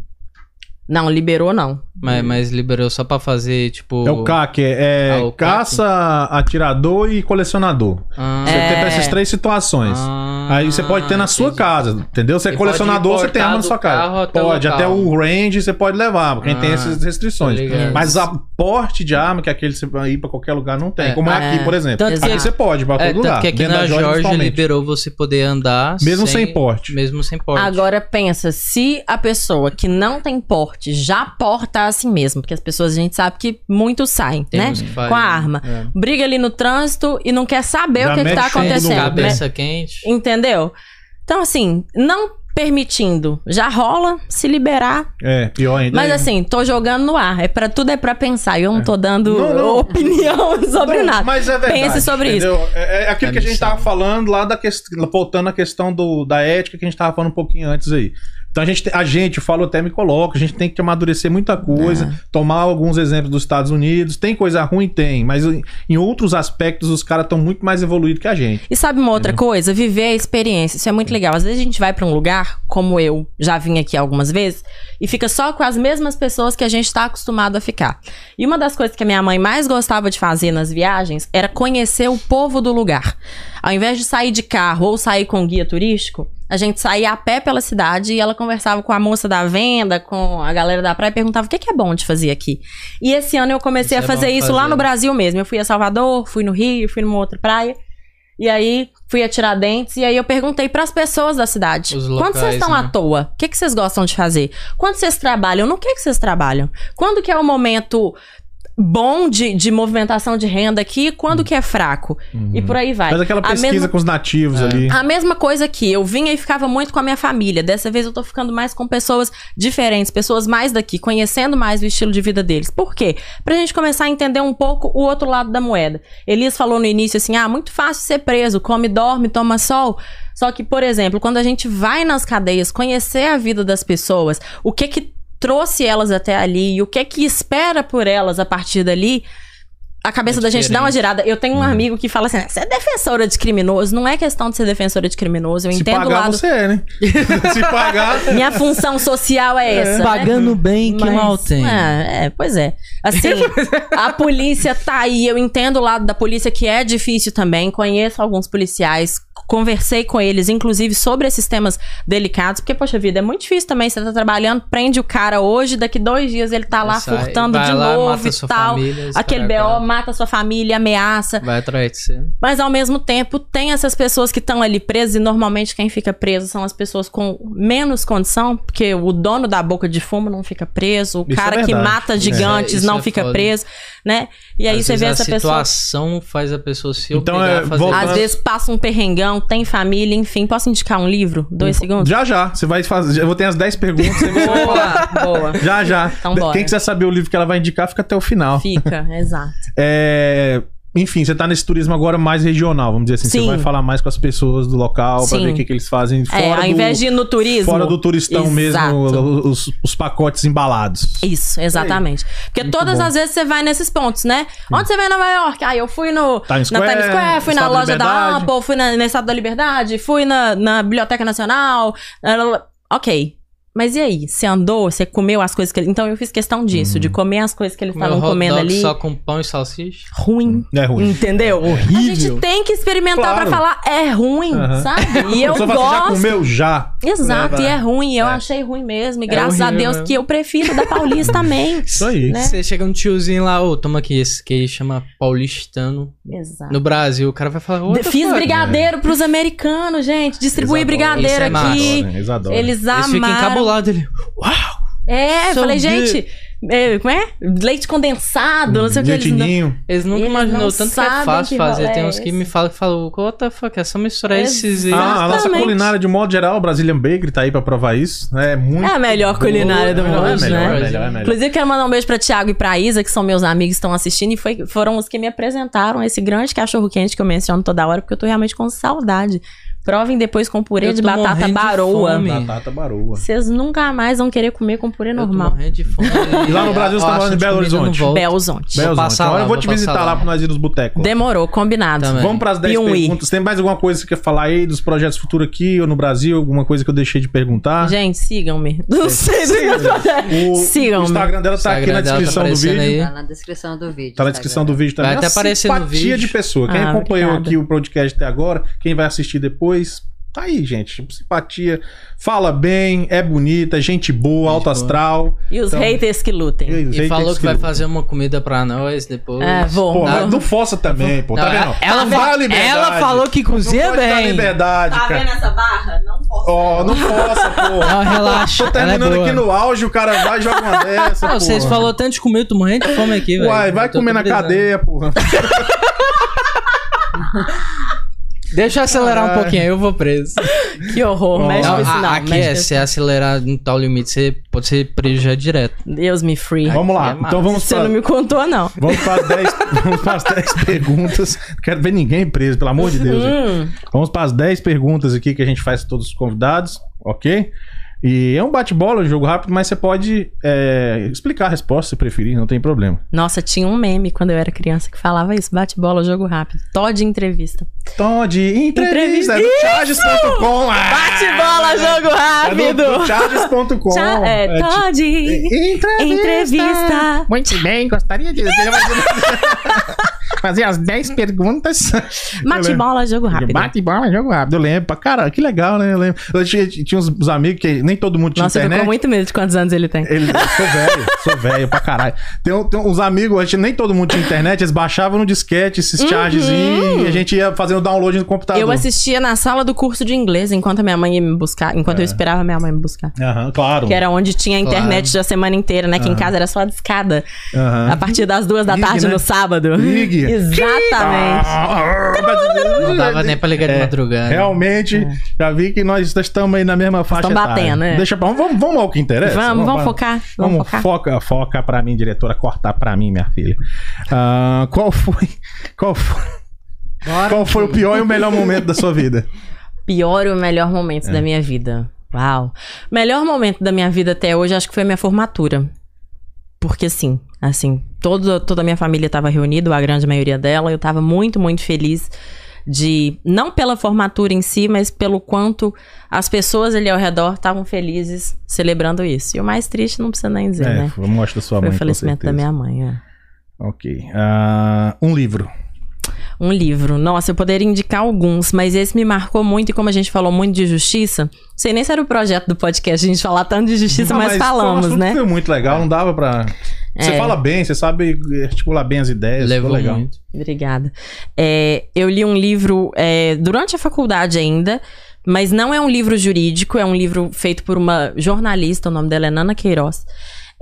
Não, liberou não.
Mas, mas liberou só pra fazer, tipo.
É o CAC, é, é
Ah, o
caça, atirador e colecionador.
Ah, É.
Você tem pra essas três situações.
ah,
Aí você pode ter na sua
entendi.
casa, entendeu? Você é
E
colecionador,
pode
você tem arma na
importar
sua
do carro
casa.
até o
Pode,
local.
até o range você pode levar, porque quem tem
Ah,
essas restrições.
tô ligado.
Mas a porte de arma, que é aquele que você vai ir pra qualquer lugar, não tem.
É.
Como é
É.
aqui, por exemplo.
Tanto que-
aqui você pode ir pra todo
É,
lugar.
tanto que aqui
dentro
na é
da Georgia,
Georgia
principalmente.
liberou você poder andar
Mesmo sem porte.
Mesmo sem porte.
Agora pensa, se a pessoa que não tem porte já porta assim mesmo, porque as pessoas a gente sabe que muitos saem,
Tem
né?
uns que fazem,
Com a arma.
é.
Briga ali no trânsito e não quer saber
Já
o que, que tá
mete o dedo no
acontecendo.
lugar.
né?
Cabeça quente.
Entendeu? Então, assim, não permitindo, já rola se liberar.
É, pior ainda.
mas
é.
assim, tô jogando no ar. É para tudo é pra pensar. Eu não tô dando
Não, não.
opinião sobre
Não,
nada.
Mas é verdade.
Pense sobre isso.
entendeu? É, é aquilo
É
que a gente
missão.
tava falando lá da questão. Voltando à questão do, da ética que a gente tava falando um pouquinho antes aí. Então a gente, te- a gente, eu falo até me coloco, a gente tem que amadurecer muita coisa, tomar alguns exemplos dos Estados Unidos. Tem coisa ruim? Tem, mas em, em outros aspectos os caras estão muito mais evoluídos que a gente.
E sabe uma
É.
outra coisa? Viver a experiência. Isso é muito legal. Às vezes a gente vai pra um lugar, como eu já vim aqui algumas vezes, e fica só com as mesmas pessoas que a gente tá acostumado a ficar. E uma das coisas que a minha mãe mais gostava de fazer nas viagens era conhecer o povo do lugar. Ao invés de sair de carro ou sair com guia turístico, a gente saía a pé pela cidade e ela conversava com a moça da venda, com a galera da praia e perguntava o que que é bom de fazer aqui. E esse ano eu comecei a
Isso é bom
fazer isso lá
fazer.
no Brasil mesmo. Eu fui a Salvador, fui no Rio, fui numa outra praia. E aí fui a Tiradentes e aí eu perguntei pras pessoas da cidade.
Os
quando vocês
locais,
estão à
né?
toa? O que, que vocês gostam de fazer? Quando vocês trabalham? No que, que vocês trabalham? Quando que é o momento bom de, de movimentação de renda aqui?
Hum.
Quando que é fraco? E por aí vai.
Uhum. Faz aquela
A
pesquisa
mesma Ah,
com os nativos ali.
a mesma coisa que eu vinha e ficava muito com a minha família. Dessa vez eu tô ficando mais com pessoas diferentes, pessoas mais daqui, conhecendo mais o estilo de vida deles. Por quê? Pra gente começar a entender um pouco o outro lado da moeda. Elias falou no início assim: ah, muito fácil ser preso, come, dorme, toma sol. Só que, por exemplo, quando a gente vai nas cadeias conhecer a vida das pessoas, o que que trouxe elas até ali e o que que espera por elas a partir dali, a cabeça
É
da gente dá uma
diferente. Uhum.
girada. Eu tenho um amigo que fala assim: "Ah, você é defensora de criminoso. Não é questão de ser defensora de criminoso. Eu
Se
entendo o
pagar,
lado.
você é, né? Se pagar.
Minha função social é essa. né?
Pagando bem, que
Mas-
mal tem.
É, é, pois é. Assim,
é.
a polícia tá aí. Eu entendo o lado da polícia que é difícil também. Conheço alguns policiais, conversei com eles, inclusive, sobre esses temas delicados, porque, poxa vida, é muito difícil também. Você tá trabalhando, prende o cara hoje, daqui dois dias ele tá lá
Sai,
furtando
vai
de
lá,
novo
mata
e
sua
tal.
família, esse
Aquele
cara é
BO
bravo.
mata sua família, ameaça.
Vai atrás de você.
Mas ao mesmo tempo, tem essas pessoas que estão ali presas, e normalmente quem fica preso são as pessoas com menos condição, porque o dono da boca de fumo não fica preso, o
Isso é
cara que
verdade.
mata
Isso
gigantes
é- isso
não
é
fica
foda.
preso, né? E aí
Às
você
vezes
vê essa
a
pessoa.
situação faz a pessoa se
Então,
obrigar
é,
a fazer
voltando-
isso.
Às vezes passa um perrengão, tem família, enfim. Posso indicar um livro? Dois segundos?
Já já. Você vai fazer. Eu vou ter as 10 perguntas. você vai-
Boa, boa.
Já já.
Então bora.
Quem quiser saber o livro que ela vai indicar, fica até o final.
Fica, exato.
É, Enfim, você tá nesse turismo agora mais regional, vamos dizer assim.
Sim.
Você vai falar mais com as pessoas do local pra
Sim.
ver o que, que eles fazem fora
é, ao
do,
invés de ir no turismo.
fora do turistão
Exato.
mesmo, os, os pacotes embalados.
Isso, exatamente. Porque
Muito
todas
bom.
as vezes você vai nesses pontos, né? Onde você vai em Nova York? Ah, eu fui no,
Times
na
Square,
Times Square, fui na
Estado da
loja da
Liberdade.
Apple, fui na, na Estado da Liberdade, fui na, na Biblioteca Nacional. lá, lá, lá. Ok. Mas e aí? Você andou? Você comeu as coisas que ele... Então eu fiz questão disso,
Hum.
de comer as coisas que eles
Comeu
estavam
hot
tá comendo
dog
ali.
Só com pão e salsicha.
Ruim.
É ruim.
Entendeu? Hum. A gente tem que experimentar
Claro.
pra falar, é ruim,
Aham.
sabe? E
A
eu
pessoa fala assim, já
gosto.
comeu? Já.
Exato,
Leva-
e é ruim. Eu
É.
achei ruim mesmo. E
É
graças a
horrível
né?
Deus
mesmo.
que eu prefiro da Paulista também.
Isso aí.
Né?
Você chega um tiozinho lá, ô, toma aqui esse que aí chama paulistano.
Exato.
No Brasil, o cara vai falar, ô,
De- Fiz brigadeiro pros americanos, gente. Distribuí
Eles adoram.
brigadeiro
Isso é massa.
aqui.
Adoro, eles adoram.
Eles
Eles ficam
amaram.
encabulados ali. Uau!
É,
So
falei,
good.
gente, é, como é? Leite condensado, não sei o que. Eles não...
Jeitinho.
Eles nunca
Eles
imaginou
não
o tanto que é
sabem
fácil
que
fazer.
rolê
Tem
é
uns que
esse.
me falam que falam, what the fuck, é só misturar esses e.
Ah, a nossa
Exatamente.
culinária, de modo geral, o Brazilian Bakery tá aí pra provar isso. É muito.
É a melhor culinária do
É melhor,
mundo,
é melhor,
né?
é melhor, é melhor.
Inclusive, quero mandar um beijo pra Thiago e pra Isa, que são meus amigos, que estão assistindo, e foi- foram os que me apresentaram esse grande cachorro-quente que eu menciono toda hora, porque eu tô realmente com saudade. Provem depois com purê
Eu
de
tô
batata
morrendo de
baroa.
fome.
Batata baroa.
Vocês nunca mais vão querer comer com purê
Eu tô
É normal.
morrendo de fome.
E lá no Brasil, você tá
Eu acho
morando em
de
Belo
comida, eu não
Horizonte.
volto.
Belzonte.
Vou
Belzão,
passar
então
lá,
eu vou
vou
te visitar
passar
lá
lá.
pra nós ir nos botecos.
Demorou, combinado.
Também.
Vamos pras 10
Piauí.
perguntas. Tem mais alguma coisa que quer falar aí dos projetos futuros aqui ou no Brasil? Alguma coisa que eu deixei de perguntar?
Gente, sigam-me. Não sei do que eu tô falando.
O,
Sigam-me.
o Instagram dela tá
Instagram
aqui na
dela tá
descrição do
aparecendo
vídeo.
aí.
Tá na descrição do vídeo.
Tá na
Instagram.
descrição do vídeo também.
Vai até
Uma
aparecer no
simpatia
vídeo.
de pessoa. Quem
Ah,
acompanhou
obrigada.
aqui o podcast até agora, quem vai assistir depois, Tá aí, gente. Simpatia. Fala bem, é bonita, gente boa, alto
boa.
astral.
E os
Então-
haters que lutem.
aí,
E
gente,
falou que vai
escreveu.
fazer uma comida pra nós depois.
É, vou.
Pô,
Não.
mas não força também, pô. Tá
Não, é-
vendo?
Ela,
Não dá liberdade.
ela falou que
Não
cozinha
pode dar
bem.
liberdade,
Tá
cara.
vendo essa barra? Não posso.
Ó, não força,
Não,
pô.
relaxa.
Tô
ela é
terminando
boa.
aqui no auge, o cara vai e joga uma dessa,
Não,
pô.
Ah, vocês falaram tanto de comer, eu tô morrendo de fome aqui, velho.
Uai, vai
Eu tô
comer na
precisando.
cadeia, porra.
Deixa eu acelerar
Caralho.
um pouquinho, eu vou preso.
Que horror.
Ó,
mexe
Não,
com isso,
a-
não.
aqui
mexe
é,
com isso.
se acelerar em tal limite, você pode ser preso já direto.
Deus me free.
Vamos lá,
é massa.
então é- vamos
Você
pra...
não me contou, não.
Vamos para as 10 vamos para as 10 perguntas. Não quero ver ninguém preso, pelo amor de Deus. gente.
Hum,
Vamos para as 10 perguntas aqui que a gente faz com todos os convidados, ok? E é um bate-bola, um jogo rápido, mas você pode é, explicar a resposta se preferir, não tem problema.
nossa, tinha um meme quando eu era criança que falava isso: bate bola, jogo rápido. Todd entrevista.
Então, de entrevista, é do charges.com. Ah!
Bate bola, jogo
É do-
rápido!
do charges.com.
Tchau, é,
É de-
Todd!
Entrevista.
Entrevista.
Muito bem, gostaria de fazer as 10 perguntas.
Bate bola, jogo rápido.
Bate bola, jogo rápido. Eu lembro. pra Caralho, que legal, né? Eu lembro. Eu tinha, tinha uns, uns amigos que nem todo mundo tinha
Nossa, eu tô
internet.
com muito medo de quantos anos ele tem.
Eles, eu sou velho, sou velho pra caralho. Tem, um- tem uns amigos, a gente, nem todo mundo tinha internet, eles baixavam no disquete esses chargezinhos e a gente ia fazendo download no computador.
Eu assistia na sala do curso de inglês enquanto a minha mãe ia me buscar, enquanto eu esperava minha mãe me buscar.
Aham, É. Então, claro. Ah.
Que era onde tinha
Claro.
internet da semana inteira, né? Que em casa era só a discada.
Aham.
A partir das duas da
Ligue,
tarde
né? Ah,
no sábado.
Ligue.
Exatamente.
Não dava nem pra ligar de
É,
madrugada.
Realmente, já vi que nós estamos aí na mesma faixa.
Estão
etária.
É. batendo, é.
Deixa pra, vamos, vamos ao que interessa.
Vamos, vamos
pra-
focar. Vamos,
Vamos,
focar.
foca, foca pra mim, diretora, cortar pra mim, minha filha. Ah, qual foi, qual foi,
Bora.
qual foi o pior e o melhor momento da sua vida?
Pior e o melhor
É.
momento da minha vida. Uau. Melhor momento da minha vida até hoje, acho que foi a minha formatura. Porque assim, assim, todo, toda a minha família estava reunida, a grande maioria dela. Eu estava muito, muito feliz de, não pela formatura em si, mas pelo quanto as pessoas ali ao redor estavam felizes celebrando isso. E o mais triste, não precisa nem dizer, né?
É, foi o morte da sua
Foi o
mãe, com
falecimento da
certeza.
minha mãe, é.
Ok. Ah, um livro.
Um livro. Nossa, eu poderia indicar alguns, mas esse me marcou muito e como a gente falou muito de justiça, não sei nem se era o projeto do podcast a gente falar tanto de justiça,
Ah,
mas,
foi um
falamos,
assunto que
né?
Foi muito legal, não dava pra... Você
É.
fala bem, você sabe articular bem as ideias.
Levou
ficou legal.
muito.
Obrigada. É, eu li um livro é, durante a faculdade ainda, mas não é um livro jurídico, é um livro feito por uma jornalista, o nome dela é Nana Queiroz.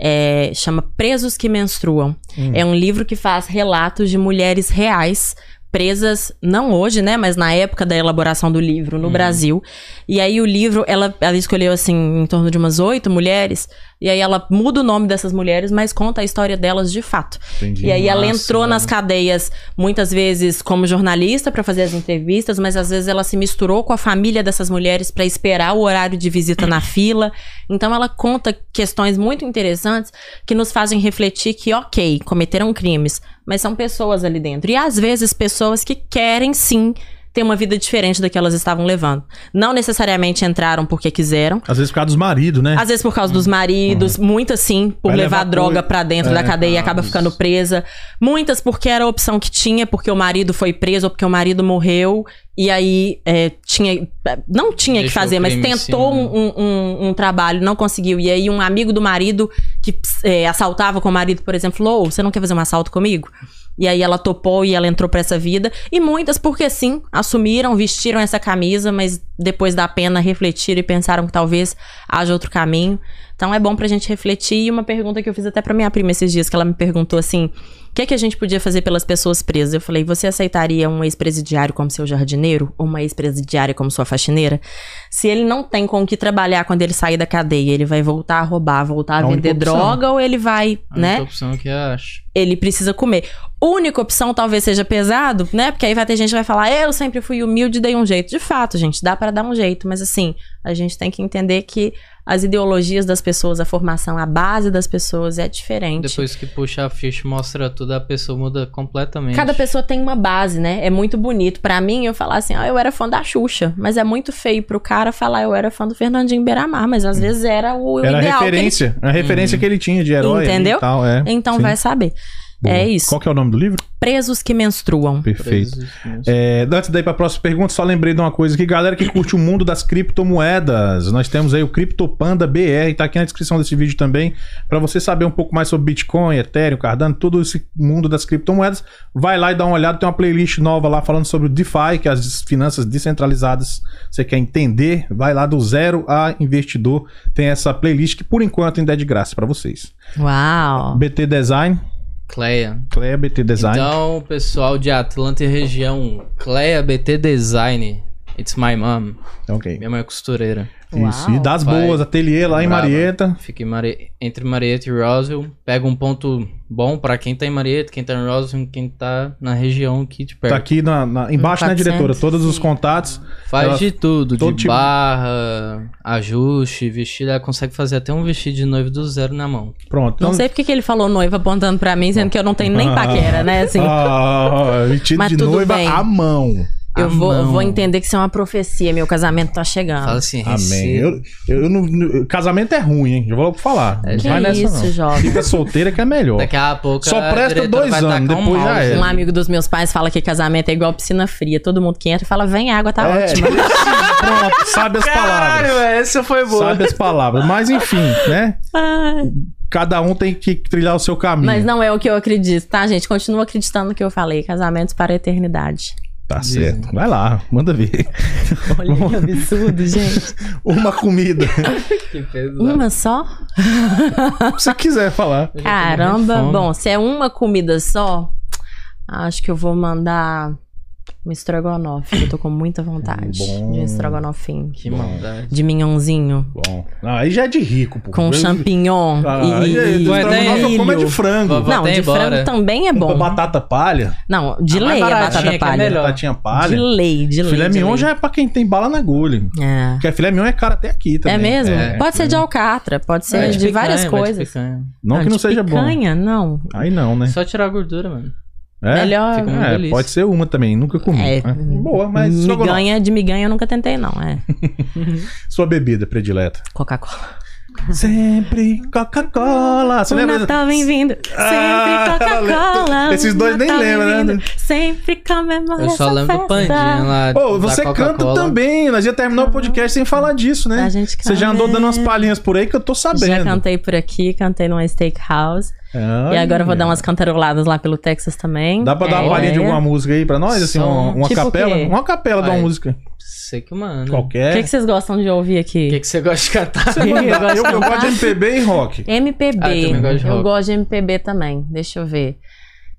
É, chama Presos que Menstruam. É um livro que faz relatos de mulheres reais presas, não hoje, né, mas na época da elaboração do livro no Brasil. E aí o livro, ela, ela escolheu, assim, em torno de umas oito mulheres, e aí ela muda o nome dessas mulheres, mas conta a história delas de fato.
Entendi.
E aí ela
massa,
entrou
velho.
nas cadeias muitas vezes como jornalista pra fazer as entrevistas, mas às vezes ela se misturou com a família dessas mulheres pra esperar o horário de visita na fila. Então ela conta questões muito interessantes que nos fazem refletir que, ok, cometeram crimes, mas são pessoas ali dentro. E às vezes pessoas que querem sim ter uma vida diferente da que elas estavam levando. Não necessariamente entraram porque quiseram,
Às vezes por causa dos maridos, né?
às vezes por causa dos maridos,
Uhum.
muitas sim, por
Vai
levar,
levar
droga
coisa.
pra dentro
É,
da cadeia e acaba
nossa.
ficando presa. Muitas porque era a opção que tinha, porque o marido foi preso ou porque o marido morreu. E aí é, tinha. Não tinha que
Deixou
fazer,
o
mas
crime em
tentou
cima, né?
um, um- um trabalho, não conseguiu. E aí um amigo do marido que é, assaltava com o marido, por exemplo, falou: "Ô, você não quer fazer um assalto comigo? E aí ela topou e ela entrou pra essa vida. E muitas, porque sim, assumiram, vestiram essa camisa, mas depois da pena refletiram e pensaram que talvez haja outro caminho. Então é bom pra gente refletir. E uma pergunta que eu fiz até pra minha prima esses dias, que ela me perguntou assim: o que, é que a gente podia fazer pelas pessoas presas? Eu falei: você aceitaria um ex-presidiário como seu jardineiro? Ou uma ex-presidiária como sua faxineira? Se ele não tem com o que trabalhar quando ele sair da cadeia, ele vai voltar a roubar, voltar a,
A única
vender
opção.
droga, ou ele vai,
A
né?
única opção que eu acho.
ele precisa comer. Única opção talvez seja pesado, né? Porque aí vai ter gente que vai falar, eu sempre fui humilde e dei um jeito. De fato, gente, dá pra dar um jeito, mas assim, a gente tem que entender que as ideologias das pessoas, a formação, a base das pessoas é diferente.
Depois que puxa a ficha e mostra tudo, a pessoa muda completamente.
Cada pessoa tem uma base, né? É muito bonito. Pra mim, eu falar assim, ah, eu era fã da Xuxa. Mas é muito feio pro cara falar, eu era fã do Fernandinho Beiramar. Mas
Hum.
às vezes era o
Era a
ideal. que ele Uhum.
referência, a referência que ele tinha de herói
Entendeu?
e tal, é.
Então
Sim.
vai saber.
Boa.
É isso.
Qual que é o nome do livro?
Presos que menstruam.
Perfeito.
Presos.
É, antes daí para a próxima pergunta, só lembrei de uma coisa aqui, galera que curte o mundo das criptomoedas. Nós temos aí o CryptoPanda BR, tá aqui na descrição desse vídeo também, para você saber um pouco mais sobre Bitcoin, Ethereum, Cardano, todo esse mundo das criptomoedas. Vai lá e dá uma olhada, tem uma playlist nova lá falando sobre o DeFi, que é as finanças descentralizadas. Você quer entender? Vai lá do zero a investidor. Tem essa playlist que por enquanto ainda é de graça para vocês.
Uau.
BT Design,
Cleia.
Cleia BT Design.
Então, pessoal de Atlanta e região, Cleia BT Design. It's my mom.
Então, ok.
Minha mãe é costureira.
Isso. E das
Vai.
boas, ateliê lá em
Brava.
Marieta. Tá
Fica em Mari- entre Marieta e Roswell. Pega um ponto bom pra quem tá em Marieta, quem tá em Roswell, quem tá na região aqui de perto.
Tá aqui na, na- embaixo, né,
400,
diretora? Todos os
sim.
contatos.
Faz
Ela-
de tudo, de
todo tipo-
barra, ajuste, vestido. Ela consegue fazer até um vestido de noivo do zero na mão.
Pronto. Então,
Não sei porque que ele falou noiva apontando pra mim, sendo que eu não tenho nem paquera, né? Assim,
Ah, vestido
Mas
de
tudo
noiva
bem.
à mão.
eu
Ah,
vou, eu
não.
vou entender que isso é uma profecia, meu casamento tá chegando.
Fala assim,
Amém.
receba.
Eu, eu não- eu- casamento é ruim, hein? Já vou logo falar. Não
que
vai nessa,
É, isso,
não.
jovem.
Fica solteira que é melhor.
Daqui a pouco
Só
a
presta
diretora
dois
vai
anos,
tacar
depois já
mouse.
é.
Um amigo dos meus pais fala que casamento é igual piscina fria. Todo mundo que entra fala, vem água, tá
É,
ótimo.
Pronto, sabe as
Caralho,
palavras.
essa foi boa.
Sabe as palavras. Mas enfim, né?
Ai.
Cada um tem que trilhar o seu caminho.
Mas não é o que eu acredito, tá, gente? Continua acreditando no que eu falei. Casamentos para a eternidade.
Tá certo. Vai lá, manda ver.
Olha que absurdo, gente.
Uma comida.
Que pesado.
Uma só?
Se você quiser falar.
Eu já tô
Caramba.
morrendo de fome.
Bom, se é uma comida só, acho que eu vou mandar um estrogonofe. que Eu tô com muita vontade
Bom.
de um estrogonofinho.
Que maldade.
De minhãozinho.
Bom. Não, aí já é de rico, pô.
Com um champignon
Ah,
e,
aí,
e
tu vai ter-
estrogonofe eu como é de
milho.
frango.
Vou
Não,
até
de
embora.
frango também é bom.
Batata palha.
Não, de
A mais
lei a
baratinha que
batata
é
palha.
melhor.
Batatinha palha.
de lei, de lei.
Filé
de
mignon
lei.
já é pra quem tem bala na agulha.
É.
Porque filé mignon é caro até aqui também.
É mesmo?
É.
Pode ser de alcatra, pode ser
Vai
de,
picanha,
várias
vai
coisas.
picanha.
Não que
de
não seja
picanha, não.
bom. Aí não, né?
Só tirar a gordura, mano.
É?
Melhor.
Fica uma
É,
delícia.
pode ser uma também, nunca comi.
É.
né? Boa, mas estrogonofe.
Miganha, de miganha eu nunca tentei, não. É.
sua bebida predileta.
Coca-Cola.
Sempre Coca-Cola. Você
O
lembra?
Natal vem vindo. Sempre
Ah, ela
Coca-Cola.
lembra. Esses dois
o
nem
Natal vem
lembram, né?
vindo, Sempre comemora
Eu só
essa
lembro do
festa.
pandinha lá.
Ô,
da
você canta
Coca-Cola.
também. Nós ia terminar o podcast sem falar disso, né?
Tá A gente
Você já andou dando umas palhinhas por aí que eu tô
Já
sabendo.
cantei por aqui, cantei numa steakhouse. E
Olha.
agora eu vou dar umas cantaroladas lá pelo Texas também.
Dá pra dar uma
É.
palhinha de alguma música aí pra nós? Assim,
Som.
uma, uma
Tipo o
capela?
quê?
Uma capela da
Vai.
música.
Sei que, mano.
O
Qualquer.
que, que vocês gostam de ouvir aqui?
O que, que você gosta de cantar?
Eu,
Eu gosto de
eu
cantar.
gosto de MPB e rock.
MPB.
Ah, eu também gosto de
eu
rock.
gosto de MPB também. Deixa eu ver.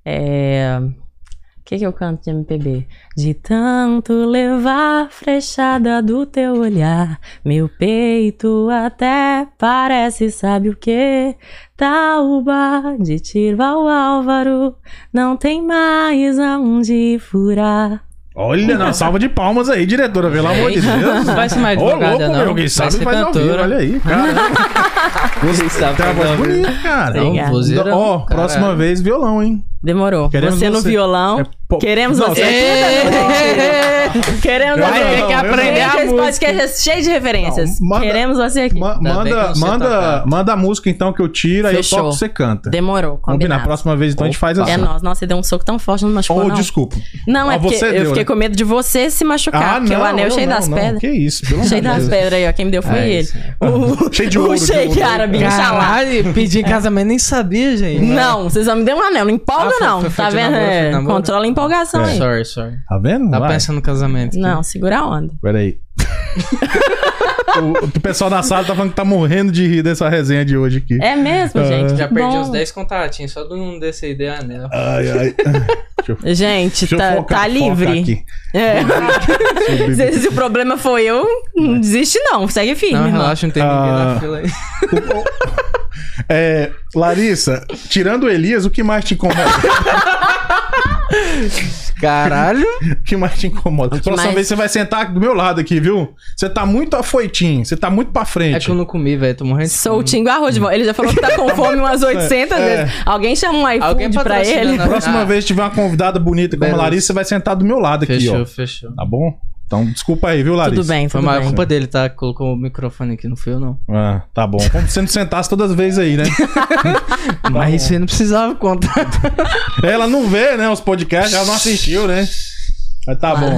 É, O que, que eu canto de MPB? De tanto levar a frechada do teu olhar, meu peito até parece, sabe o que? Tauba de tiro ao Álvaro, não tem mais aonde furar.
Olha, não, salva de palmas aí, diretora, pelo amor de Deus.
Não vai ser mais
Ô, louco,
advogada, não.
meu, quem sabe
ser
faz ao vivo, olha aí. Cara,
Quem sabe
tem uma
faz
voz
ao vivo.
bonita, cara.
Obrigada.
Não, um vozeirão,
Ó,
caralho.
próxima vez, violão, hein?
Demorou.
Queremos
você no
você.
violão.
É po-
Queremos
Não,
você. é.
Ei!
Queremos
Vai
você.
ter que aprender
a
Gente, esse
música.
podcast é cheio de referências.
Não, manda-
Queremos você aqui.
Ma-
Ainda bem que
manda,
não sei
manda,
tocar.
manda a música então que eu tiro, aí eu
Fechou.
toco você canta.
Demorou,
Combina.
combinado.
A próxima vez então a gente faz assim.
É nós. Nossa, você deu um soco tão forte, não machucou,
Ou
não.
Oh, desculpa.
Não, é
Ah,
porque
você
eu
deu,
fiquei
né?
com medo de você se machucar,
Ah,
porque
não,
o anel é
não,
cheio
não,
das
não.
pedras.
Que isso, pelo amor
Cheio
de
das
Deus.
pedras aí, ó. Quem me deu foi
É
ele.
isso.
O,
Cheio de ouro,
O
de
shake
ouro.
árabe, inshallah.
Caralho, pedi em casamento, nem sabia, gente.
Não, vocês vão me dar um anel. Não empolga,
Ah, foi-
não.
foi- foi
tá
de
vendo?
namoro, foi de
É,
namoro.
Controla a empolgação aí.
Sorry, sorry.
Tá vendo?
Tá
Vai.
pensando no casamento. aqui.
Não, segura a onda.
Pera aí. o, o pessoal da sala tá falando que tá morrendo de rir dessa resenha de hoje aqui.
É mesmo,
Ah.
gente.
Já perdi
Bom.
os 10 contatinhos, só de um desse aí deu anel.
Ai, ai.
Gente,
Deixa eu
tá,
focar-
tá
focar
livre.
aqui.
É.
Sobre-
Se, se o problema foi eu, não desiste não. Segue firme,
É. Não,
irmão.
relaxa, não tem ninguém
Ah.
na fila aí.
É, Larissa, tirando o Elias, o que mais te incomoda?
Caralho.
o que mais te incomoda? Próxima
mais-
vez você vai sentar do meu lado aqui, viu? Você tá muito afoitinho, você tá muito pra
É que
frente.
eu não comi, velho. Tô morrendo de
Sou o
fome.
Tingo Arroz de Vó. Ele já falou que tá com fome umas 800
É.
vezes. Alguém chama um
Alguém
iFood pra
patrocina
ele.
nós.
Próxima
Ah.
vez que tiver uma convidada bonita como a
Beleza.
Larissa, você vai sentar do meu lado aqui,
Fechou,
ó.
fechou.
Tá bom? Então, desculpa aí, viu, Larissa?
Tudo bem,
Foi
tudo
mal, a
bem.
culpa dele, tá? Colocou o microfone aqui, não fui eu, não.
Ah, tá bom. Como se você não sentasse todas as vezes aí, né?
Tá
Mas você não precisava contar.
Ela não vê, né, os podcasts, ela não assistiu, né? Mas tá bom.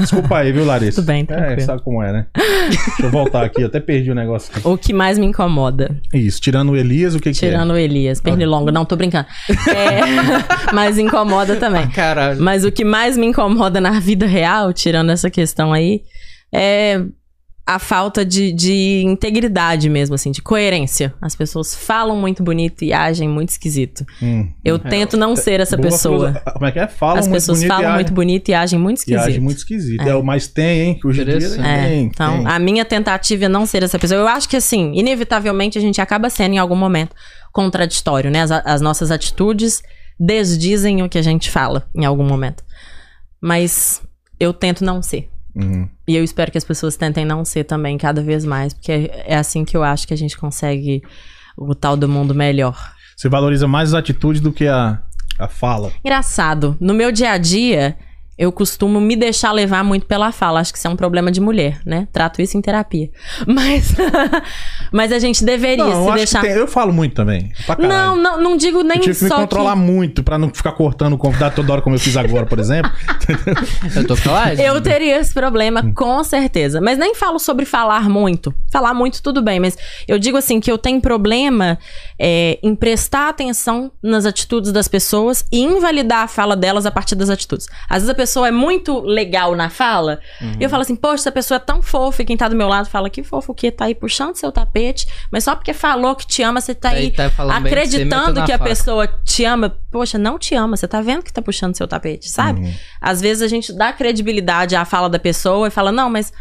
Desculpa aí, viu, Larissa?
Tudo bem,
É,
tranquilo.
sabe como é, né? Deixa eu voltar aqui, eu até perdi o negócio aqui.
O que mais me incomoda,
Isso, tirando o Elias, o que é?
tirando o Elias, pernilongo, não, tô brincando. É, mas incomoda também.
Caralho.
Mas o que mais me incomoda na vida real, tirando essa questão aí, é a falta de, de integridade mesmo, assim, de coerência. As pessoas falam muito bonito e agem muito esquisito.
que é? Hum.
Eu tento não ser essa
Boa
pessoa.
filoso- Como é que é? Falam
As
muito
pessoas
bonito e
falam
agem-
muito bonito e agem muito
E age
esquisito.
muito esquisito. É. o mais tem, hein? Que hoje em dia
Interessante.
É,
tem.
então,
tem.
a minha tentativa é não ser essa pessoa. Eu acho que, assim, inevitavelmente a gente acaba sendo, em algum momento, contraditório, né? As, as nossas atitudes desdizem o que a gente fala, em algum momento. Mas eu tento não ser.
Uhum.
E eu espero que as pessoas tentem não ser também, cada vez mais, porque é é assim que eu acho que a gente consegue o tal do mundo melhor.
Você valoriza mais a atitude do que a, a fala.
Engraçado, no meu dia a dia, eu costumo me deixar levar muito pela fala. Acho que isso é um problema de mulher, né? Trato isso em terapia. Mas, mas a gente deveria
eu,
se
acho
deixar.
que tem- eu falo muito também. Pra caralho.
Não, não, não digo nem
Eu tive que me
só
controlar muito pra não ficar cortando o convidado toda hora, como eu fiz agora, por exemplo.
Eu tô calado.
Eu teria esse problema, com certeza. Mas nem falo sobre falar muito. Falar muito, tudo bem, mas eu digo assim que eu tenho problema é, em prestar atenção nas atitudes das pessoas e invalidar a fala delas a partir das atitudes. Às vezes a pessoa é muito legal na fala, e eu falo assim, poxa, essa pessoa é tão fofa, e quem tá do meu lado fala, que fofo que tá aí puxando seu tapete, mas só porque falou que te ama, você tá aí
tá falando bem de você, meteu
acreditando
na
que a
faca.
pessoa te ama, poxa, não te ama, você tá vendo que tá puxando seu tapete, sabe?
Uhum.
Às vezes a gente dá credibilidade à fala da pessoa e fala, não, mas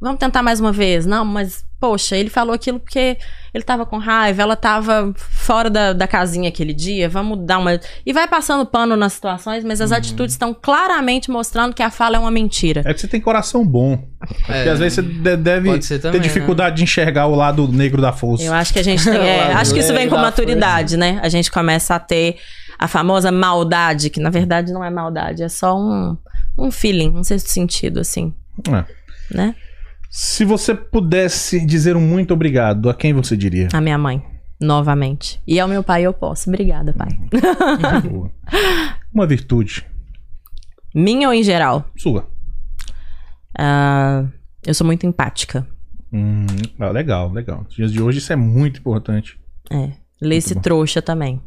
vamos tentar mais uma vez. Não, mas, poxa, ele falou aquilo porque ele tava com raiva, ela tava fora da, da casinha aquele dia, vamos dar uma. E vai passando pano nas situações, mas as
Uhum.
atitudes estão claramente mostrando que a fala é uma mentira.
É que você tem coração bom.
É,
Porque às vezes você de- deve
pode ser também,
ter dificuldade de enxergar o lado negro da força.
né? Eu acho que a gente tem. é,
Lá
acho que isso vem com
da
maturidade, né? A gente começa a ter a famosa maldade, que na verdade não é maldade, é só um, um feeling, um sexto sentido, assim,
É.
né?
Se você pudesse dizer um muito obrigado, a quem você diria?
A minha mãe, novamente. E ao meu pai eu posso. Obrigada, pai.
Boa. Uma virtude
Minha ou em geral?
sua.
Ah, eu sou muito empática.
Hum, ah, legal, legal. Nos dias de hoje isso é muito importante.
É. Lê esse trouxa também.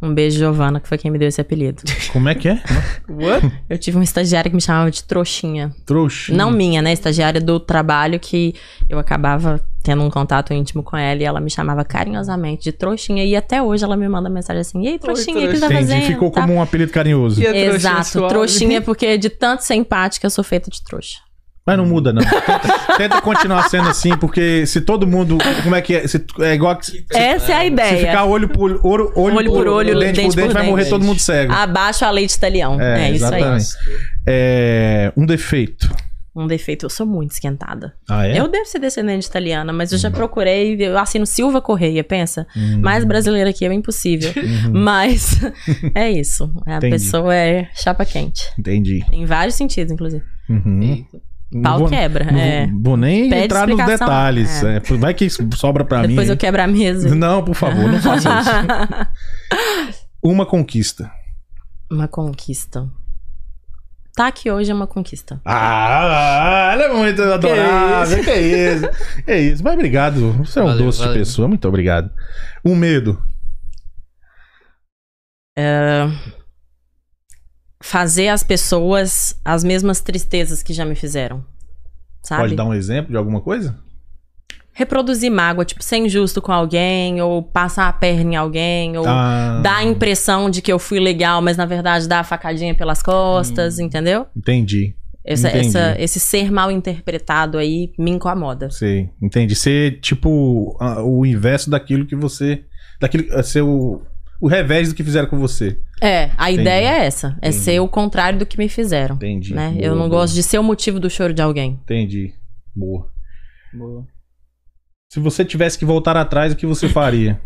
Um beijo, Giovana, que foi quem me deu esse apelido.
Como é que é?
What?
Eu tive um estagiário que me chamava de trouxinha.
Trouxa.
Não minha, né? Estagiária do trabalho que eu acabava tendo um contato íntimo com ela e ela me chamava carinhosamente de trouxinha. E até hoje ela me manda mensagem assim: Ei, trouxinha, o que você tá
Entendi,
fazendo?
ficou
Tá.
como um apelido carinhoso.
E a é trouxinha
Exato,
suave?
trouxinha, porque de tanto ser empática eu sou feita de trouxa.
Mas não muda, não. Tenta, tenta continuar sendo assim, porque se todo mundo. Como é que é? Se, é igual que. Se,
Essa é a
se
ideia.
ficar olho por olho, olho,
Olho por olho,
dente, por dente, vai morrer
dente. Ah.
todo mundo cego.
Abaixo a lei de talião.
É,
É, isso aí.
exatamente. É, um defeito.
Um defeito, eu sou muito esquentada.
Ah, é? Hum.
Eu devo ser descendente italiana, mas eu já procurei, eu assino Silva Correia, pensa.
Uhum.
Mais brasileira que eu, é impossível. Mas é isso. A
Entendi.
pessoa é chapa quente.
Entendi.
Em vários sentidos, inclusive.
Uhum. Não
Pau
vou-
quebra.
Não
é.
vou, vou nem
Pede
entrar nos
explicação.
detalhes. é, vai que isso sobra pra
Depois
mim.
eu quebro a mesa.
Não, por favor, não faça isso. Uma conquista.
uma conquista. Tá aqui hoje é uma conquista.
Ah, ela é muito adorável. Que isso? Que isso? Mas obrigado. Você é um
Valeu,
doce de
valeu.
pessoa. Muito obrigado. Um medo.
Fazer as pessoas as mesmas tristezas que já me fizeram. Sabe?
Pode dar um exemplo de alguma coisa?
Reproduzir mágoa, tipo, ser injusto com alguém, ou passar a perna em alguém, ou
Ah,
dá a impressão de que eu fui legal, mas na verdade dá a facadinha pelas costas, entendeu?
Entendi.
Essa-
Hum. Entendi.
essa- esse ser mal interpretado aí me incomoda.
Sei. Entendi. Ser tipo ah, o inverso daquilo que você. Daquilo, ah, ser o, o revés do que fizeram com você.
É, a
Entendi.
ideia é essa, é
Entendi.
ser o contrário do que me fizeram.
Entendi.
Né?
Boa,
eu não
boa.
gosto de ser o motivo do choro de alguém.
Entendi. Boa.
Boa.
Se você tivesse que voltar atrás, o que você faria?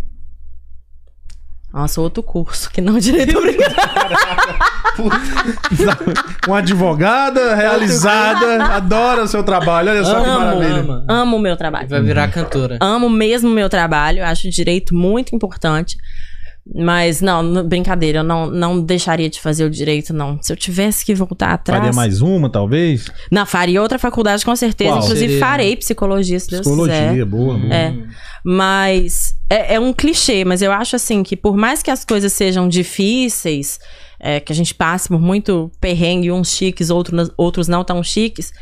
Nossa, outro curso que não direito ao brincar.
Uma advogada realizada, adora o seu trabalho. Olha só que
Amo,
maravilha.
ama.
Amo o meu
E
trabalho.
Vai virar cantora.
Amo mesmo meu trabalho, acho o direito muito importante. Mas não, n- brincadeira, eu não, não deixaria de fazer o direito, não. Se eu tivesse que voltar atrás.
Faria mais uma, talvez?
Não, faria outra faculdade com certeza.
Qual?
Inclusive,
Seria?
farei psicologia, se Deus quiser.
Psicologia, boa, boa.
Hum.
É. Mas é, é um clichê, mas eu acho assim que por mais que as coisas sejam difíceis, é, que a gente passe por muito perrengue, uns chiques, outros, outros não tão chiques,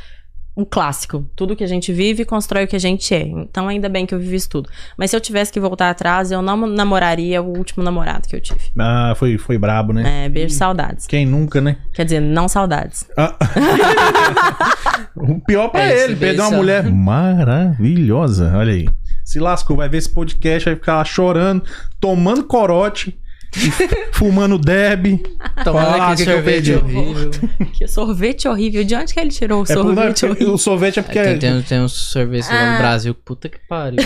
um clássico. Tudo que a gente vive constrói o que a gente é. Então ainda bem que eu vivi isso tudo. Mas se eu tivesse que voltar atrás, eu não namoraria o último namorado que eu tive.
Ah, foi, foi brabo, né?
É, beijo,
Hum.
saudades.
Quem nunca, né?
Quer dizer, não saudades.
O pior pra
É, esse
ele, perder
beijo,
uma mulher maravilhosa. Olha aí. Se lascou, vai ver esse podcast, vai ficar lá chorando, tomando corote, e fumando derby.
Tomando
Fala,
aquele
que que eu
sorvete
perdi?
horrível.
Que sorvete horrível. De onde que ele tirou o
É por- não, é
sorvete
porque
horrível?
o sorvete é porque.
Tem, tem, tem uns sorvetes lá
Ah.
no Brasil. Puta que pariu.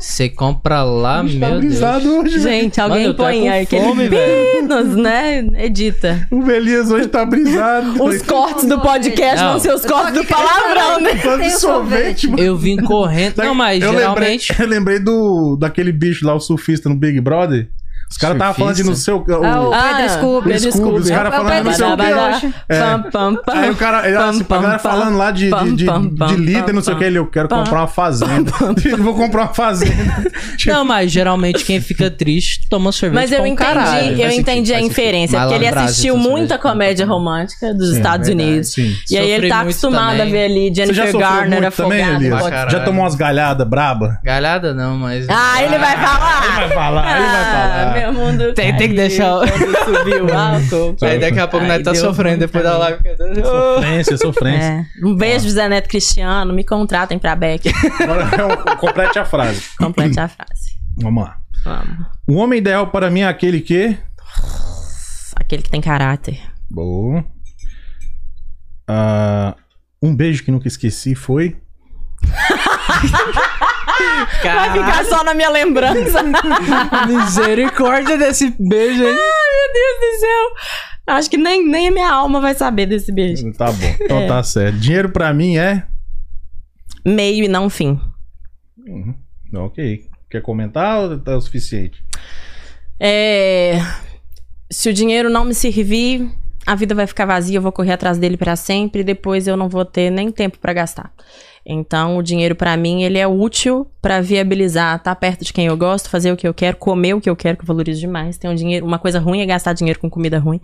Você compra lá,
Bicho, tá
meu Deus.
brisado hoje, velho.
Gente,
Mano,
alguém
eu tô
põe
com
aí aquele
fome, velho.
pinos, né? Edita.
O Belias hoje tá brisado.
Os cortes do podcast
Não.
vão ser os cortes do palavrão, né?
Falando
Tem
de
o
sorvete,
sorvete.
mano.
Eu vim correndo. Não, mas
eu
geralmente.
Lembrei, eu lembrei do, daquele bicho lá, o surfista no Big Brother. Os caras estavam falando de no seu. o-
Ah, o Pedro
Ah,
Scooby.
Pedro Scooby, os caras
É o
falando
Pedro
não sei o que
Scooby
Badá,
hoje.
badá. Pam, pam, pam.
Aí o cara, ele, assim,
Pam,
a galera
pam,
falando lá de,
pam,
de, de,
pam, pam,
de líder, não sei o
pam,
que, ele, eu quero
pam.
comprar uma fazenda. Vou comprar uma fazenda. Tipo,
Não, mas geralmente quem fica triste toma sorvete.
Mas eu
pra um
entendi,
caralho.
eu
Faz sentido,
entendi a
faz sentido.
inferência,
Mas lá
porque ele
no Brasil
assistiu
tem sorvete
muita
pra um
comédia
caralho.
romântica dos
Sim,
Estados
verdade.
Unidos.
Sim.
E aí ele
Sofri
tá
muito
acostumado
também.
a ver ali
Você já
Jennifer
sofreu
Garner
muito também, Elias? Ah,
afogada.
Caralho.
é Já tomou umas galhadas braba?
Galhada não, mas.
Ah, ele vai
Ele
falar!
vai falar, ele vai
Ah,
falar.
meu mundo
Tem- tem que
caiu
deixar o-
quando subiu o álcool.
Aí daqui a pouco
Ai,
nós tá
deu
sofrendo depois da live.
Sofrência, sofrência.
É. Um beijo, Zé Neto Cristiano. Me contratem pra Beck.
Agora eu- complete a frase.
Complete a frase.
Vamos lá.
Vamos.
O homem ideal para mim é aquele que.
Aquele que tem caráter.
Boa. Ah, um beijo que nunca esqueci foi.
Vai
Caralho,
ficar só na minha lembrança.
misericórdia desse beijo,
Meu
hein?
Deus do céu. Acho que nem, nem a minha alma vai saber desse beijo.
Tá bom, então
É.
tá certo. Dinheiro pra mim é.
Meio e não fim.
Ok. Quer comentar ou tá o suficiente?
É, Se o dinheiro não me servir, a vida vai ficar vazia, eu vou correr atrás dele pra sempre e depois eu não vou ter nem tempo pra gastar. Então, o dinheiro pra mim, ele é útil pra viabilizar, estar perto de quem eu gosto, fazer o que eu quero, comer o que eu quero, que eu valorizo demais. Tem um dinheiro, uma coisa ruim é gastar dinheiro com comida ruim,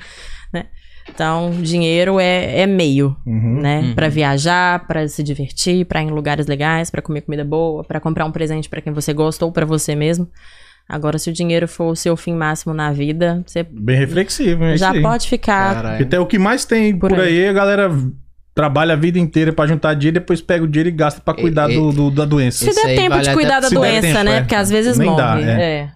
né? Então, dinheiro é- é meio.
Uhum.
né?
Uhum.
Pra viajar, pra se divertir, pra ir em lugares legais, pra comer comida boa, pra comprar um presente pra quem você gosta ou pra você mesmo. Agora, se o dinheiro for o seu fim máximo na vida, você
Bem reflexivo, hein?
já
É Isso aí.
pode ficar.
Porque até o que mais tem por,
Por
aí. a galera trabalha a vida inteira pra juntar dinheiro, depois pega o dinheiro e gasta pra cuidar
e-
do, do- da doença.
Se
Esse
der
aí
tempo
vale
de
até-
cuidar da
se der
doença,
tempo,
né?
é.
Porque às vezes
Nem
morre.
dá,
é.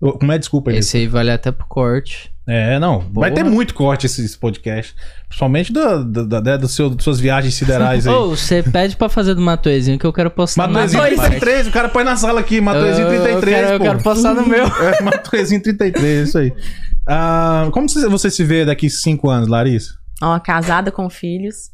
Ô, Como é? Desculpa isso.
Esse aí vale até pro corte.
É, não. Vai
Boa.
ter muito corte esse, esse podcast. Principalmente da, da, da, da- do seu- das suas viagens siderais aí.
Ou você pede pra fazer do Matuezinho que eu quero postar no
Matuezinho
Matuezinho.
33, o cara põe na sala aqui, Matuezinho
é Eu- eu
33,
quero- eu
pô.
quero passar no meu.
É, Matuezinho 33, isso aí. Ah, como você- você se vê daqui 5 anos, Larissa?
Ó, casada com filhos.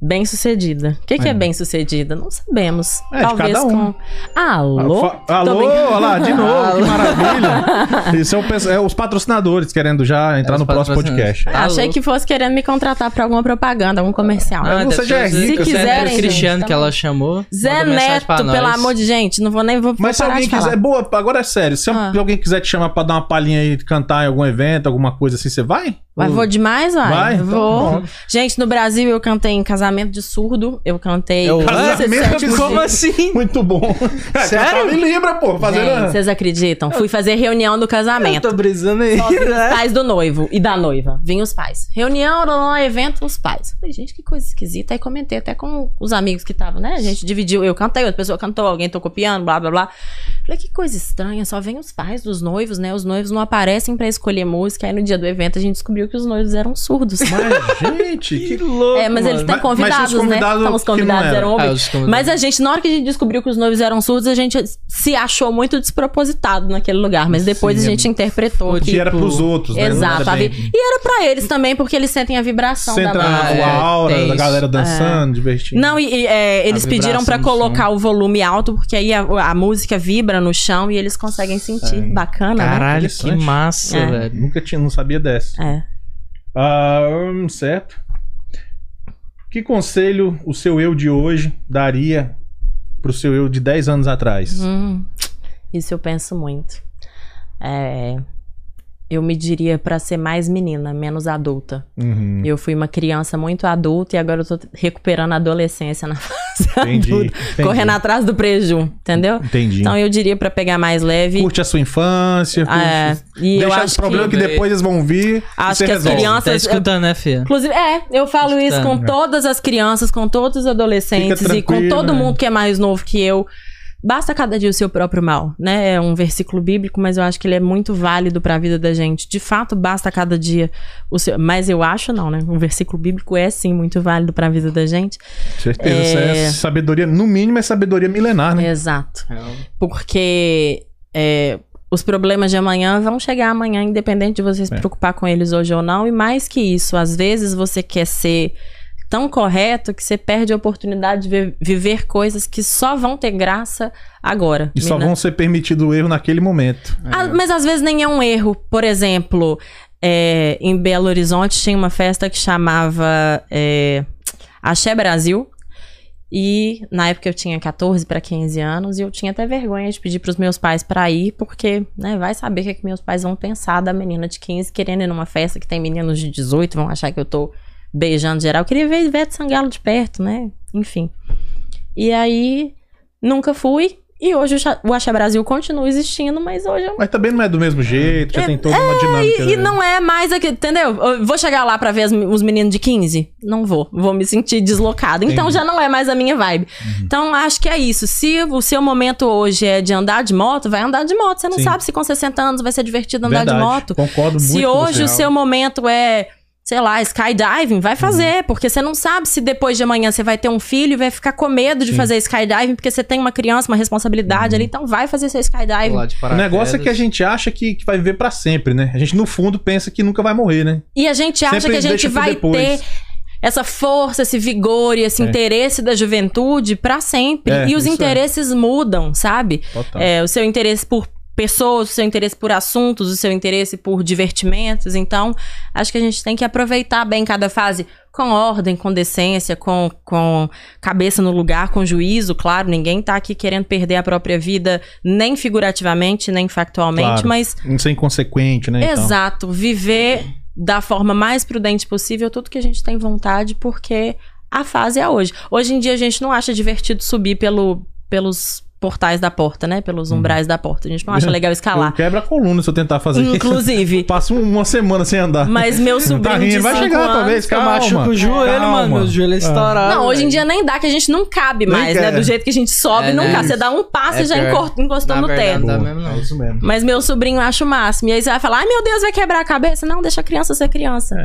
Bem sucedida. O que, que é,
É.
bem sucedida? Não sabemos.
É, de
Talvez
cada um.
com. Alô?
Ah, fa- Alô,
Tô brincando.
olha lá, de novo, que
Alô.
maravilha. Isso é, o pesso- é os patrocinadores querendo já entrar
É, os
no próximo
patrocinadores.
podcast.
Tá
Achei
louco.
que fosse querendo me contratar pra alguma propaganda, algum comercial.
Ah,
Você já é rica,
Se
Se
quiserem,
quiser,
gente,
Cristiano
tá
que
bom.
ela chamou.
Zé
manda mensagem
Neto,
pra nós.
pelo amor de gente, não vou nem vou
Mas se
parar
alguém
de falar.
quiser. Boa, agora é sério. Se
Ah.
alguém quiser te chamar pra dar uma palhinha aí, cantar em algum evento, alguma coisa assim, você vai?
Mas
Ou-
vou demais, vai.
Vai? Então,
Vou.
bom.
gente, no Brasil eu cantei em casamento de surdo, eu
É
cantei.
Eu-
em
Ah,
17
mesmo?
de-
Como assim?
Muito bom. É,
Sério?
cantar em Libra, pô.
Gente,
Fazendo.
vocês acreditam? Fui fazer reunião do
Eu
casamento.
tô brisando aí.
É.
Pais do noivo e da noiva. Vinham os pais. Reunião, lá, lá, evento, os pais. Falei, gente, que coisa esquisita. Aí comentei até com os amigos que estavam, né? A gente dividiu. Eu cantei, outra pessoa cantou, alguém tô copiando, blá, blá, blá. Falei, que coisa estranha. Só vem os pais dos noivos, né? Os noivos não aparecem pra escolher música. Aí no dia do evento a gente descobriu descobriu que os noivos eram surdos.
Mas, gente, que...
louco.
É, mas eles têm
Mas- mas tinha os
convidados, né?
convidados
Então os
que não
convidados
eram.
eram ouvidos. Mas
é.
a gente, na hora que a gente descobriu que os noivos eram surdos, a gente se achou muito despropositado naquele lugar. Mas depois
Sim,
a
é
gente interpretou
muito
que.
que era pros outros, né? Não
Exato.
era
a
bem-
vi- E era pra eles também, porque eles sentem a vibração
Você
da
entra
música.
Ah,
na
é,
aula,
tem
da galera
isso.
dançando, divertindo.
Não, e, e, é, eles
A
pediram
vibração
pra
do
colocar o volume alto, porque aí a, a música vibra no chão e eles conseguem sentir.
Sim.
Bacana,
Caralho, que
Interessante.
massa,
É.
velho.
Nunca tinha, não sabia dessa.
né? É.
Ah, hum, certo. Que conselho o seu eu de hoje daria pro seu eu de 10 anos atrás?
Hum, isso eu penso muito. É, eu me diria pra ser mais menina, menos adulta.
Uhum,
Eu fui uma criança muito adulta e agora eu tô recuperando a adolescência na fase
entendi,
adulta,
entendi.
correndo atrás do preju, entendeu?
Entendi.
Então eu diria pra pegar mais leve.
curte a sua infância, curte...
é, e eu
deixa os
acho que,
problemas que, depois eles vão vir. e
acho
você
que as
resolve.
Tá
crianças
escutando, né, filha?
Inclusive, é, eu falo isso com
Escutando.
todas as crianças, com todos os adolescentes
né? Fica
e com
tranquilo,
todo
né?
mundo que é mais novo que eu. Basta cada dia o seu próprio mal, né? É um versículo bíblico, mas eu acho que ele é muito válido pra vida da gente. De fato, basta cada dia o seu, mas eu acho não, né? Um versículo bíblico é sim muito válido pra vida da gente.
Certeza,
É.
isso é sabedoria, no mínimo é sabedoria milenar, né?
Exato. Porque é, os problemas de amanhã vão chegar amanhã, independente de você se
É.
preocupar com eles hoje ou não. E mais que isso, às vezes você quer ser tão correto que você perde a oportunidade de vi- viver coisas que só vão ter graça agora. Né?
E só
Mina.
vão ser permitido o erro naquele momento.
Ah, mas às vezes nem é um erro. Por exemplo, é, em Belo Horizonte tinha uma festa que chamava é, Axé Brasil. E na época eu tinha 14 para 15 anos e eu tinha até vergonha de pedir para os meus pais para ir, porque né, vai saber o que, é que meus pais vão pensar da menina de 15 querendo ir numa festa que tem meninos de 18, vão achar que eu tô beijando geral. Eu queria ver Ivete Sangalo de perto, né? Enfim. E aí nunca fui. E hoje o Cha- o Axé Brasil continua existindo, mas hoje eu
Mas também não é do mesmo jeito, já
É,
tem toda uma dinâmica.
e, e
né?
não é mais aqui, entendeu? Eu vou chegar lá pra ver as- os meninos de 15? Não vou. Vou me sentir deslocado. Então
Entendi. Uhum.
já não é mais a minha vibe. Então acho que é isso. Se o seu momento hoje é de andar de moto, vai andar de moto. Você não
Sim.
sabe se com 60 anos vai ser divertido andar
Verdade,
de moto.
Concordo muito
Se
com
hoje
você.
o seu momento é, sei lá, skydiving, vai fazer,
Uhum.
porque você não sabe se depois de amanhã você vai ter um filho e vai ficar com medo de
Sim. Uhum.
fazer skydiving, porque você tem uma criança, uma responsabilidade ali, então vai fazer seu skydiving.
O negócio é que a gente acha que, que vai viver pra sempre, né? A gente, no fundo, pensa que nunca vai morrer, né?
E a gente acha
Sempre
que a gente
deixa pro
vai
depois.
ter essa força, esse vigor e esse
É.
interesse da juventude pra sempre.
É,
e os
isso é. Tá.
interesses mudam, sabe?
Total.
É, o seu interesse por pessoas, o seu interesse por assuntos, o seu interesse por divertimentos. Então, acho que a gente tem que aproveitar bem cada fase com ordem, com decência, com, com cabeça no lugar, com juízo, claro. Ninguém tá aqui querendo perder a própria vida, nem figurativamente, nem factualmente,
Claro.
mas
Não ser inconsequente, né? então?
Exato. Viver da forma mais prudente possível tudo que a gente tem vontade, porque a fase é hoje. Hoje em dia a gente não acha divertido subir pelo, pelos portais da porta, né? Pelos
Uhum.
umbrais da porta. A gente não acha legal
Eu
escalar.
quebra a coluna se eu tentar fazer isso.
Inclusive.
Passa um- uma semana sem andar.
Mas meu
Não
sobrinho
tá
de
rindo. Vai
cinco
chegar,
anos...
talvez.
Eu
Calma.
machuco o joelho,
Calma. Ah.
mano. Meu joelho é estourado.
Não, hoje em
velho.
dia nem dá, que a gente não cabe
Nem
mais, né?
quer.
Do jeito que a gente sobe,
É,
não
né?
cabe. Você dá um passo e
É
já
pior.
encor- encostou
Na
no
verdade,
teto.
Não dá
Boa,
mesmo, não.
É isso mesmo.
Mas meu sobrinho acha o máximo. E aí você vai falar, ai meu Deus, vai quebrar a cabeça. Não, deixa a criança ser criança.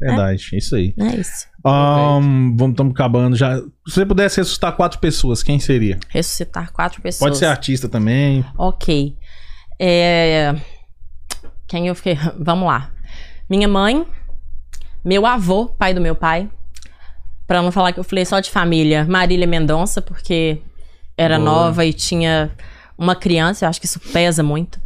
Verdade, isso aí.
É isso.
Ahn, vamos, estamos acabando já. Se você pudesse ressuscitar quatro pessoas, quem seria?
Ressuscitar quatro pessoas.
Pode ser artista também.
Ok. É, Quem eu fiquei. Vamos lá. Minha mãe, meu avô, pai do meu pai. Pra não falar que eu falei só de família, Marília Mendonça, porque era
Boa.
nova e tinha uma criança, eu acho que isso pesa muito.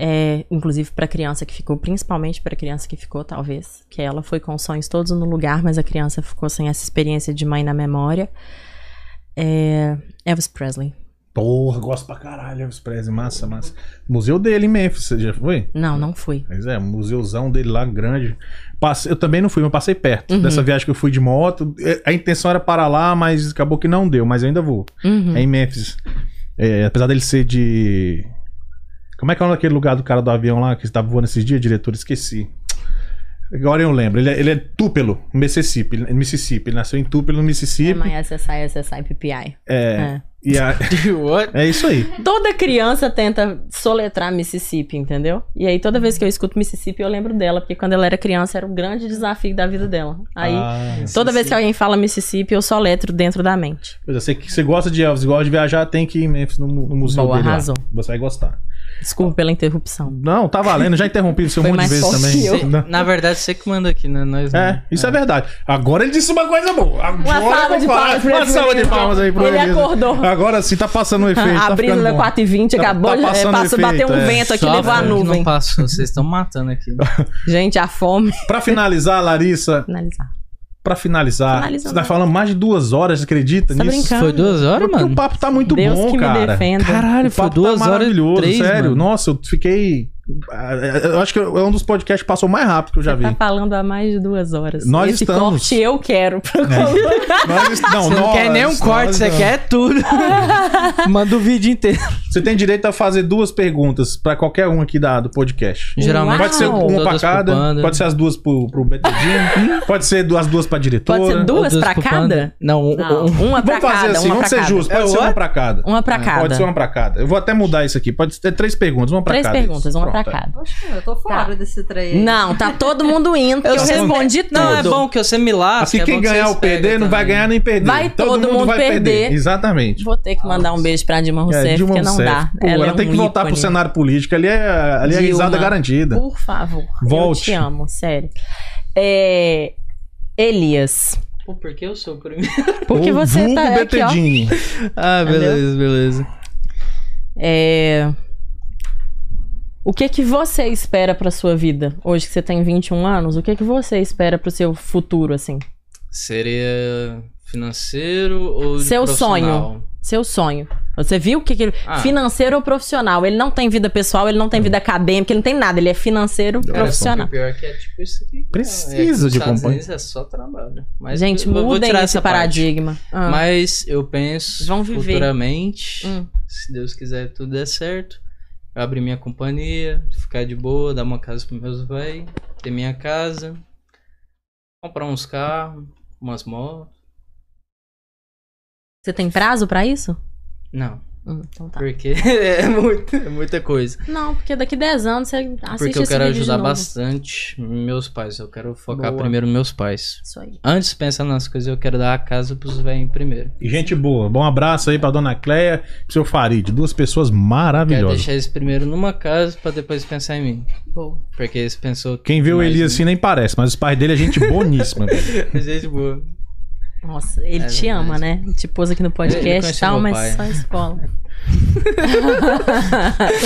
É, inclusive pra criança que ficou, principalmente pra criança que ficou, talvez, que ela foi com os sonhos todos no lugar, mas a criança ficou sem essa experiência de mãe na memória. É, Elvis Presley.
Porra, gosto pra caralho, Elvis Presley. Massa, massa. Museu dele em Memphis, você já foi?
Não, não fui.
Mas é, um museuzão dele lá grande. Passe- eu também não fui, mas passei perto.
Uhum.
Dessa viagem que eu fui de moto, é, a intenção era parar lá, mas acabou que não deu. Mas eu ainda vou.
Uhum.
É em Memphis. É, apesar dele ser de. Como é que é o nome daquele lugar do cara do avião lá que estava voando esses dias, diretor? Esqueci. Agora eu lembro. Ele é, ele é Tupelo, Mississippi. Mississippi. Ele nasceu em Tupelo, no Mississippi.
MSSI, SSI, PPI.
É,
É.
E a-
What?
É isso aí.
Toda criança tenta soletrar Mississippi, entendeu? E aí toda vez que eu escuto Mississippi eu lembro dela, porque quando ela era criança era o grande desafio da vida dela. Aí
Ah,
toda vez que alguém fala Mississippi eu soletro dentro da mente.
pois é, sei que você gosta de Elvis, gosta de viajar, tem que ir em Memphis no, no museu
Boa,
dele lá.
arrasou.
Você vai gostar.
Desculpa pela interrupção.
Não, tá valendo, já interrompi você um
Foi
monte de
mais
vezes
forte
também.
que eu.
Não.
Na verdade, você que manda aqui, né? Nós
É, isso é. verdade. Agora ele disse uma coisa boa. Agora
Uma salva
eu
de
falo.
palmas pra
Uma
ele.
salva de palmas aí pro
Ele
Elias.
acordou.
Agora sim, tá passando um efeito. tá
Abrindo
ficando
da
bom.
4h20,
Tá-
acabou,
tá
já- é,
passando
passa- bateu
efeito,
um
é.
vento aqui,
Só
levou a
velho, que
nuvem.
Não passou, vocês estão matando aqui.
Gente, a fome.
Pra finalizar, Larissa,
Finalizar.
pra finalizar,
Finalizando.
você tá falando mais de duas horas, acredita
Tá
nisso?
brincando?
Foi duas horas,
Porque o
mano?
papo tá muito
Deus
bom,
que me
cara.
defenda.
Caralho,
o
foi
paras
duas
tá
horas e
maravilhoso,
três,
sério.
mano.
Nossa, eu fiquei. ah, Eu acho que é um dos podcasts que passou mais rápido que eu já vi.
Tá falando há mais de duas horas.
Nós
Esse
estamos. É.
corte eu quero. tá
Nós- não,
Você não
nós-
quer nem um
nós
corte, você
não.
quer tudo. Manda o vídeo inteiro.
Você tem direito a fazer duas perguntas pra qualquer um aqui da, do podcast.
Geralmente
Pode ser
Uau.
uma pra
Todas pro
cada,
Panda.
pode ser as duas pro, pro Betedinho, pode ser du- as duas pra diretora.
Uhum. Pode ser duas
Ou
pra
pro
cada?
Panda. Não, um-
Não.
um-
Uma pra
Vamos fazer
cada,
assim,
uma
vamos
pra
ser
cada.
justos, pode
É,
ser uma
what?
pra cada.
Uma pra cada.
Pode ser uma pra cada. Eu vou até mudar isso aqui. Pode ter três perguntas, uma pra
Três
cada.
perguntas, uma pra
Pronto, é.
cada.
Poxa, eu tô fora desse trem aí.
Não, tá todo mundo indo, porque
Eu
eu,
sei.
respondi tudo.
Não, é bom que você me lasca.
Assim,
é
quem
bom que
ganhar
vocês
ou perder
pegam
não vai
também.
ganhar nem perder.
Vai todo mundo perder.
Exatamente.
Vou ter que mandar um beijo pra Dilma Rousseff,
É, Dilma
porque não
Rousseff.
dá.
Pô, ela,
ela é
tem
um
que voltar
ícone.
pro cenário político. Ali é, ali é
Dilma.
risada garantida.
Por favor.
Volte.
Eu te amo, sério. É, Elias.
Pô, por que eu sou o primeiro?
Porque
O
você
vulgo
tá aqui, ó.
Betedini.
Ah, beleza, beleza.
É, O que que você espera pra sua vida? Hoje que você tem 21 anos, o que que você espera pro seu futuro, assim?
Seria financeiro ou de
Seu
profissional?
Seu sonho. Você viu o que, que ele.
Ah.
Financeiro ou profissional? Ele não tem vida pessoal, ele não tem vida acadêmica, ele não tem nada. Ele é financeiro
Olha só.
Cara,
profissional.
o pior é que é tipo isso aqui. cara.
Preciso
É que nos
de
Estados
companhia.
Unidos É só trabalho. Mas
Gente,
eu vou- vou
mudem
tirar
esse
essa parte.
paradigma. Ah.
Mas eu penso
Vão viver.
futuramente,
Hum.
se Deus quiser tudo der certo, eu abrir minha companhia, ficar de boa, dar uma casa pros meus véi, ter minha casa, comprar uns carros, umas motos.
Você tem prazo pra isso?
Não,
Hum, então tá.
porque é, muito, é muita coisa.
Não, porque daqui 10 anos você assiste
porque eu
esse
quero
vídeo de
ajudar
novo.
bastante meus pais. Eu quero focar
Boa.
primeiro meus pais.
Isso aí.
Antes de pensar nas coisas, eu quero dar a casa pros velhinhos primeiro.
E gente boa. Bom abraço aí pra dona Cleia e pro seu Farid. Duas pessoas
Quero
maravilhosas.
deixar eles primeiro numa casa pra depois pensar em mim.
Boa.
Porque eles pensou.
Quem vê o
mais um.
Elias
em
assim nem parece, mas os pais dele é gente boníssima.
mim. Gente boa.
Nossa, ele
É
te
verdade.
ama, né? Te pôs aqui no
Ele
podcast e
conhece
tal,
meu
mas
pai.
só escola.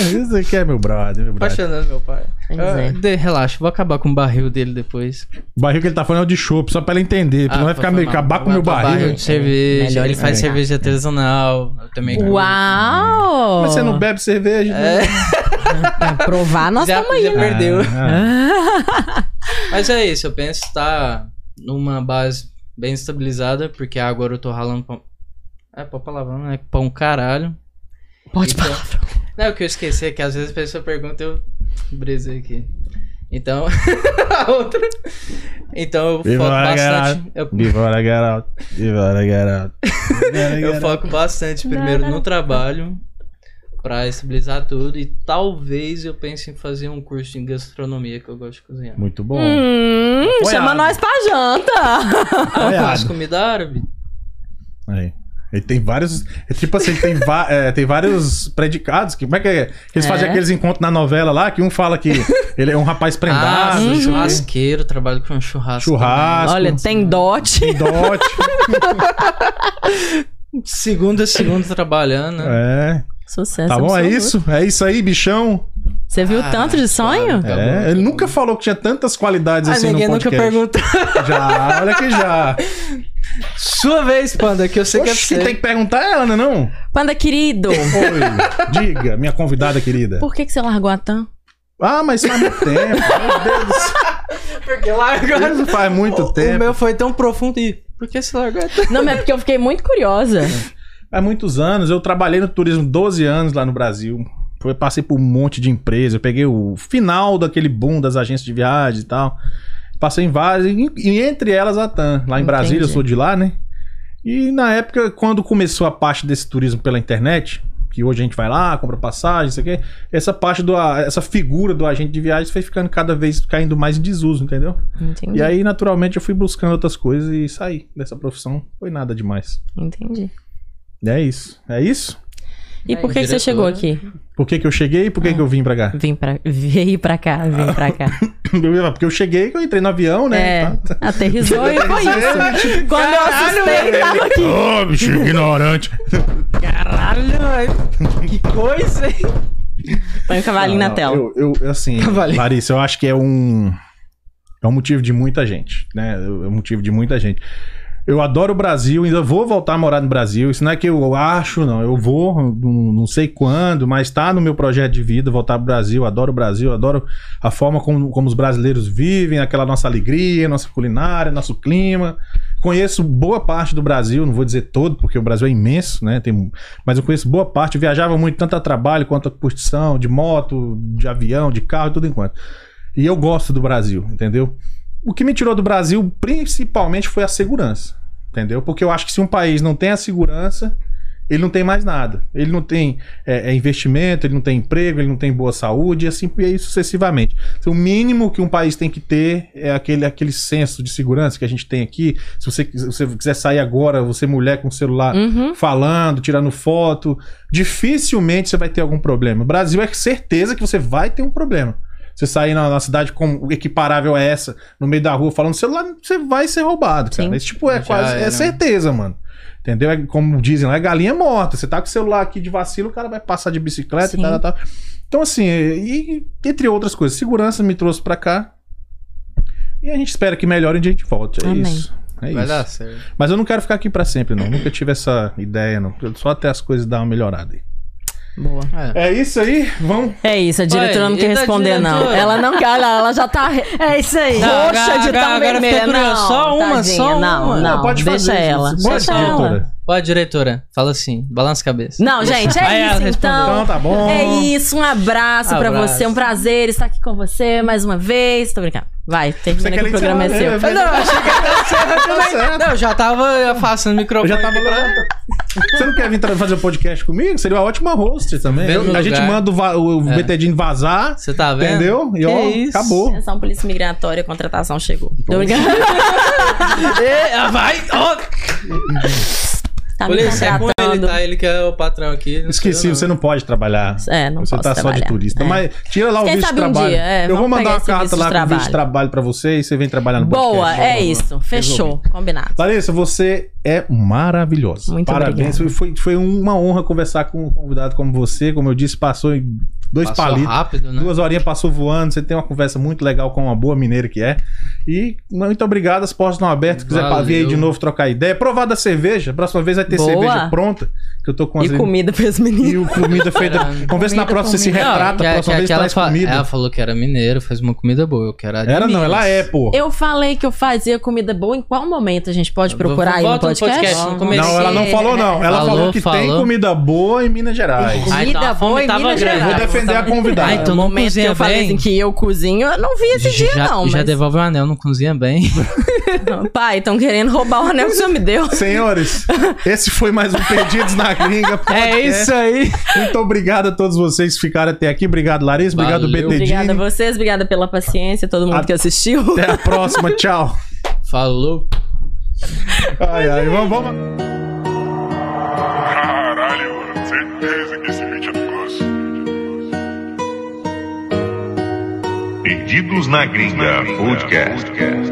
Isso aqui é meu brother, meu brother.
Apaixonando meu pai.
Pois
Ah,
é.
de- relaxa, vou acabar com o barril dele depois.
O barril que ele tá falando é o de chopp, só pra ela entender. Porque
Ah,
não vai
foi-
ficar
foi
meio
mal.
acabar com o meu
Vai
barril.
de cerveja.
Melhor É.
ele
explicar.
faz cerveja artesanal. Eu também curto.
Uau!
Mas você não bebe cerveja, né?
É,
Pra provar, nós
já,
estamos aí.
já
né?
É, perdeu.
Ah,
Mas é isso, eu penso estar numa base bem estabilizada, porque agora eu tô ralando pra. É, pra palavra, não é pra um caralho.
Pode
Então-
falar.
Não, o que eu esqueci é que às vezes a pessoa pergunta eu brisei aqui. Então, a outra. Então eu
Viva
foco
a
bastante. Eu,
Bora, garoto. Bora, garoto.
eu foco bastante primeiro no trabalho pra estabilizar tudo. E talvez eu pense em fazer um curso em gastronomia que eu gosto de cozinhar.
Muito bom.
Hum,
Apoiado.
chama nós pra janta.
Tá
Ah, eu faço
Apoiado.
comida árabe?
Aí. Ele tem vários. é Tipo assim, tem, va- é, tem vários predicados. Que, como é que é? Que Eles
É.
fazem aqueles encontros na novela lá, que um fala que ele é um rapaz
Ah,
prendado,
sou
não sei o quê.
churrasqueiro, trabalho com churrasco.
churrasco,
Olha, tem dote.
dote.
Segunda, segunda trabalhando, né?
É.
Sucesso.
Tá bom? É
absoluto.
isso? É isso aí, bichão?
Você
Ah,
viu o tanto de sonho?
Tá bom.
É. Ele nunca falou que tinha tantas qualidades
Ah,
assim no
ninguém nunca
podcast.
pergunta.
Já, olha que já.
Sua vez, Panda, que eu sei
Oxe,
que
quem
é pra
tem
você.
que perguntar é a Ana, não?
Panda querido,
É. Oi, diga, minha convidada querida.
por que, que você largou a TAM?
Ah, mas faz muito tempo. Meu Deus do céu,
Porque largou.
isso faz muito
o,
tempo.
O meu foi tão profundo e. Por que você largou?
Não, mas é porque eu fiquei muito curiosa.
É. Há muitos anos, eu trabalhei no turismo 12 anos lá no Brasil. Foi, passei por um monte de empresa. Eu peguei o final daquele boom das agências de viagem e tal. Passei em várias, e, e entre elas a TAM, lá em Brasília, eu
Entendi.
sou de lá, né? E na época, quando começou a parte desse turismo pela internet, que hoje a gente vai lá, compra passagem, isso aqui, essa parte do. a- Essa figura do agente de viagens foi ficando cada vez caindo mais em desuso, entendeu?
Entendi.
E aí, naturalmente, eu fui buscando outras coisas e saí dessa profissão. Foi nada demais.
Entendi.
E é isso. É isso?
E por que, que você
Diretora.
chegou aqui?
Por que, que eu cheguei e por que, que eu vim pra cá?
Vim pra. Veio pra cá, vim pra cá.
Porque eu cheguei, que eu entrei no avião, né?
É,
Tá.
aterrizou e foi isso. Quando eu assustei, ele tava aqui.
Ô, bicho ignorante.
Caralho, que coisa, hein?
Põe o cavalinho
Não,
na
não,
tela.
Eu, eu- eu, assim,
Cavalinho.
Larissa, eu acho que é um. É um motivo de muita gente, né? É um motivo de muita gente. Eu adoro o Brasil, ainda vou voltar a morar no Brasil. Isso não é que eu acho, não. Eu vou, não não sei quando, mas tá no meu projeto de vida voltar pro Brasil. Adoro o Brasil, adoro a forma como, como os brasileiros vivem, aquela nossa alegria, nossa culinária, nosso clima. Conheço boa parte do Brasil, não vou dizer todo, porque o Brasil é imenso, né? Tem mas eu conheço boa parte, eu viajava muito, tanto a trabalho quanto a curtição, de moto, de avião, de carro, tudo enquanto. E eu gosto do Brasil, entendeu? O que me tirou do Brasil principalmente foi a segurança, entendeu? Porque eu acho que se um país não tem a segurança, ele não tem mais nada. Ele não tem é, é, investimento, ele não tem emprego, ele não tem boa saúde e assim e aí sucessivamente. Então, o mínimo que um país tem que ter é aquele, aquele senso de segurança que a gente tem aqui. Se você, se você quiser sair agora, você mulher com o celular
Uhum.
falando, tirando foto. Dificilmente você vai ter algum problema. O Brasil é certeza que você vai ter um problema. Você sair na, na cidade com equiparável a essa, no meio da rua, falando celular, você vai ser roubado, cara.
Sim.
Esse tipo é
Já
quase. É
era.
certeza, mano. Entendeu? É, como dizem lá, é galinha morta. Você tá com o celular aqui de vacilo, o cara vai passar de bicicleta
Sim.
e tal, tal, tal. Então, assim, e, e entre outras coisas, segurança me trouxe pra cá. E a gente espera que melhore e a gente volte. É
Amém.
isso. É
Vai
isso.
dar certo.
Mas eu não quero ficar aqui pra sempre, não. Nunca tive essa ideia, não. Eu Só até as coisas dar uma melhorada aí.
Boa.
É.
É isso aí, vamos.
É isso, a diretora
Oi,
não quer
e da
responder, não.
diretora?
Ela não quer, olha lá, ela já tá. re-
É isso aí.
Roxa
Não, agora-
de tão
agora- agora
vermelha.
fiquei curioso.
Não,
Só uma, só
tadinha,
uma.
Não, não,
Não, pode
deixa
fazer isso.
ela.
Pode,
deixa
diretora.
ela.
Ó, diretora, fala assim, balança a cabeça.
Não, gente,
Aí
é
ela
isso
respondeu.
então.
Então tá bom.
É isso, um abraço, pra
Abraço.
você, um prazer estar aqui com você mais uma vez. Tô brincando. Vai, termina que o programa é seu.
Não, eu achei que era certo.
Tá certo.
Não, eu já tava afastando o
Eu
microfone.
já tava
aqui pra-
levantando. Você não quer vir tra- fazer o podcast comigo? Seria uma ótima host também.
Vem no
a
lugar.
gente manda o, va- o
É.
BTDinho vazar,
Você tá vendo?
entendeu? E
Que
ó,
isso.
acabou.
Atenção, É um polícia migratória, contratação chegou. Tô brincando.
É, vai, ó.
Tá me
Polícia, é com ele,
contratando.
tá? Ele que é o patrão aqui. não sou
Esqueci,
eu, não.
você não pode trabalhar.
É, não
você
posso
tá só
trabalhar.
de turista.
É.
Mas tira lá o
Quem
visto de
sabe um
trabalho.
dia, é,
Eu vou
vamos
mandar
pegar
uma
esse
carta
visto
lá
de
com o visto de
trabalho.
trabalho pra você e você vem trabalhar no podcast.
Boa, é
Vamos lá.
isso. Fechou. Combinado.
Larissa, você é maravilhosa.
Muito
Parabéns.
obrigada.
Foi, foi uma honra conversar com um convidado como você. Como eu disse, passou em dois
Passou
palitos.
rápido, né?
Duas horinhas passou voando. Você tem uma conversa muito legal com uma boa mineira que é. E muito obrigado. As portas estão abertas. Se quiser pra vir aí
Valeu.
de novo trocar ideia. Provar da cerveja. Próxima vez vai ter
Boa.
cerveja pronta. Que eu tô com as
E comida pros
E
meninos.
o comida feita.
Caralho.
Vamos ver se na
Comida,
próxima você se
comida.
retrata.
que-
próxima
que
vez
aquela
traz
fa- é
comida.
Ela falou que era mineiro, fez uma comida boa. Eu quero a de
Era não,
Minas.
ela é, pô.
Eu falei que eu fazia comida boa. Em qual momento a gente pode procurar aí no
Volta no
podcast?
podcast, no começo.
Não, ela não falou, não. Ela falou,
Falou,
que tem
falou.
comida boa em Minas Gerais.
Ah, então
Comida
a fome
boa em
tava
Minas
grande.
Vou
Gerais.
defender a convidada.
Ah, então
No
não
momento que
cozinha
eu falei
bem.
assim, que eu cozinho, eu não vi esse dia,
já,
não.
já
mas-
devolve o anel, não cozinha bem.
Pai, estão querendo roubar o anel que o senhor me deu.
Senhores, esse foi mais um Perdidos na Gringa. podcast.
É isso aí.
Muito obrigado a todos vocês que ficaram até aqui. Obrigado, Larissa. Obrigado,
Valeu.
BTD.
Obrigada a vocês, obrigada pela paciência, todo mundo
A-
que assistiu.
Até a próxima. Tchau.
Falou.
Ai, ai. Vamos, vamos.
Caralho, mano. Certeza que esse vídeo é do Gus.
Perdidos na Gringa Podcast.